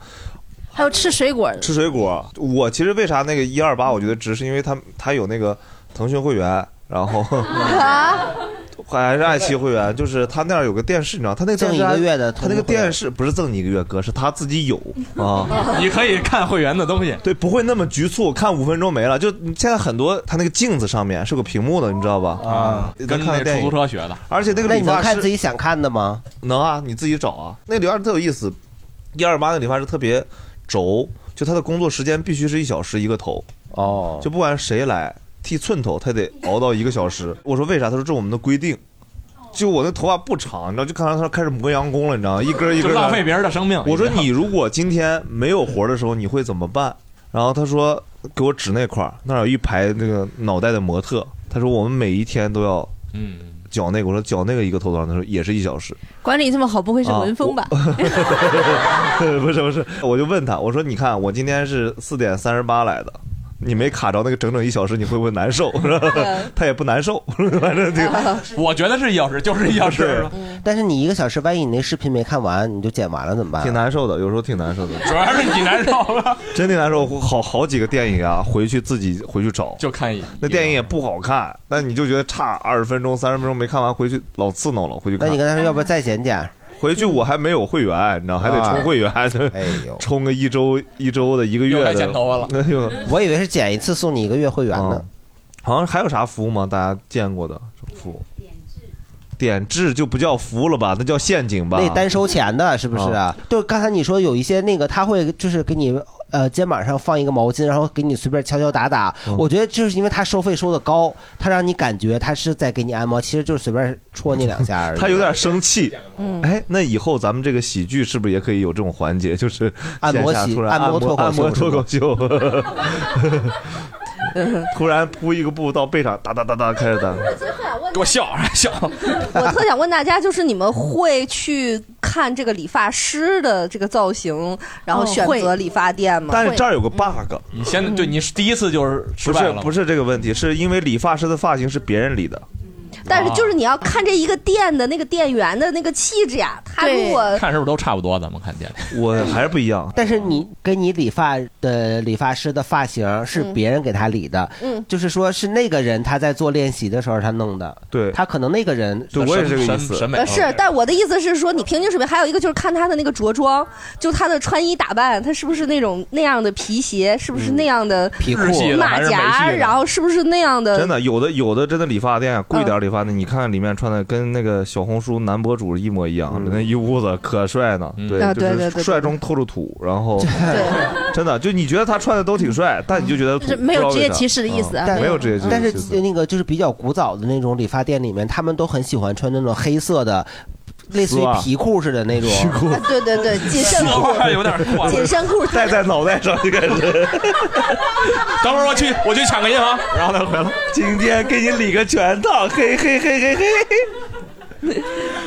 E: 还有吃水果的，
D: 吃水果。我其实为啥那个一二八我觉得值，是因为他他有那个腾讯会员，然后
A: 啊
D: 还是爱奇艺会员，就是他那儿有个电视，你知道，他那个电视
B: 赠一个月的
D: 他那个电视不是赠你一个月，哥是他 自己有啊
C: 你可以看会员的东西，
D: 对，不会那么局促，看五分钟没了。就现在很多他那个镜子上面是个屏幕的，你知道吧？啊
C: 跟那出租车学的。
D: 而且那个
B: 那
D: 理
B: 你能
D: 发
B: 看
D: 师
B: 自己想看的吗？
D: 能啊，你自己找啊。那个理发师特有意思，一二八那个理发师特别轴，就他的工作时间必须是一小时一个头
B: 哦，
D: 就不管谁来剃寸头，他得熬到一个小时。我说为啥？他说这是我们的规定。就我那头发不长，你知道，就看到他开始磨洋工了，你 知道吗？一根儿一根
C: 就
D: 儿的
C: 浪费别人的生命
D: 我说你如果今天没有活的时候，你会怎么办？然后他说给我指那块儿，那儿有一排那个脑袋的模特。他说我们每一天都要
C: 嗯
D: 绞那个。我说绞那个一个头多少？他说也是一 小时。
E: 管理这么好，不会是
D: 啊
E: 文峰吧？
D: 不是不是，我就问他，我说你看我今天是四点三十八来的。你没卡着那个整整一小时，你会不会难受？他也不难受， 反正 这个
C: 我觉得是一小时，就是一小时。
B: 但是你一个小时，万一你那视频没看完，你就剪完了怎么办？啊挺
D: 难受的，有时候挺难受的。
C: 主要是你难受了，
D: 真挺难受。好好几个电影啊，回去自己回去找，
C: 就看一眼。
D: 那电影也不好看，但你就觉得差二十分钟、三十分钟没看完，回去老刺挠了。回去看。
B: 那你跟他说，要不再减减？
D: 回去我还没有会员，你知道，还得充会员，哎
B: 呦，
D: 充个一周一周的一个
B: 又
D: 月的。
B: 该剪头发 了
D: 哎呦，
B: 我以为是剪一次送你一个月会员呢。
D: 嗯好像还有啥服务吗？大家见过的服务？点痣就不叫服务了吧？那叫陷阱吧？
B: 那单收钱的，是不是啊？就是刚才你说有一些那个，他会就是给你呃肩膀上放一个毛巾，然后给你随便敲敲打打。我觉得就是因为他收费收的高，他让你感觉他是在给你按摩，其实就是随便戳你两下 而已。
D: 他有点生气。
B: 嗯
D: 哎，那以后咱们这个喜剧是不是也可以有这种环节，就是
B: 按摩
D: 线下
B: 喜
D: 突然
B: 按摩脱口秀
D: 按摩脱口秀，
A: 嗯
D: 突然铺一个布到背上，哒哒哒哒开始打，
C: 给我笑啊笑。
A: 我特想问大家，就是你们会去看这个理发师的这个造型，然
B: 哦
A: 后选择理发店吗？
D: 但是这儿有个 bug，
C: 你先对你第一次就是失
D: 不
C: 败
D: 是
C: 了吗，
D: 不是这个问题，是因为理发师的发型是别人理的，
A: 但是
D: 啊
A: 就是你要看这一个店的那个店员的那个气质呀，他如果
C: 看是不是都差不多？咱们看 店里，
D: 我还是不一样。
B: 但是你跟你理发的理发师的发型是别人给他理的，
A: 嗯
B: 就是说是那个人他在做练习的时候他弄的，
D: 对
B: 他可能那个人，
D: 对我也是这个意思
A: 呃是，但我的意思是说，你平均水平还有一个就是看他的那个着装，就他的穿衣打扮，他是不是那种那样的皮鞋，是不是那样的
D: 嗯皮裤日系的
A: 马
D: 还是美系
A: 甲，
D: 的
A: 然后是不是那样的
D: 真的，有的有的真的理发店啊，贵点儿理发店，你看里面穿的跟那个小红书男博主一模一样，那一屋子可帅呢，
A: 啊
D: 对，
A: 对对
D: 就
A: 对
D: 是帅中透着土，然后真的就你觉得他穿的都挺帅，但你就觉得
E: 是没有职业歧视的意思啊
D: 没有职业歧视，
B: 但是那个就是比较古早的那种理发店里面，他们都很喜欢穿那种黑色的，类似于
D: 丝袜
B: 皮裤似的那种。
D: 皮裤
A: 啊对对对，紧身
C: 丝
A: 裤
C: 袜有点过，
A: 紧身裤
D: 戴在脑袋上就开始。
C: 等会儿我去，我去抢个银行，然后他回来。
D: 今天给你理个全套，嘿嘿嘿嘿嘿。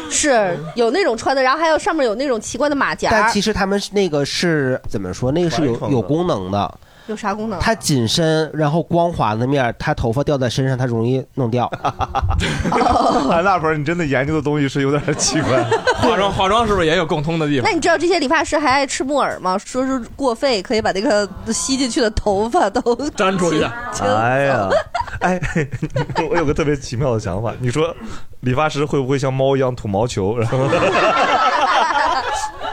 A: 是有那种穿的，然后还有上面有那种奇怪的马甲，
B: 但其实他们是那个是怎么说？那个是有
D: 传统的
B: 有功能的，
A: 有啥功能？
B: 它紧身，然后光滑的面儿，它头发掉在身上，它容易弄 掉。
D: 韩大鹏，你真的研究的东西是有点奇怪。
C: 化妆化妆是不是也有共通的地
A: 那
C: 方？
A: 你知道这些理发师还爱吃木耳吗？说是过肺可以把那个吸进去的头发都
C: 粘出去。
D: 哎呀，哎， 我有个特别奇妙的想法，你说理发师会不会像猫一样吐毛球？然后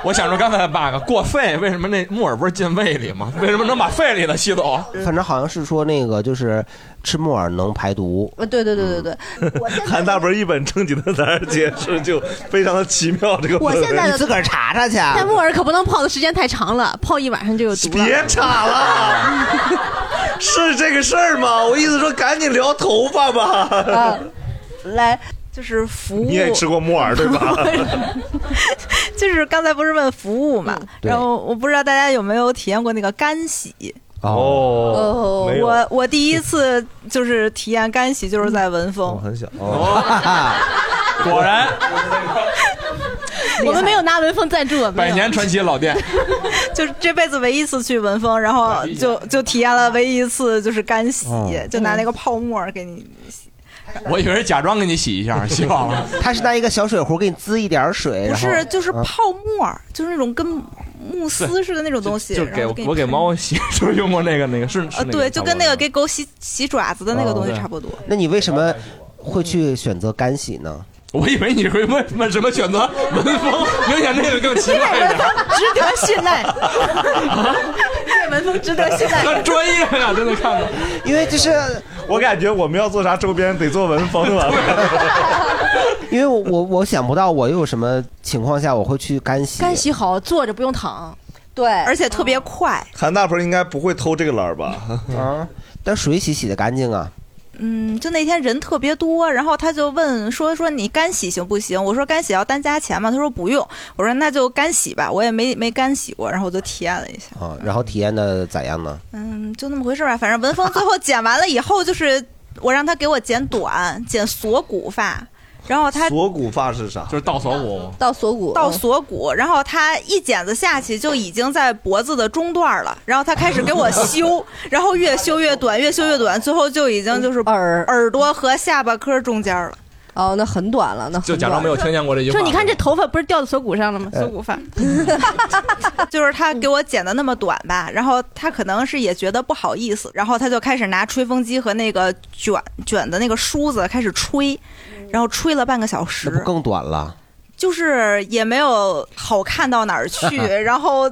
C: 我想说刚才的 bug 过肺，为什么那木耳不是进胃里吗？为什么能把肺里的吸走？
B: 反正好像是说那个就是吃木耳能排毒。
A: 呃，对对对对对，
D: 韩大鹏一本正经的在那儿解释，就非常的奇妙。 这个
E: 我现在的
B: 查查去
D: 啊
E: 但木耳可不能泡的时间太长了，泡一晚上就有毒了。
D: 别查 了，
E: 啊
D: 是这个事儿吗？我意思说，赶紧聊头发吧。
A: 来，
J: 就是服务。
D: 你也吃过木耳对吧？
J: 就是刚才不是问服务嘛，
D: 对
J: 然后我不知道大家有没有体验过那个干洗。
D: 哦没有
J: 我我第一次就是体验干洗，就是在文
D: 我
J: 峰。
D: 很小，哦
C: 果 然
J: 我们没有拿文峰赞助，没
C: 百
J: 有
C: 年传奇老店，
J: 就是这辈子唯一一次去文峰，然后就就体验了唯一一次就是干洗
C: 哎哦，
J: 就拿那个泡沫给你
C: 我以为是假装给你洗一 下，洗好了。
B: 他是拿一个小水壶给你滋一点儿
C: 哎
B: 水，然
J: 不是
C: 哦
B: 后
J: 就是
B: 嗯
J: 泡沫，就是那种跟慕斯似的那种东西，
C: 就
J: 然
C: 给
J: 后
C: 我
J: 给
C: 我给
J: 喷
C: 猫洗，是不是用过那个那个是？是
J: 呃
C: 那个
J: 对，就跟那
C: 差
J: 个给狗洗洗爪子的那个东西
B: 哦
J: 差不多。
B: 那你为什么会去选择干洗呢？
C: 我以为你会问问什么选择文风，明显那个更奇怪一 点。
J: 值得信 赖，这文峰值得信赖。
C: 很专业呀，真的看的。
B: 因为就是
D: 我感觉我们要做啥周边得做文风了。
B: 因为我我我想不到我又有什么情况下我会去干洗。
E: 干洗好，坐着不用躺，嗯
J: 对，而且特别快。
D: 韩大鹏应该不会偷这个栏儿吧？
B: 啊，但水洗洗的干净啊。
J: 嗯，就那天人特别多，然后他就问说说你干洗行不行？我说干洗要单加钱吗？他说不用。我说那就干洗吧，我也没没干洗过，然后我就体验了一下，
E: 嗯
B: 啊，然后体验的咋样呢？
J: 嗯，就那么回事吧。反正文峰最后剪完了以后，就是我让他给我剪短，剪锁骨发，然后他
D: 锁骨发是啥？
C: 就是倒锁骨。
J: 到锁
A: 嗯
J: 骨，到锁骨，然后他一剪子下去就已经在脖子的中段了，然后他开始给我 修，然后越修越短，越修越短，最后就已经就是耳耳朵和下巴颏中间了。
A: 哦，那很短了，那
C: 就假装没有听见过这句话。哎
J: 说你看这头发不是掉到锁骨上了吗？锁骨发， 就是他给我剪的那么短吧，然后他可能是也觉得不好意思，然后他就开始拿吹风机和那个卷卷的那个梳子开始吹，然后吹了半个小时
B: 那，不更短了？
J: 就是也没有好看到哪儿去，然后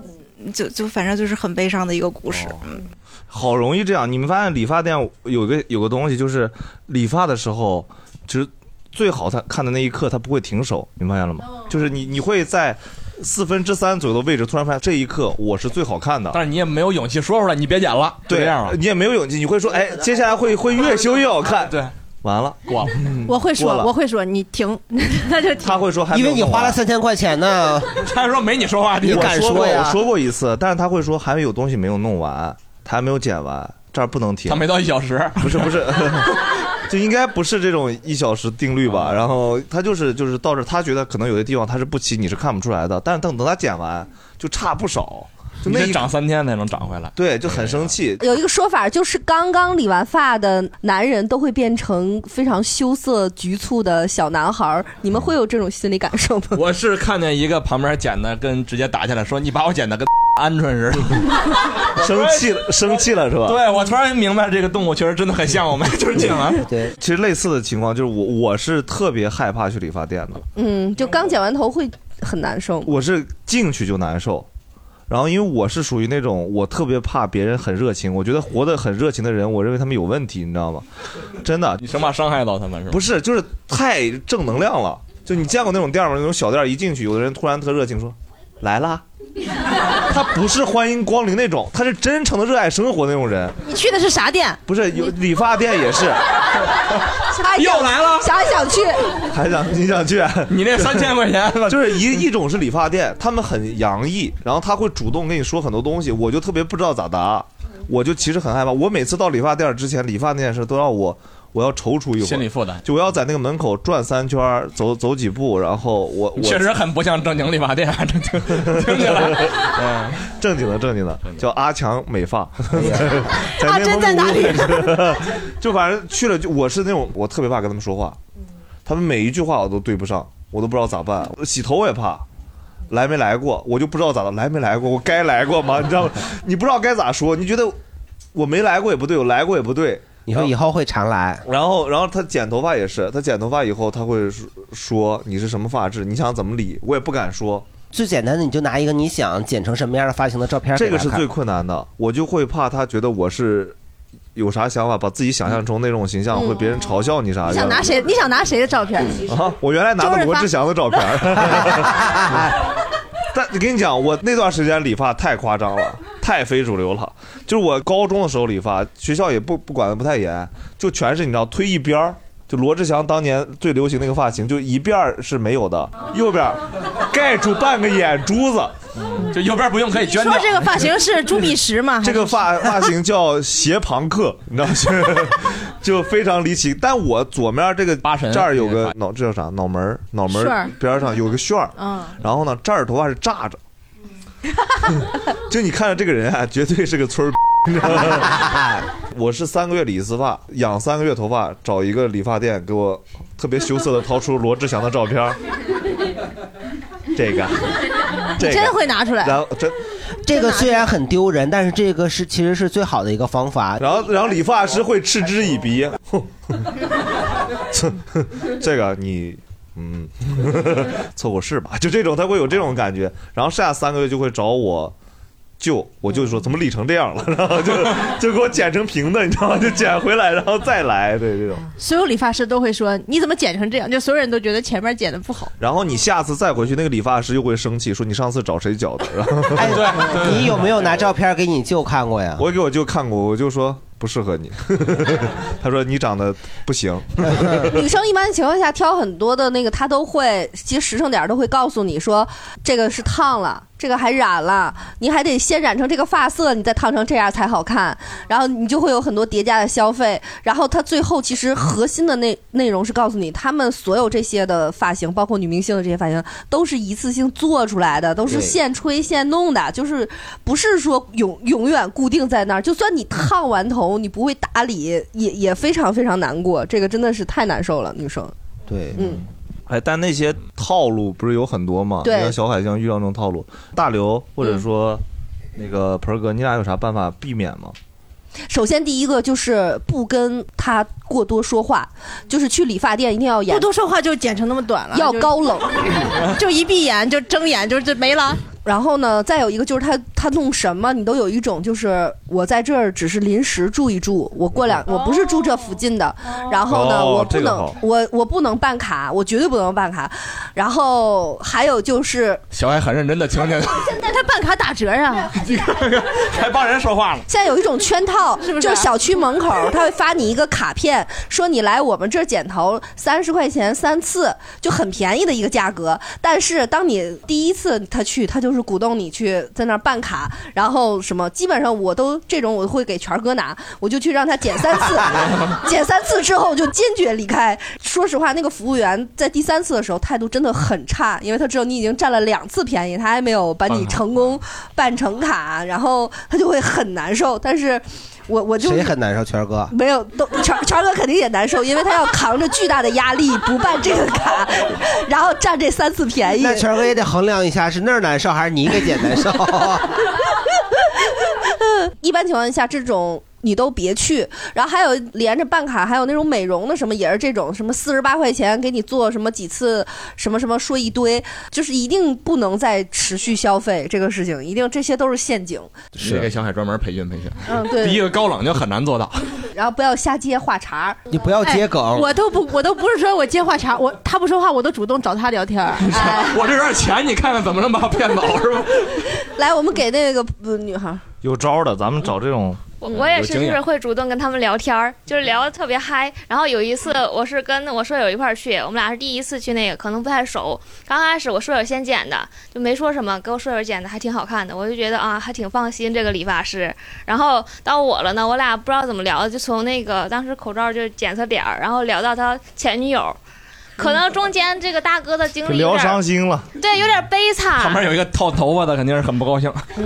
J: 就就反正就是很悲伤的一个故事。嗯，
D: 好容易这样。你们发现理发店有个有个东西，就是理发的时候，其实最好他看的那一刻，他不会停手。你们发现了吗？就是你你会在四分之三左右的位置，突然发现这一刻我是最好看的。
C: 但是你也没有勇气说出来，你别剪了，就
D: 对
C: 这样了。
D: 你也没有勇气，你会说，哎，接下来会会越修越好嗯看。
C: 对，
D: 完了，
C: 嗯过了。
B: 嗯
E: 我会
D: 过
E: 说，
D: 了
E: 我会说，你停， 那就停。
D: 他会说还没
B: 因
D: 有
B: 为你
D: 弄完
B: 花了三千块钱呢。
C: 他说没你说话
B: 你敢
D: 说
B: 说
D: 过
B: 呀？
D: 我说过一次，但是他会说还有东西没有弄完，他还没有剪完，这儿不能停。
C: 他没到一小时，
D: 不是不是，就应该不是这种一小时定律
C: 嗯
D: 吧？然后他就是就是到这儿，他觉得可能有些地方他是不齐，你是看不出来的，但是等等他剪完就差不少，就
C: 你
D: 那
C: 得
D: 一
C: 长三天才能长回来。
D: 对就很生气。
A: 有一个说法，就是刚刚理完发的男人都会变成非常羞涩、局促的小男孩儿。你们会有这种心理感受吗？
C: 我是看见一个旁边剪的跟直接打起来，说你把我剪的跟 鹌鹑似 的，
D: 生气 了，生气了是吧
C: 对，啊我突然明白这个动物确实真的很像我们，就是啊剪 完。
B: 对，
D: 其实类似的情况就是我我是特别害怕去理发店的，
A: 嗯，就刚剪完头会很难受。
D: 我是进去就难受。然后，因为我是属于那种我特别怕别人很热情，我觉得活得很热情的人，我认为他们有问题，你知道吗？真的，
C: 你生怕伤害到他们是吧？
D: 不是，就是太正能量了。就你见过那种店吗？那种小店一进去，有的人突然特热情说：“来啦！” 他不是欢迎光临那种，他是真诚的热爱生活那种人。
E: 你去的是啥店？
D: 不是有理发店 也是，
C: 又来了
A: 想想去，
D: 还想你想去？啊
C: 你那3000块钱，
D: 就是一一种是理发店，他们很洋溢，然后他会主动跟你说很多东西，我就特别不知道咋答，我就其实很害怕。我每次到理发店之前，理发那件事都让我 我要踌躇一会儿，
C: 心理负担。
D: 就我要在那个门口转三圈儿，走走几步，然后我我
C: 确实很不像正经理发店，啊 正经听起来。
D: 嗯正经的正经的，叫阿强 美发。
C: 哎
E: 啊
D: 阿
C: 阿啊珍在哪里？
D: 就反正去了，就我是那种我特别怕跟他们说话，他们每一句话我都对不上，我都不知道咋办。洗头我也怕，来没来过，我就不知道咋的，来没来过，我该来过吗？你知道吗？你不知道该咋说，你觉得我没来过也不对，我来过也不对。
B: 你说以后会常来，
D: 然后，然后他剪头发也是，他剪头发以后他会说说你是什么发质，你想怎么理，我也不敢说。
B: 最简单的你就拿一个你想剪成什么样的发型的照片给
D: 这
B: 他
D: 个
B: 看，
D: 是最困难的，我就会怕他觉得我是有啥想法，把自己想象成那种形象，
E: 嗯
D: 会别人嘲笑你啥的。
E: 你想拿谁？你想拿谁的照片？
C: 嗯
D: 啊？我原来拿的罗志祥的照片。 但你跟你讲，我那段时间理发太夸张了，太非主流了。就是我高中的时候理发，学校也不不管的不太严，就全是你知道推一边儿，就罗志祥当年最流行那个发型，就一边儿是没有的，右边儿盖住半个眼珠子，
C: 就右边不用可以
E: 你说这个发型是猪米石吗？
D: 这个发发型叫斜旁克，你 知道是就非常离奇。但我左面这个
C: 神
D: 这儿有个脑，这叫啥？脑门儿脑门
C: 旋
D: 儿
C: 儿
D: 边儿上有个旋儿，
E: 嗯
D: 然后呢，这儿头发是 炸着，就你看着这个人啊，绝对是个村儿。你知道
T: 哦
D: 吗？我是三个月理一次发，养三个月头发，找一个理发店给我特别羞涩的掏出罗志祥的照片儿，这个，这个，
E: 你真的会拿出来
D: 然后真
B: 这个虽然很丢人，但是这个是其实是最好的一个方法。
D: 然后，然后理发师会嗤之以鼻。 哼这这个你，嗯， 凑合试吧，就这种，他会有这种感觉。然后剩下三个月就会找我舅，我舅说怎么理成这样了，然后就就给我剪成平的，你知道吗？就剪回来，然后再来，对这种。
E: 所有理发师都会说你怎么剪成这样？就所有人都觉得前面剪的不好。
D: 然后你下次再回去，那个理发师又会生气，说你上次找谁 剪的？然后，
B: 对你有没有拿照片给你舅看过呀？
D: 我给我舅看过，我就说不适合 你，他说你长得不行。
A: 女生一般情况下挑很多的那个，她都会，其实时尚点儿都会告诉你说，这个是烫了，这个还染了，你还得先染成这个发色，你再烫成这样才好看。然后你就会有很多叠加的消费。然后她最后其实核心的内内容是告诉你，他们所有这些的发型，包括女明星的这些发型，都是一次性做出来的，都是
T: 对
A: 现吹现弄的，就是不是说永永远固定在那儿。就算你烫完头，你不会打理，也也非常非常难过。这个真的是太难受了，女生。
B: 对，
A: 嗯，
D: 哎，但那些套路不是有很多吗？
A: 对
D: 你像小海像遇到那种套路，大刘或者说那个盆儿哥，你俩有啥办法避免吗？
A: 首先第一个就是不跟他过多说话，就是去理发店一定要演
E: 不多说话就剪成那么短了，
A: 要
E: 就
A: 高冷，
E: 就一闭眼就睁眼就这没了。
A: 然后呢，再有一个就是他他弄什么，你都有一种就是我在这儿只是临时住一住，我过
E: 哦
A: 两、我不是住这附近的，然后呢，
T: 哦
A: 我不
T: 这个
A: 能、
T: 好
A: 我我不能办卡，我绝对不能办卡。然后还有就是，
C: 小爱很认真的听听，
A: 但他办卡打折啊，
C: 还帮人说话了。
A: 现在有一种圈 套，
E: 不是啊
A: 就是小区门口他会发你一个卡片，说你来我们这儿剪头，三十块钱三次，就很便宜的一个价格。但是当你第一次他去，他就是鼓动你去在那儿办卡，然后什么，基本上我都这种我会给权儿哥拿，我就去让他剪三次， 剪三次之后就坚决离开。说实话，那个服务员在第三次的时候态度真的很差，因为他知道你已经占了两次便宜，他还没有把你
B: 办卡
A: 成功办成卡，然后他就会很难受。但是我我就
B: 谁很难受？权哥，
A: 没有，都权权哥肯定也难受，因为他要扛着巨大的压力，不办这个卡，然后占这三次便宜。
B: 那权哥也得衡量一下是那儿难受还是你给姐 难受。
A: 一般情况下，这种你都别去。然后还有连着办卡，还有那种美容的什么，也是这种什么四十八块钱给你做什么几次，什么什么说一堆，就是一定不能再持续消费这个事情，一定这些都是陷阱。
C: 是给小海专门培训培训。
A: 嗯对
C: 第一个高冷就很难做到。
A: 然后不
E: 哦
A: 要瞎接话茬儿。
B: 你不要接梗
E: 哎我都不，我都不是说我接话茬，我他不说话，我都主动找他聊天儿。
C: 我这有点钱，你看看怎么能把我骗走是 吧？
A: 来，我们给那个、呃女孩儿。
D: 有招的，咱们找这种。
N: 我我也是，就是会主动跟他们聊天儿，就是聊的特别嗨。然后有一次，我是跟我舍友一块儿去，我们俩是第一次去那个，可能不太熟。刚开始我舍友先剪的，就没说什么，给我舍友剪的还挺好看的，我就觉得啊，还挺放心这个理发师。然后到我了呢，我俩不知道怎么聊的，就从那个当时口罩就检测点儿，然后聊到他前女友，可能中间这个大哥的经历有
C: 疗
N: 点儿
C: 伤心了。
N: 对有点儿悲惨，
C: 旁边有一个套头发的，肯定是很不高兴。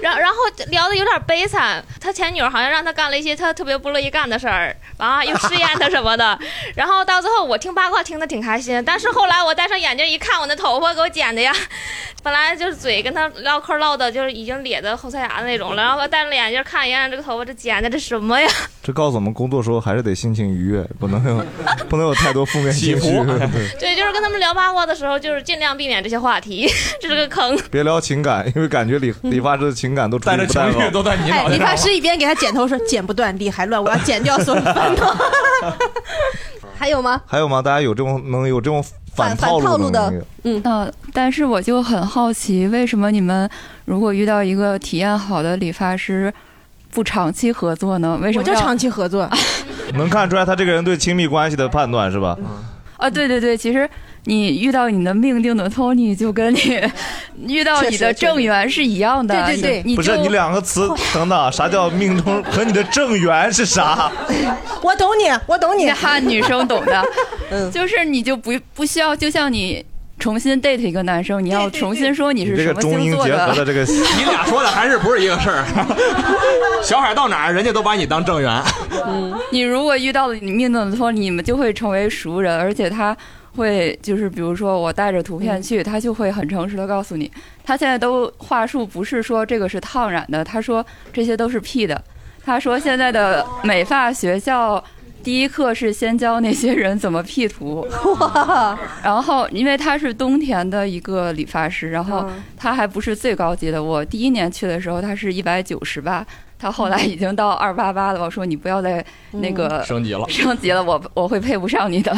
N: 然然后聊的有点悲惨，他前女友好像让他干了一些他特别不乐意干的事儿，啊，又试验他什么的。然后到最后，我听八卦听得挺开心，但是后来我戴上眼镜一看，我那头发给我剪的呀， 本来就是嘴跟他唠嗑唠的，就是已经咧的后槽牙那种了，然后戴了眼镜看一眼这个头发，这剪的这什么呀？
D: 这告诉我们，工作时候还是得心情愉悦，不能 有不能有太多负面情绪。对
N: 对，就是跟他们聊八卦的时候，就是尽量避免这些话题， 这是个坑。
D: 别聊情感，因为感觉理理发师的情感都带着
C: 情绪都在你
E: 哎，理发师一边给他剪头说剪不断理还乱，我要剪掉所有的烦恼。
A: 还有吗？
D: 还有吗？大家有这种能有这种
P: 反
D: 反套
P: 套
D: 路
P: 路的
D: 的那个？
A: 嗯、
P: 但是我就很好奇，为什么你们如果遇到一个体验好的理发师，不长期合作呢？为什
E: 我
P: 么
E: 就
P: 要
E: 长期合作，
D: 能看出来他这个人对亲密关系的判断是吧？
P: 啊，对对对，其实你遇到你的命定的 Tony，就跟你 遇到你的正缘是一样的。
D: 对
P: 你
D: 不是
P: 就
D: 你两个
C: 哦
D: 词，等等，啥叫命中和你的正缘 是啥？
P: 我懂你，我懂你，哈，女生懂的，就是你就不不需要，就像你重新 date 一个男生，你要重新说你
C: 你
P: 是什么星座
C: 你俩说的还是不是一个事儿？小海到哪儿，人 家都把你当正缘。
P: 你如果遇到了你命中的托，你们就会成为熟人，而且他会就是比如说我带着图片去，他就会很诚实的告诉你，他现在都话术不是说这个是烫染的，他说这些都是屁的，他说现在的美发学校。第一课是先教那些人怎么 P 图，然后因为他是东田的一个理发师，然后
K: 嗯
P: 他还不是最高级的。我第一年去的时候，他是一百九十八，他后来已经到二八八了。我说你不要再那个
C: 嗯升级了
P: 升级了，我我会配不上你的。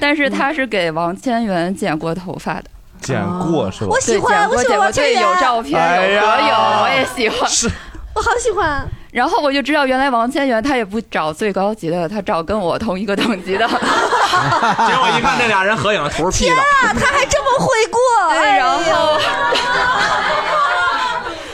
P: 但是他是给王千源剪过头发的，
D: 剪过是吧？
P: 哦我喜欢我喜欢王千源对有照片
D: 哎呀
P: 有合影我也喜欢
D: 是
P: 我好喜欢。然后我就知道，原来王千源他也不找最高级的，他找跟我同一个等 级的。
C: 结果一 看这俩人合影，图是 P 的。
A: 啊，他还这么会过，哎
P: 对，然后。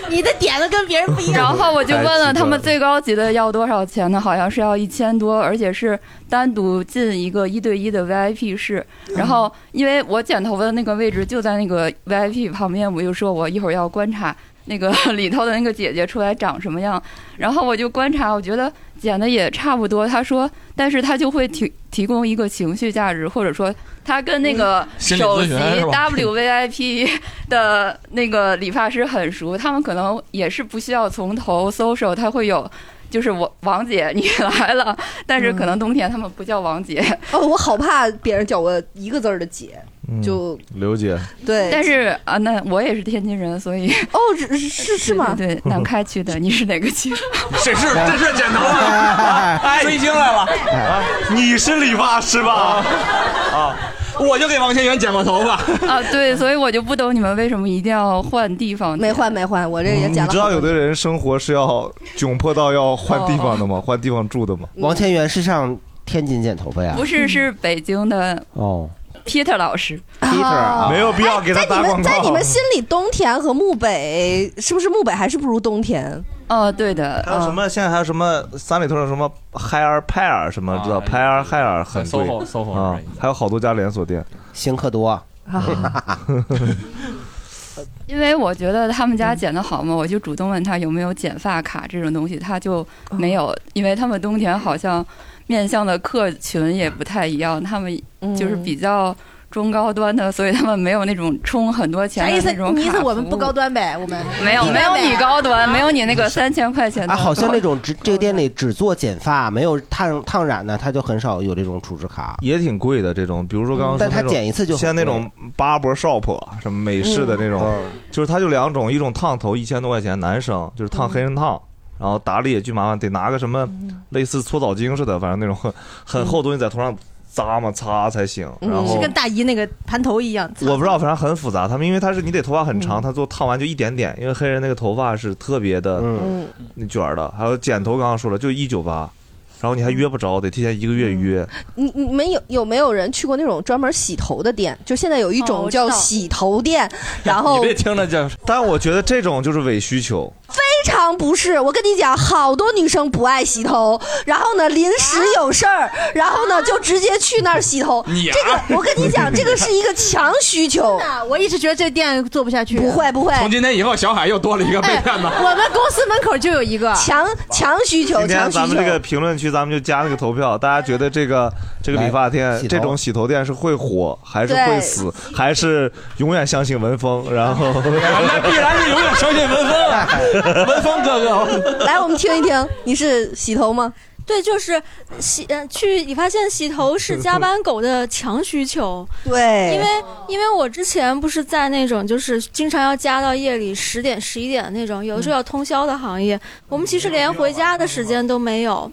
G: 你的点子跟别人不一样。
P: 然后我就问了他们最高级的要多少钱呢？好像是要一千多，而且是单独进一个一对一的 VIP 室。然后因为我剪头发的那个位置就在那个 VIP 旁边，我就说我一会儿要观察那个里头的那个姐姐出来长什么样。然后我就观察，我觉得剪的也差不多。他说，但是他就会提提供一个情绪价值，或者说他跟那个
T: 嗯心理
P: 首
T: 咨
P: 席
T: 询是吧
P: W VIP 的那个理发师很熟，他们可能也是不需要从头 social，他会有。就是我王姐，你来了，但是可能冬天他们不叫王姐，
A: 嗯哦，我好怕别人叫我一个字儿的姐，就
D: 刘姐，
A: 对
P: 但是啊，那我也是天津人，所以
A: 哦，是是是吗？
P: 对，对南开区的，你是哪个 区？
C: 这是这是剪头
D: 哎
C: 发，哎追星来了。
D: 你是理发师 吧？
C: 啊，我就给王千源剪过头发。
P: 啊，对，所以我就不懂你们为什么一定要换地方。没
A: 换，没换，我这也
D: 嗯你知道有的人生活是要窘迫到要换地方的吗？换地方住的吗？
B: 王千源是上天津剪头发呀？
P: 不是，是北京的
B: 哦，
P: Peter 老师。
A: 啊
D: 没有必要给他
A: 在你
D: 打广
A: 们
D: 告。
A: 在你们心里，东田和木北是不是木北还是不如东田？
P: 哦，对的。
D: 还有
A: 嗯
D: 什么？现在还有什么三里屯有什么 Hair Pair 什么知道 Pair Hair 很贵
C: SOHO SOHO
D: 啊，还有好多家连锁店，
B: 星客多。啊
P: 因为我觉得他们
G: 嗯
P: 家剪的好嘛，我就主动问他有没有剪发卡这种东西，他就
G: 哦
P: 没有，因为他们冬天好像面向的客群也不太一样，他们
G: 嗯
P: 就是比较中高端的，所以他们没有那种充很多钱
G: 啥意
P: 的
G: 思
P: 那？种
G: 你意思
P: 卡
G: 我们
P: 服务
G: 不高端呗？我们
P: 没有没有
O: 啊
P: 你高端，没有你那个三千块钱的
B: 啊，好像那种只这个店里只做剪发，没有烫烫染的，他就很少有这种储值卡。
D: 也挺贵的这种。比如说刚刚说
B: 嗯但他
D: 那种
B: 剪一次就很
D: 像那种巴博 shop 什么美式的那种
B: 嗯，
D: 就是它就两种，一种烫头一千多块钱，男生就是烫黑人烫。然后打理也巨麻烦，得拿个什么
B: 嗯
D: 类似搓澡巾似的，反正那种很很厚的东西在头上扎嘛擦才行。
E: 嗯
B: 嗯
D: 然后
G: 是跟大姨那个盘头一样。
D: 我不知道，反正很复杂。他们因为他是你得头发很
A: 嗯
D: 长，他做烫完就一点点，因为黑人那个头发是特别的
B: 嗯
D: 那卷儿的，还有剪头刚刚说了就一九八，然后你还约不着，得提前一个
A: 嗯
D: 月约。
A: 你你们有有没有人去过那种专门洗头的店？就现在有一
G: 哦
A: 种
G: 我知道
A: 叫洗头店，然后
D: 听着就是， 但我觉得这种就是伪需求。
A: 非常不是，我跟你讲，好多女生不爱洗头，然后呢临时有事儿，然后呢就直接去那儿洗 头。
G: 你啊
A: 这个我跟你讲，这个是一个强需求。
G: 我一直觉得这店做不下
E: 啊
G: 去。
A: 不会不会，
C: 从今天以后，小海又多了
E: 哎
C: 一个被骗的。
G: 我们公司门口就有一个
A: 强强需求，
D: 今天
A: 强需
D: 咱们
A: 求
D: 这。个评论区，咱们就加那个投票，大家觉得这个这个理发店
B: 来洗头
D: 这种洗头店是会火，还是会
A: 对
D: 死，还是永远相信文峰？然 后
C: 那必然是永远相信文峰啊，文峰哥 哥。
A: 来，我们听一听，你是洗头吗？
W: 对，就是洗呃去理发店洗头是加班狗的强需求。
A: 对
W: 因为因为我之前不是在那种就是经常要加到夜里十点十一点的那种，有的时
A: 嗯
W: 候要通宵的行业，我们其实连回家的时间都没有。
A: 嗯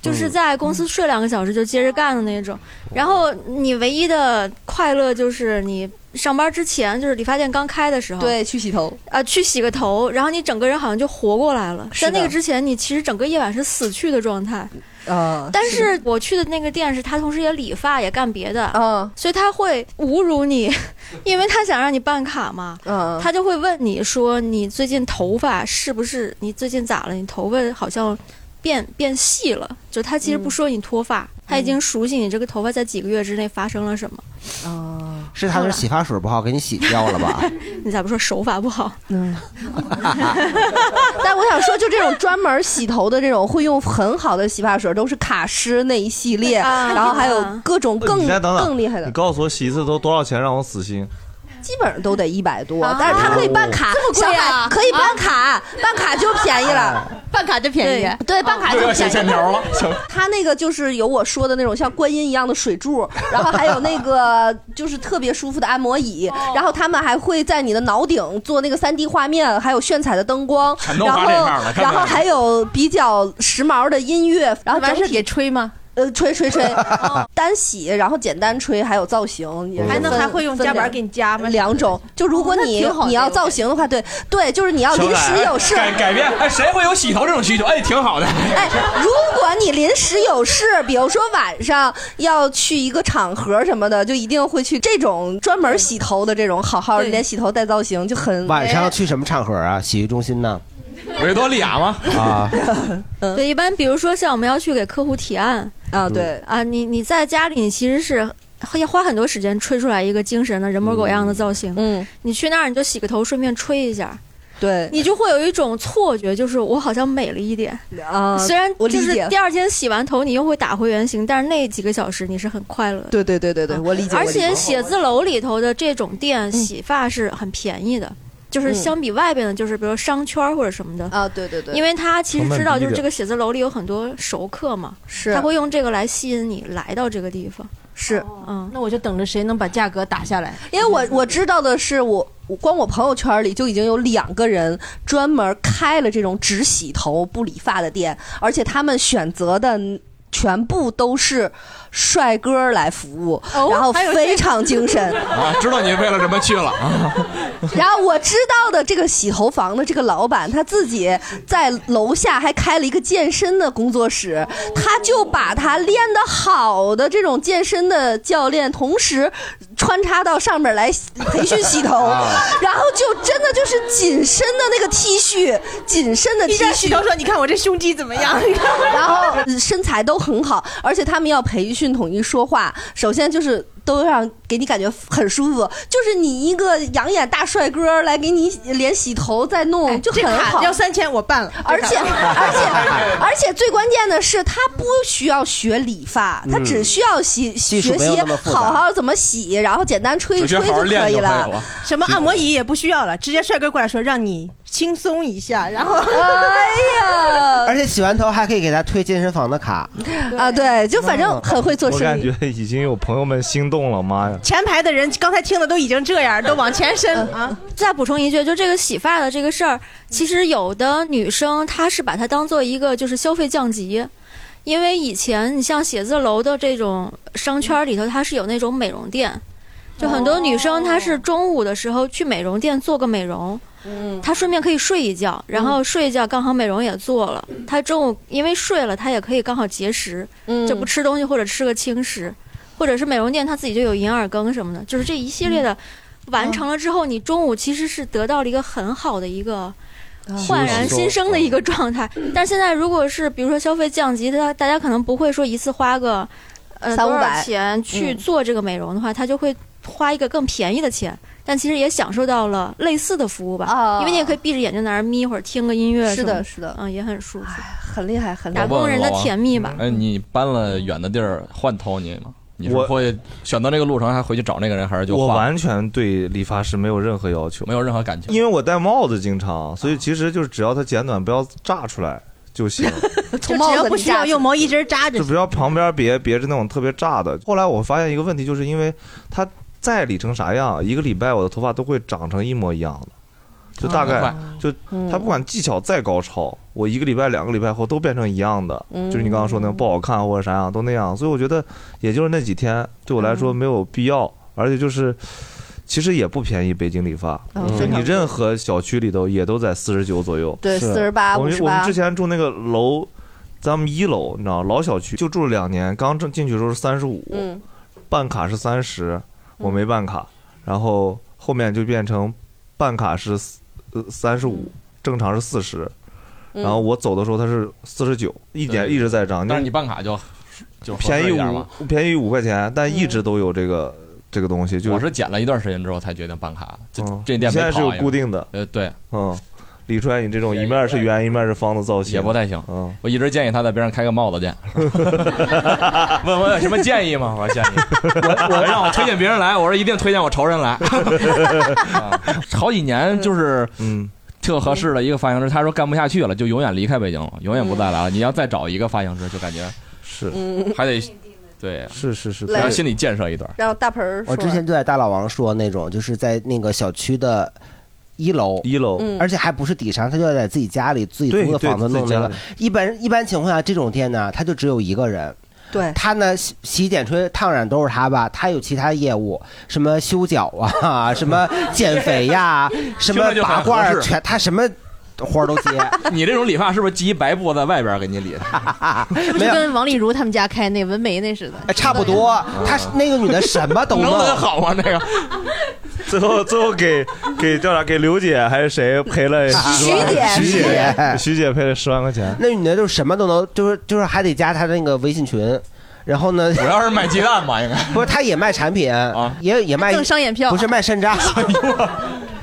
W: 就是在公司睡两个小时就接着干的那种，然后你唯一的快乐就是你上班之前，就是理发店刚开的时候，
A: 对，去洗头
W: 啊，去洗个头，然后你整个人好像就活过来了。在那个之前，你其实整个夜晚是死去的状态。
A: 啊
W: 但是我去的那个店是他同时也理发也干别的，
A: 嗯，
W: 所以他会侮辱你， 因为他想让你办卡嘛，
A: 嗯，
W: 他就会问你说你最近头发是不是你最近咋了？你头发好像变变细了，就他其实不说你脱发，他已经熟悉你这个头发在几个月之内发生了什么。
B: 是他那洗发水不好，给你洗掉了吧？
W: 你咋不说手法不好？
A: 嗯，
B: 啊
A: 但我想说，就这种专门洗头的这种，会用很好的洗发水，都是卡诗那一系列，
W: 啊
A: 然后还有各种更
D: 你再等等，
A: 更厉害的
D: 你，告诉我洗一次头多少钱，让我死心。
A: 基本上都得一百
W: 啊
A: 多，但是它可以办卡，
W: 这么
A: 小
W: 贵啊
A: 海可以办卡，办卡就便宜
I: 啊
A: 了，
W: 办卡就
A: 便宜，对，办卡就
C: 又要写
A: 便宜
C: 欠条了，行。
A: 它那个就是有我说的那种像观音一样的水 柱，然后还有那个 就是特别舒服的按摩
T: 哦
A: 椅，然后他们还会在你的脑顶做那个三 D 画面，还有炫彩的灯光，
T: 全都
A: 然
T: 发
A: 后
T: 这面了看看
A: 然后还有比较时髦的音乐，然后完事给
W: 吹吗？
A: 呃，吹吹吹，单洗，然后简单吹，还有造型，也是
E: 哦还能
A: 分
E: 还会用
A: 分
E: 夹板
A: 两
E: 给你夹吗
A: 两种，就如果
E: 哦那
A: 你、
E: 挺好
A: 你
E: 的
A: 要造型的话，对对，就是你要临时有事，
C: 改改变，哎，谁会有洗头这种需求？哎，挺好的。
A: 哎，如果你临时有事，比如说晚上要去一个场合什么的，就一定会去这种专门洗头的这种，好好连洗头带造型就很哎
B: 晚上去什么场合啊？洗浴中心呢？
C: 维多利亚吗？
B: 啊，
W: 对，一般比如说像我们要去给客户提案
A: 嗯啊对
W: 啊，你你在家里你其实是。要花很多时间吹出来一个精神的人模狗样的造型。
A: 嗯，
W: 你去那儿你就洗个头，顺便吹一下，
A: 对
W: 你就会有一种错觉，就是我好像美了一点。
A: 啊
W: 虽然
A: 我
W: 就
A: 理
W: 是
A: 解
W: 第二天洗完头你又会打回原形，但是那几个小时你是很快乐的。
A: 对对对对对，我理解。我
W: 而
A: 嗯理解
W: 且写字楼里头的这种店洗发是很便宜的，就是相比外边的，就是比如商圈或者什么的
A: 嗯啊，对对对
W: 因为他其实知
A: 成本
W: 道
A: 低
W: 就是
A: 点
W: 这个写字楼里有很多熟客嘛，
A: 是
W: 他会用这个 来吸引你来到这个地方。
A: 是，
W: 嗯，
E: 哦那我就等着谁能把价格打下来。
A: 因为我我知道的是我。我光我朋友圈里就已经有两个人专门开了这种只洗头不理发的店，而且他们选择的全部都是帅哥来服务，
E: 哦
A: 然后非常 精神。
C: 啊，知道你为了什么去了啊？
A: 然后我知道的这个洗头房的这个老板，他自己在楼下还开了一个健身的工作室，他就把他练得好的这种健身的教练，同时穿插到上面来培训洗头
E: 啊，
A: 然后就真的就是紧身的那个 T 恤，紧身的 T
E: 一边洗
A: 恤
E: 头。说：“你看我这胸肌怎么样？”你看，
A: 然后身材都很好，而且他们要培训统一说话，首先就是都让给你感觉很舒服，就是你一个养眼大帅哥来给你连洗头再弄、就
E: 哎这
A: 很好
E: 卡。要三千，我办了。
A: 而且，而且，而且最关键的是，他不需要学理发，他
E: 嗯
A: 只需要洗
E: 技
A: 学
E: 术没有
A: 习
E: 那么复杂
A: 好好怎么洗，然后简单吹一
E: 只需要
A: 吹
E: 好好练
A: 可以
E: 就可以
A: 了
E: 了。嗯什么按摩椅也不需要了，直接帅哥过来说让你轻松一下，然后
A: 哎 呀，
E: 呃
B: 而且洗完头还可以给他推健身房的卡。
A: 啊，对，就反
C: 嗯
A: 正很会做
D: 嗯我
A: 生
D: 感
A: 意。
D: 觉已经有朋友们心动了，妈呀！
E: 前排的人刚才听的都已经
A: 哎
E: 这样，都往前伸啊。
W: 再补充一句，就这个洗发的这个事儿，其实有的女生她是把它当做一个就是消费降级，因为以前你像写字楼的这种商圈里头，它是有那种美容店，就很多女生她是中午的时候去美容店做个美容。
A: 嗯
W: 她顺便可以睡一觉，然后睡一觉刚好美容也做了。她中午因为睡了，她也可以刚好节食，
A: 嗯
W: 就不吃东西或者吃个轻食，或者是美容店她自己就有银耳羹什么的，就是这一系
A: 嗯
W: 列的完成了之后，你中午其实是得到了一个很好的一个。
A: 啊
W: 焕然新生的一个状态，
A: 嗯
W: 但是现在如果是比如说消费降级，大大家可能不会说一次花个呃
A: 三
W: 多
A: 五百
W: 少钱去
A: 嗯
W: 做这个美容的话，他就会花一个更便宜的钱，但其实也享受到了类似的服务吧，因为你也可以闭着眼睛在那儿眯一会儿，听个音乐
A: 哦是
W: 什么，
A: 的是的哎
W: 嗯，也很舒服，
A: 很厉害，很
W: 打工人的甜蜜吧。
C: 哎，你搬了远的地儿换头你吗？你是会选择这个路程还回去找那个人，还是就
D: 我
C: 换
D: 完全对理发师没有任何要求，没
C: 有任何感情，
D: 因为我戴帽子经常，所以其实就是只要它剪短，不要炸出来 就行。
E: 就只要不需要用毛一针扎着
D: 就，不要旁边别别是那种特别炸的。后来我发现一个问题，就是因为它再理成啥样，一个礼拜我的头发都会长成一模一样的，就大概、
C: 啊
D: 就它不管技巧再高超，我一个礼拜、两个礼拜后都变成一样的，
C: 嗯
D: 就是你刚刚说那个不好看或者啥样都那样。所以我觉得也就是那几天对我来说没有必要，而且就是。其实也不便宜，北京理发，
A: 嗯
D: 就你任何小区里头也都在四十九左右，
A: 对是48
D: 我们
A: 58
D: 我们之前住那个楼咱们一楼你知道老小区就住了两年，刚正进去的时候是三十五，
A: 嗯，
D: 办卡是三十，我没办卡，然后后面就变成办卡是呃三十五，正常是四十，
C: 嗯
D: 然后我走的时候它是四十九，一点一直在涨，
C: 但
D: 就是
C: 你办卡就就合
D: 便
C: 适
D: 宜
C: 一点嘛。
D: 五便宜五块钱，但一直都有这个这个东西，就
C: 我是减了一段时间之后才决定办卡，这
D: 嗯
C: 这店
D: 现在
C: 没
D: 是
C: 跑
D: 有
C: 呀
D: 固定的，
C: 呃，对，
D: 嗯，李川，你这种一面是圆一面是方的造型
C: 也不太行。
D: 嗯，
C: 我一直建议他在边上开个帽 子店， 问我有什么建议吗？我说建 议，我我让我推荐别人来，我说一定推荐我仇人来。 啊好几年就是
D: 嗯。
C: 特合适的一个发型师，他说干不下去了，就永远离开北京了，永远不再来了。你要再找一个发型师，就感觉
D: 是
A: 嗯
C: 还得对，
D: 是是是
A: 来
C: 要心理建设一段。
A: 然后大盆儿说
B: 我之前就在大老王说那种，就是在那个小区的一楼，
D: 一楼
A: 嗯
B: 而且还不是底商，他就在自己家里自己
D: 对
B: 租的
D: 对
B: 房子
D: 自己
B: 弄那
D: 家
B: 个
D: 里。
B: 一般一般情况下，这种店呢，他就只有一个人。
A: 对
B: 他呢，洗洗剪吹、烫染都是他吧，他有其他业务，什么修脚啊，什么减肥呀、 什么
C: 听着就
B: 拔
C: 很
B: 罐
C: 合
B: 儿，
C: 适
B: 全他什么活儿都 接。
C: 你这种理发是不是系一白布在外边给你理的？
E: 是不是就跟王丽茹他们家开那纹眉那似
A: 哎
C: 哎
E: 的？
B: 差不多，她是那个女的什么都
D: 能
B: 弄
D: 问好吗？
C: 那啊个
D: 最后最后给给叫啥？给刘姐还是谁赔了
B: 徐
D: 10万
B: 姐
D: 徐
B: 徐姐
D: 姐，徐姐赔了十万块钱。
B: 那女的就是什么都能，就是就是还得加她的那个微信群。然后呢？主
C: 要是卖鸡蛋吧，应该
B: 不是，她也卖产品，
C: 啊
B: 也也卖
E: 还赠商演票
B: 不是卖山 楂，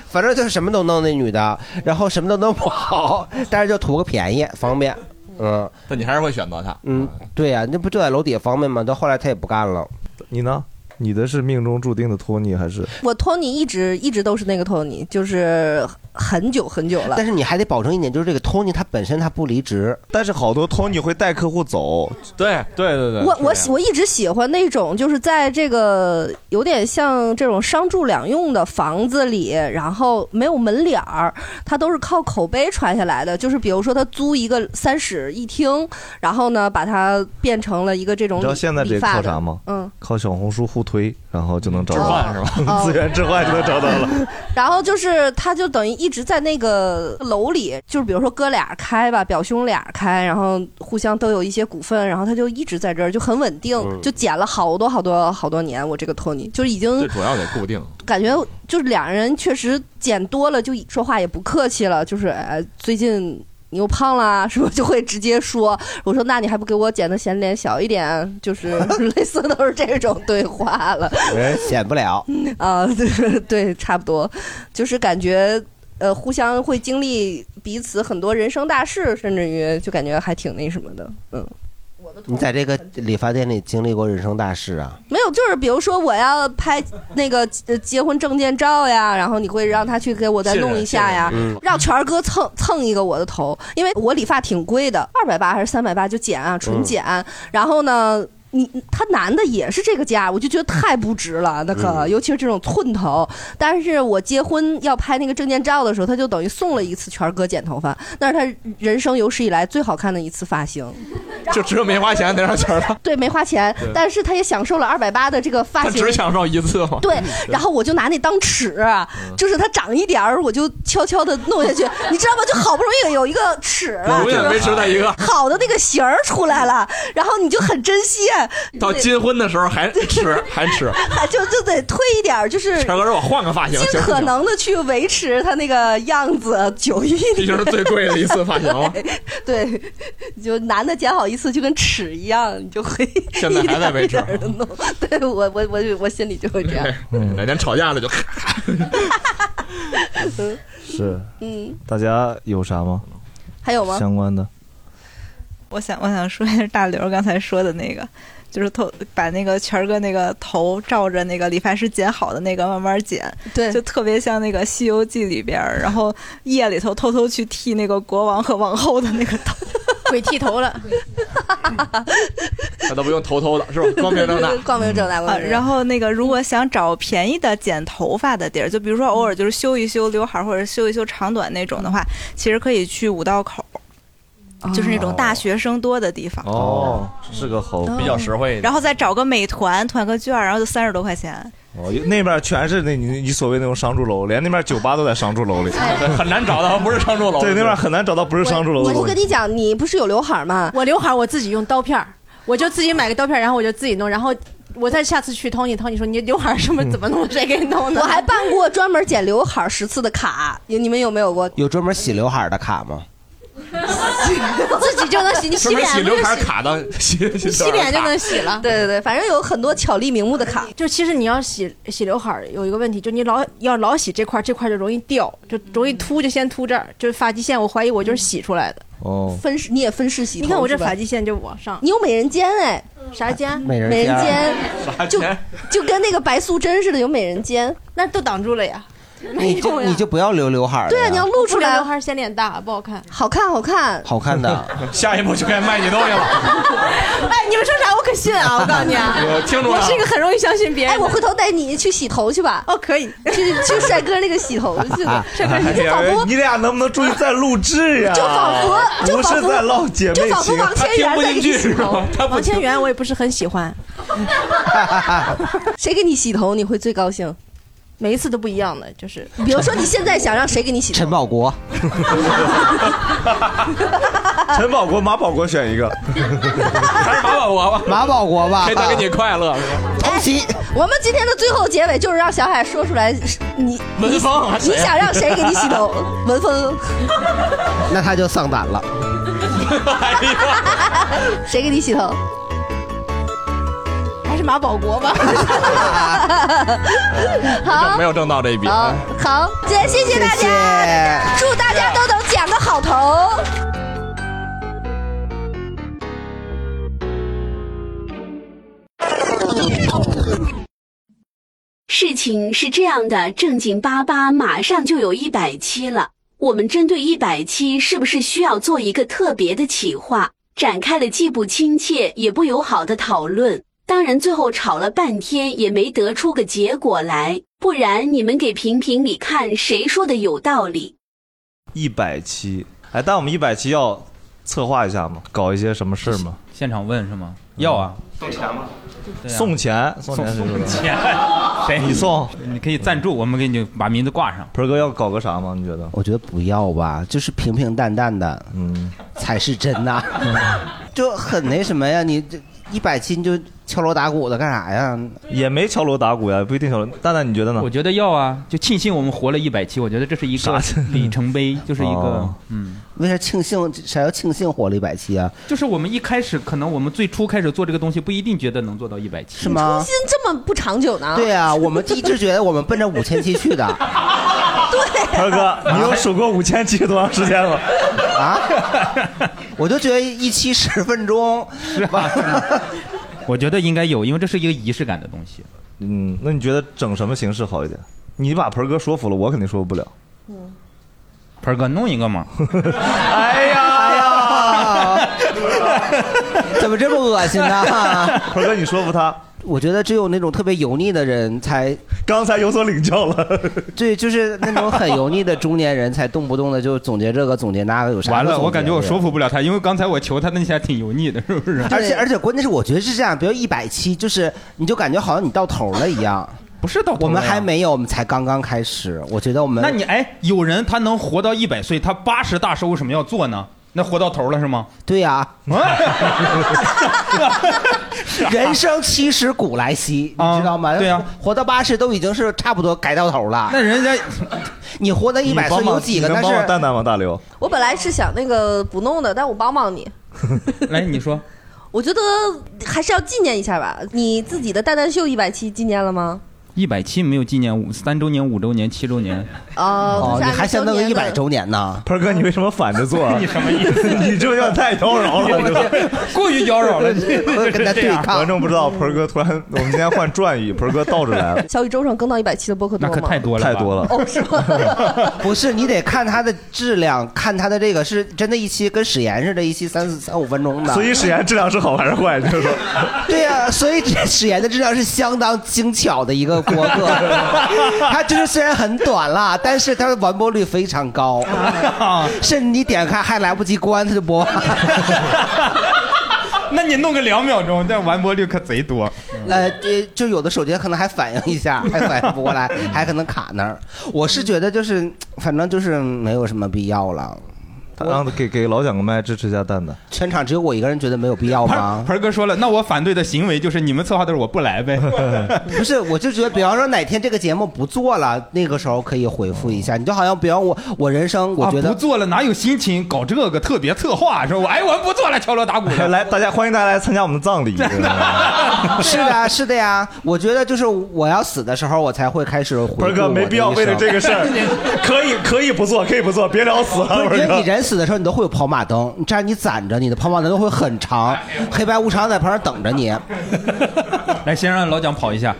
B: 反正就是什么都弄那女的，然后什么都弄不好，但是就图个便宜方便，嗯。
C: 但你还是会选择他。
B: 嗯，对呀、那不就在楼底下方便吗？到后来她也不干了。
D: 你呢？你的是命中注定的托尼还是？
A: 我托尼一直一直都是那个托尼，就是很久很久了。
B: 但是你还得保证一点，就是这个 Tony 他本身他不离职，
D: 但是 好多 Tony 会带客户走。
C: 对对对对
A: 我我喜我一直喜欢那种，就是在这个有点像这种商住两用的房子里，然后没有门脸儿，它都是靠口碑传下来的。就是比如说，他租一个三室一厅，然后呢，把它变成了一个这种
D: 你知道现在
A: 理
D: 这
A: 发
D: 靠
A: 的
D: 啥吗？
A: 嗯，
D: 靠小红书互推，然后就能找到。
A: 置换是吧
D: 资源置换就能找到了。
A: 哦嗯 然后就是，他就等于一直在那个楼里，就是比如说哥俩开吧，表兄俩开，然后互相都有一些股份，然后他就一直在这儿，就很稳定，
C: 嗯
A: 就减了好多好多好多年。我这个托尼就是已经
C: 最主要得固定。
A: 感觉就是俩人确实减多了，就说话也不客气了，就是哎，最近你又胖啦，是不是就会直接说？我说那你还不给我减的显脸小一点，就是 类似都是这种对话了。
D: 哎
B: 人显不了。
A: 啊，对对，差不多，就是感觉呃，互相会经历彼此很多人生大事，甚至于就感觉还挺那什么的，嗯。
B: 你在这个理发店里经历过人生大事啊？
A: 没有，就是比如说我要拍那个呃结婚证件照呀，然后你会让他去给我再
B: 信任
A: 弄一下呀
B: 信任嗯，
A: 让全儿哥蹭蹭一个我的头，因为我理发挺贵的，二百八还是三百八就剪啊，纯剪。然后呢，你他男的也是这个价，我就觉得太不值了，那可、
T: 嗯
A: 尤其是这种寸头。但是我结婚要拍那个证件照的时候，他就等于送了一次全儿哥剪头发，那是他人生有史以来最好看的一次发型。
C: 就只有没花钱得让钱了，
A: 对，没花钱
C: 对，
A: 但是他也享受了二百八的这个发
C: 他
A: 型。
C: 只享受一嗯次嘛。
A: 对，然后我就拿那当尺，
C: 嗯
A: 就是它长一点儿，我就悄悄的弄下 去，你知道吗？就好不容易有一个尺了，
C: 永远
A: 就是
C: 维持在一个
A: 好的那个形儿出来了，然后你就很珍惜，
C: 到金婚的时候还吃还吃，
A: 还 就就得退一点儿，就是
C: 全哥说我换个发型，
A: 尽
C: 行不
A: 可
C: 行？
A: 能的去维持它那个样子久一点。
C: 这就是最贵的一次发型了
A: 对，对，就男的剪好一次就跟尺一样，你就会
C: 现在还在维持
A: 一点儿一点儿地弄。 对我我我就我心里就会这样。
C: 哪天吵架了就咔。
A: 嗯
D: 是，
A: 嗯，
D: 大家有啥吗？
A: 还有吗？
D: 相关的，
J: 我想我想说一下大刘刚才说的那个，就是头把那个全儿哥那个头照着那个理发师剪好的那个慢慢剪，
A: 对，，
J: 就特别像那个《西游记》里边儿，然后夜里头偷偷去剃那个国王和王后的那个头，
E: 鬼剃头了。
C: 那都不用偷偷的，是吧？ 光明正大
A: 光明正大光明正大
J: 啊然后那个，如果想找便宜的剪头发的地儿，就比如说偶尔就是修一修刘海儿或者修一修长短那种的话，
A: 嗯
J: 其实可以去五道口，
A: 哦
J: 就是那种大学生多的地方。
D: 哦，是个猴，
A: 嗯
J: 哦然后再找个美团团个券儿，然后就三十多块钱。
D: 哦，那边全是那你你所谓那种商住楼，连那边酒吧都在商住楼里，
C: 很难找到不是商住楼
D: 对，那边很难找到不是商住楼的
A: 哎我
D: 东
A: 就
D: 西。
A: 跟你讲，你不是有刘海儿吗？
E: 我刘海儿我自己用刀片儿，我就自己买个刀片儿，然后我就自己弄，然后我再下次去 Tony Tony 说你刘海儿什么怎么弄，谁给你弄的？
A: 我还办过专门剪刘海儿 十次的卡，你你们有没有过？
B: 有专门洗刘海儿的卡吗？
A: 自己就能洗，你洗
C: 专门
A: 脸
C: 洗
A: 不
C: 刘
A: 就
C: 海
A: 洗
C: 卡到洗洗
A: 洗脸就能洗
E: 了。
A: 对对对，反正有很多巧立名目的卡。
E: 就其实你要洗洗刘海儿有一个问题，就你老要老洗这块儿，这块儿就容易掉，就容易
A: 嗯
E: 秃，就先秃这儿，就是发际线，我怀疑我就是洗出来的。
D: 哦，。
A: 嗯分饰你也分饰洗头
E: 你看我这
A: 是吧
E: 发际线就往上，
A: 你有美人尖哎，
E: 啥尖？
B: 美人
A: 美人尖
B: 尖，
C: 就
A: 就跟那个白素贞似的，有美人尖，
E: 那都挡住了呀。
B: 你就你就不要留刘海儿了呀。
A: 对啊，你要露出来，
E: 刘海显脸大，不好看。
A: 好看，好看。
B: 好看的。
C: 下一步就该卖你东西了。
E: 哎，你们说啥我可信啊！我告诉你啊
C: 我，听出来
E: 我
C: 了
E: 是一个很容易相信别人。
A: 哎，我回头带你去洗头去吧。
E: 哦，可以，
A: 去去帅哥那个洗头去吧帅哥，你就仿
D: 啊哎
A: 佛
D: 呀你俩能不能注意在录制呀？
A: 就仿佛就
D: 不
A: 仿
D: 是
A: 佛
D: 在唠姐妹
A: 就仿佛
D: 情，啊
A: 王千源在给你洗头，
E: 王千源我也不是很喜欢，
A: 谁给你洗头你会最高兴？
E: 每一次都不一样的，就是
A: 比如说你现在想让谁给你洗头？
B: 陈宝国，
D: 陈宝国、马保国选一个，
C: 还是马保国吧，
B: 马保国吧
C: 可以带给你 快乐。是吧
B: 同席。
A: 我们今天的最后结尾就是让小海说出来，你
C: 文峰啊
A: 你
C: 谁啊
A: 想让谁给你洗头？文 峰，
B: 那他就丧胆了。
A: 谁给你洗头？
E: 还是马保国 吧。
A: 好
C: 没，有挣到这一笔。
A: 好，好，今天谢谢大家，祝大家都能剪个好头。
B: 啊
T: 事情是这样的，正经八八马上就有一百期了，我们针对一百期是不是需要做一个特别的企划？展开了既不亲切也不友好的讨论，当然最后吵了半天也没得出个结果来。不然你们给评评理，看谁说的有道理？
D: 一百期，哎，但我们一百期要策划一下嘛，搞一些什么事儿吗？
R: 现场问是吗？要啊，
D: 送钱吗？
R: 对啊
D: 送钱，送钱，
R: 送 钱， 谁
D: 你送？
R: 你可以赞助，我们给你把名字挂上。
D: 鹏哥要搞个啥吗？你觉得？
B: 我觉得不要吧，就是平平淡淡的，
D: 嗯，
B: 才是真 的，就很那什么呀？你这一百期你就敲锣打鼓的干啥呀？
D: 也没敲锣打鼓呀，不一定敲锣。蛋蛋，你觉得呢？
R: 我觉得要啊，就庆幸我们活了一百期，我觉得这是一个里程碑，就是一个
B: 哦
R: 嗯，
B: 为啥庆幸？啥叫庆幸活了一百期啊？
R: 就是我们一开始可能我们最初开始做这个东西不一定觉得能做到一百期，
B: 是吗
A: 心这么不长久呢？
B: 对呀、我们一直觉得我们奔着五千期去的。
D: 鹏哥，你有数过五千期多长时间了？
B: 啊？我就觉得一期十分钟，
D: 啊
B: 是吧？
R: 我觉得应该有，因为这是一个仪式感的东西。
D: 嗯，那你觉得整什么形式好一点？你把鹏哥说服了，我肯定说服不了。
R: 鹏哥弄一个嘛，
D: 哎呀哎
B: 呀，怎么这么恶心呢？
D: 鹏哥，你说服他。
B: 我觉得只有那种特别油腻的人才，
D: 刚才有所领教了。
B: 对，就是那种很油腻的中年人才动不动的就总结这个总结那个，有啥？
R: 完了，我感觉我说。服不了他，因为刚才我求他那些还挺油腻的，是不 是？
B: 而且而且关键是，我觉得是这样，比如一百期，就是你就感觉好像你到头了一样。
R: 不是到头
B: 我们
R: 了呀
B: 还没有，我们才刚刚开始。我觉得我们
R: 那你哎，有人他能活到一百岁，他八十大寿为什么要做呢？那活到头了是吗？
B: 对呀、
R: 啊
B: 人生七十古来稀，
R: 啊
B: 你知道吗？对呀、活到八十都已经是差不多该到头了。
R: 那人家
B: 你活到一百岁有几个？
D: 你
B: 那
D: 帮我
B: 是
D: 蛋蛋吗？大刘，
A: 我本来是想那个不弄的，但我帮帮你。
R: 来，哎你说，
A: 我觉得还是要纪念一下吧。你自己的蛋蛋秀一百期纪念了吗？
R: 一百期没有纪念五三周年、五周年、七周年，
A: 哦，它是按周年的
B: 周年 呢？
D: 鹏哥，你为什么反 着做啊？
R: 你什么意思？
D: 你这有点太妖娆了，对吧？
R: 过于妖娆了你
D: 我
R: 跟他对抗
D: 观众不知道，鹏哥突然，我们今天换转语， 鹏哥倒着来 了。
A: 小宇宙上更到一百期的播客多吗？
R: 多了
D: 太多了。
A: 哦，是 吗？
B: 不是，你得看它的质量，看它的这个是真的，一期跟史岩似的，一期三四三五分钟的。
D: 所以史岩质量是好还是坏？就是说，
B: 对呀、所以这史岩的质量是相当精巧的一个播 客，它就是虽然很短啦，但是它的完播率非常 高，甚至你点开还来不及关，它就播完了。
R: 那你弄个两秒钟，这完播率可贼多。
B: 呃，这就有的手机可能还反应一 下，还反应不过来，还可能卡那儿。我是觉得就是，反正就是没有什么必要了。
D: 然后 给给老蒋个麦支持一下蛋蛋。
B: 全场只有我一个人觉得没有必要吗？
R: 盆儿哥说了，那我反对的行为就是你们策划的时候我不来呗。
B: 不是，我就觉得，比方说哪天这个节目不做了，那个时候可以回复一
D: 哦
B: 下。你就好像，比方我我人生，我觉得、
R: 啊不做了哪有心情搞这个特别策划？说我哎，我不做了，敲锣打鼓了。
D: 来，大家欢迎 大家来参加我们的葬礼。
B: 是的，是的呀。我觉得就是我要死的时候，我才会开始回
D: 盆
B: 顾
D: 儿哥
B: 我
D: 没
B: 的
D: 必要
B: 一
D: 为了
B: 生
D: 这个事 儿，可以可以不做，可以不做，别聊死 了。
B: 不
D: 盆
B: 是，
D: 儿
B: 因为
D: 哥
B: 你人死的时候，你都会有跑马灯，你这样你攒着，你的跑马灯都会很长，
D: 哎
B: 黑白无常在旁边等着你。
R: 来，先让老蒋跑一下。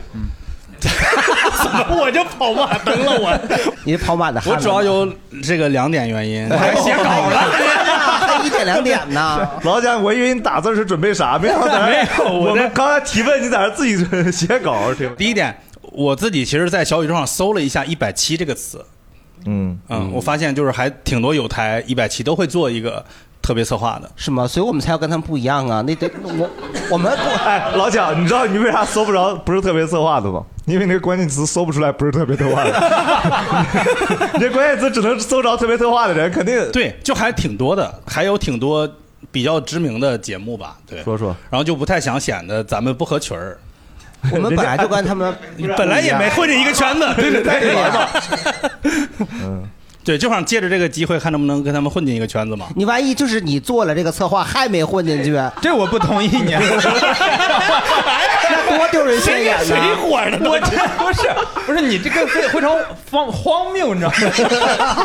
X: 怎么我就跑马灯了？我
B: 你跑马的
X: 我主要有这个两点原因。
D: 哎
B: 一点两点呢？
D: 老蒋，我以为你打字是准备啥，没想到咱
X: 没有我
D: 我
X: 这
D: 们刚才提问，你在这自己写稿。挺
X: 第一点，我自己其实，在小宇宙上搜了一下“一百七”这个词，
D: 嗯
X: 嗯，我发现就是还挺多有台一百七都会做一个特别策划的。
B: 是吗？所以我们才要跟他们不一样啊！那得我我们
D: 哎，老蒋，你知 道你为啥搜不着不是特别策划的吗？因为那个关键词搜不出来不是特别策划的，你这关键词只能搜着特别策划的人，肯定
X: 对，就还挺多的，还有挺多比较知名的节目吧。对，
D: 说 说，
X: 然后就不太想显得咱们不合群儿。
B: 我们本来就跟他们
X: 本来也没混这一个圈子，对对 对
B: 对呀
X: 嗯对，就想借着这个机会，看能不能跟他们混进一个圈子嘛。
B: 你万一就是你做了这个策划还没混进去，
R: 这我不同意你。啊
B: 那多丢人现眼呢！
R: 我这 不是不是你这个非非常荒荒谬，你知道 吗？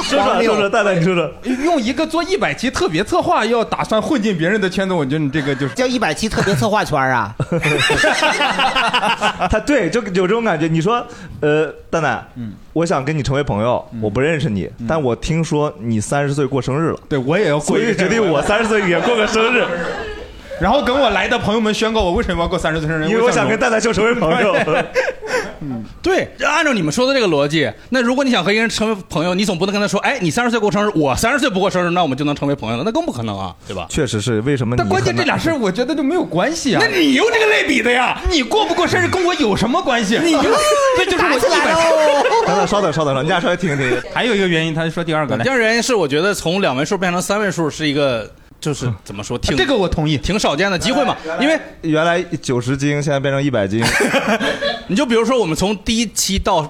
D: 说说说说蛋蛋，你 说说，
R: 用一个做一百期特别策划，要打算混进别人的圈子，我觉得你这个就是
B: 叫一百期特别策划圈啊。
D: 他对，就有这种感觉。你说，呃，蛋蛋，嗯，我想跟你成为朋友，
R: 嗯
D: 我不认识你，但我听说你三十岁过生日了，
R: 对我也要
D: 所以决定我三十岁也过个生日，
R: 然后跟我来的朋友们宣告我为什么要过三十岁生日，
D: 因为我想跟蛋蛋就成为朋友。
X: 对，按照你们说的这个逻辑，那如果你想和一个人成为朋友，你总不能跟他说，哎，你三十岁过生日，我三十岁不过生日，那我们就能成为朋友了，那更不可能啊，对吧？
D: 确实是，为什么？
R: 但关键这俩事儿，我觉得就没有 关系啊。
X: 那你用这个类比的呀？
R: 你过不过生日跟我有什么关系？啊
X: 你 用
R: 这就是
X: 打
R: 我
X: 起
R: 一
X: 来
R: 百
X: 喽
D: 等等，稍等，稍等，你俩稍微听听。
R: 还有一个原因，他说第二个来
X: 第。 二原因是，我觉得从两位数变成三位数是一个，就是怎么说，挺
R: 嗯啊这个我同意，
X: 挺少见的机会嘛。因为
D: 原来九十斤，现在变成一百斤。
X: 你就比如说，我们从第一期到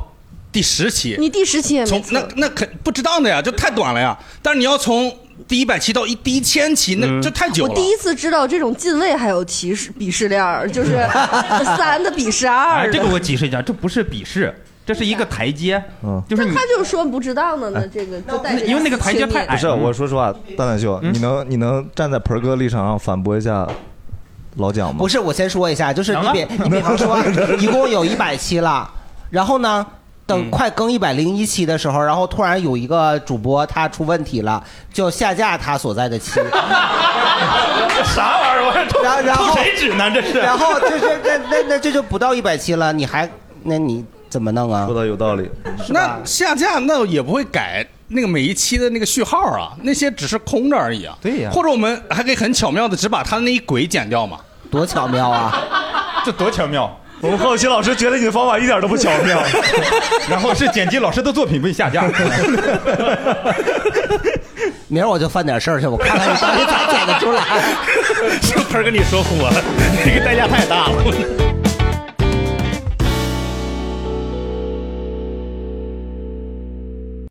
X: 第十期，
A: 你第十期也没
X: 从那那肯不值当的呀，这太短了呀。但是你要从第一百期到一第一千期，
R: 嗯
X: 那这太久
A: 我
X: 了。
A: 第一次知道这种进位还有歧视鄙视链儿，就是三的鄙视二
R: 哎，
A: 的。
R: 这个我解释一下，这不是鄙视，这是一个台阶，
D: 嗯
R: 就是你
A: 他就说不值当的呢，这个就带着
R: 因为那个台阶太矮
D: 不是，我说实话，蛋蛋秀，
R: 嗯
D: 你能你能站在盆儿哥立场上反驳一下老蒋吗？
B: 不是， 我先说一下，就是你
D: 能
B: 比
D: 啊
B: 你比方说， 一共有一百期了，然后呢，
R: 嗯
B: 等快更一百零一期的时候，然后突然有一个主播他出问题了，就下架他所在的期。
R: 啥玩意儿？我
B: 然后然 后
R: 呢？这
B: 然后就是那那那这就不到一百期了，你还那你怎么弄啊？说
D: 的有道理，
X: 那下架那也不会改那个每一期的那个序号啊，那些只是空着而已啊。
D: 对呀
X: 或者我们还可以很巧妙的只把他那一轨剪掉嘛。
B: 多巧妙 啊！
R: 这多巧妙！
D: 我们后期老师觉得你的方法一点都不巧 妙，
R: 然后是剪辑老师的作品被下架。
B: 明儿我就犯点事儿去，我看看 你到底咋剪得出来。
X: 是不是跟你说我，这个代价太大了。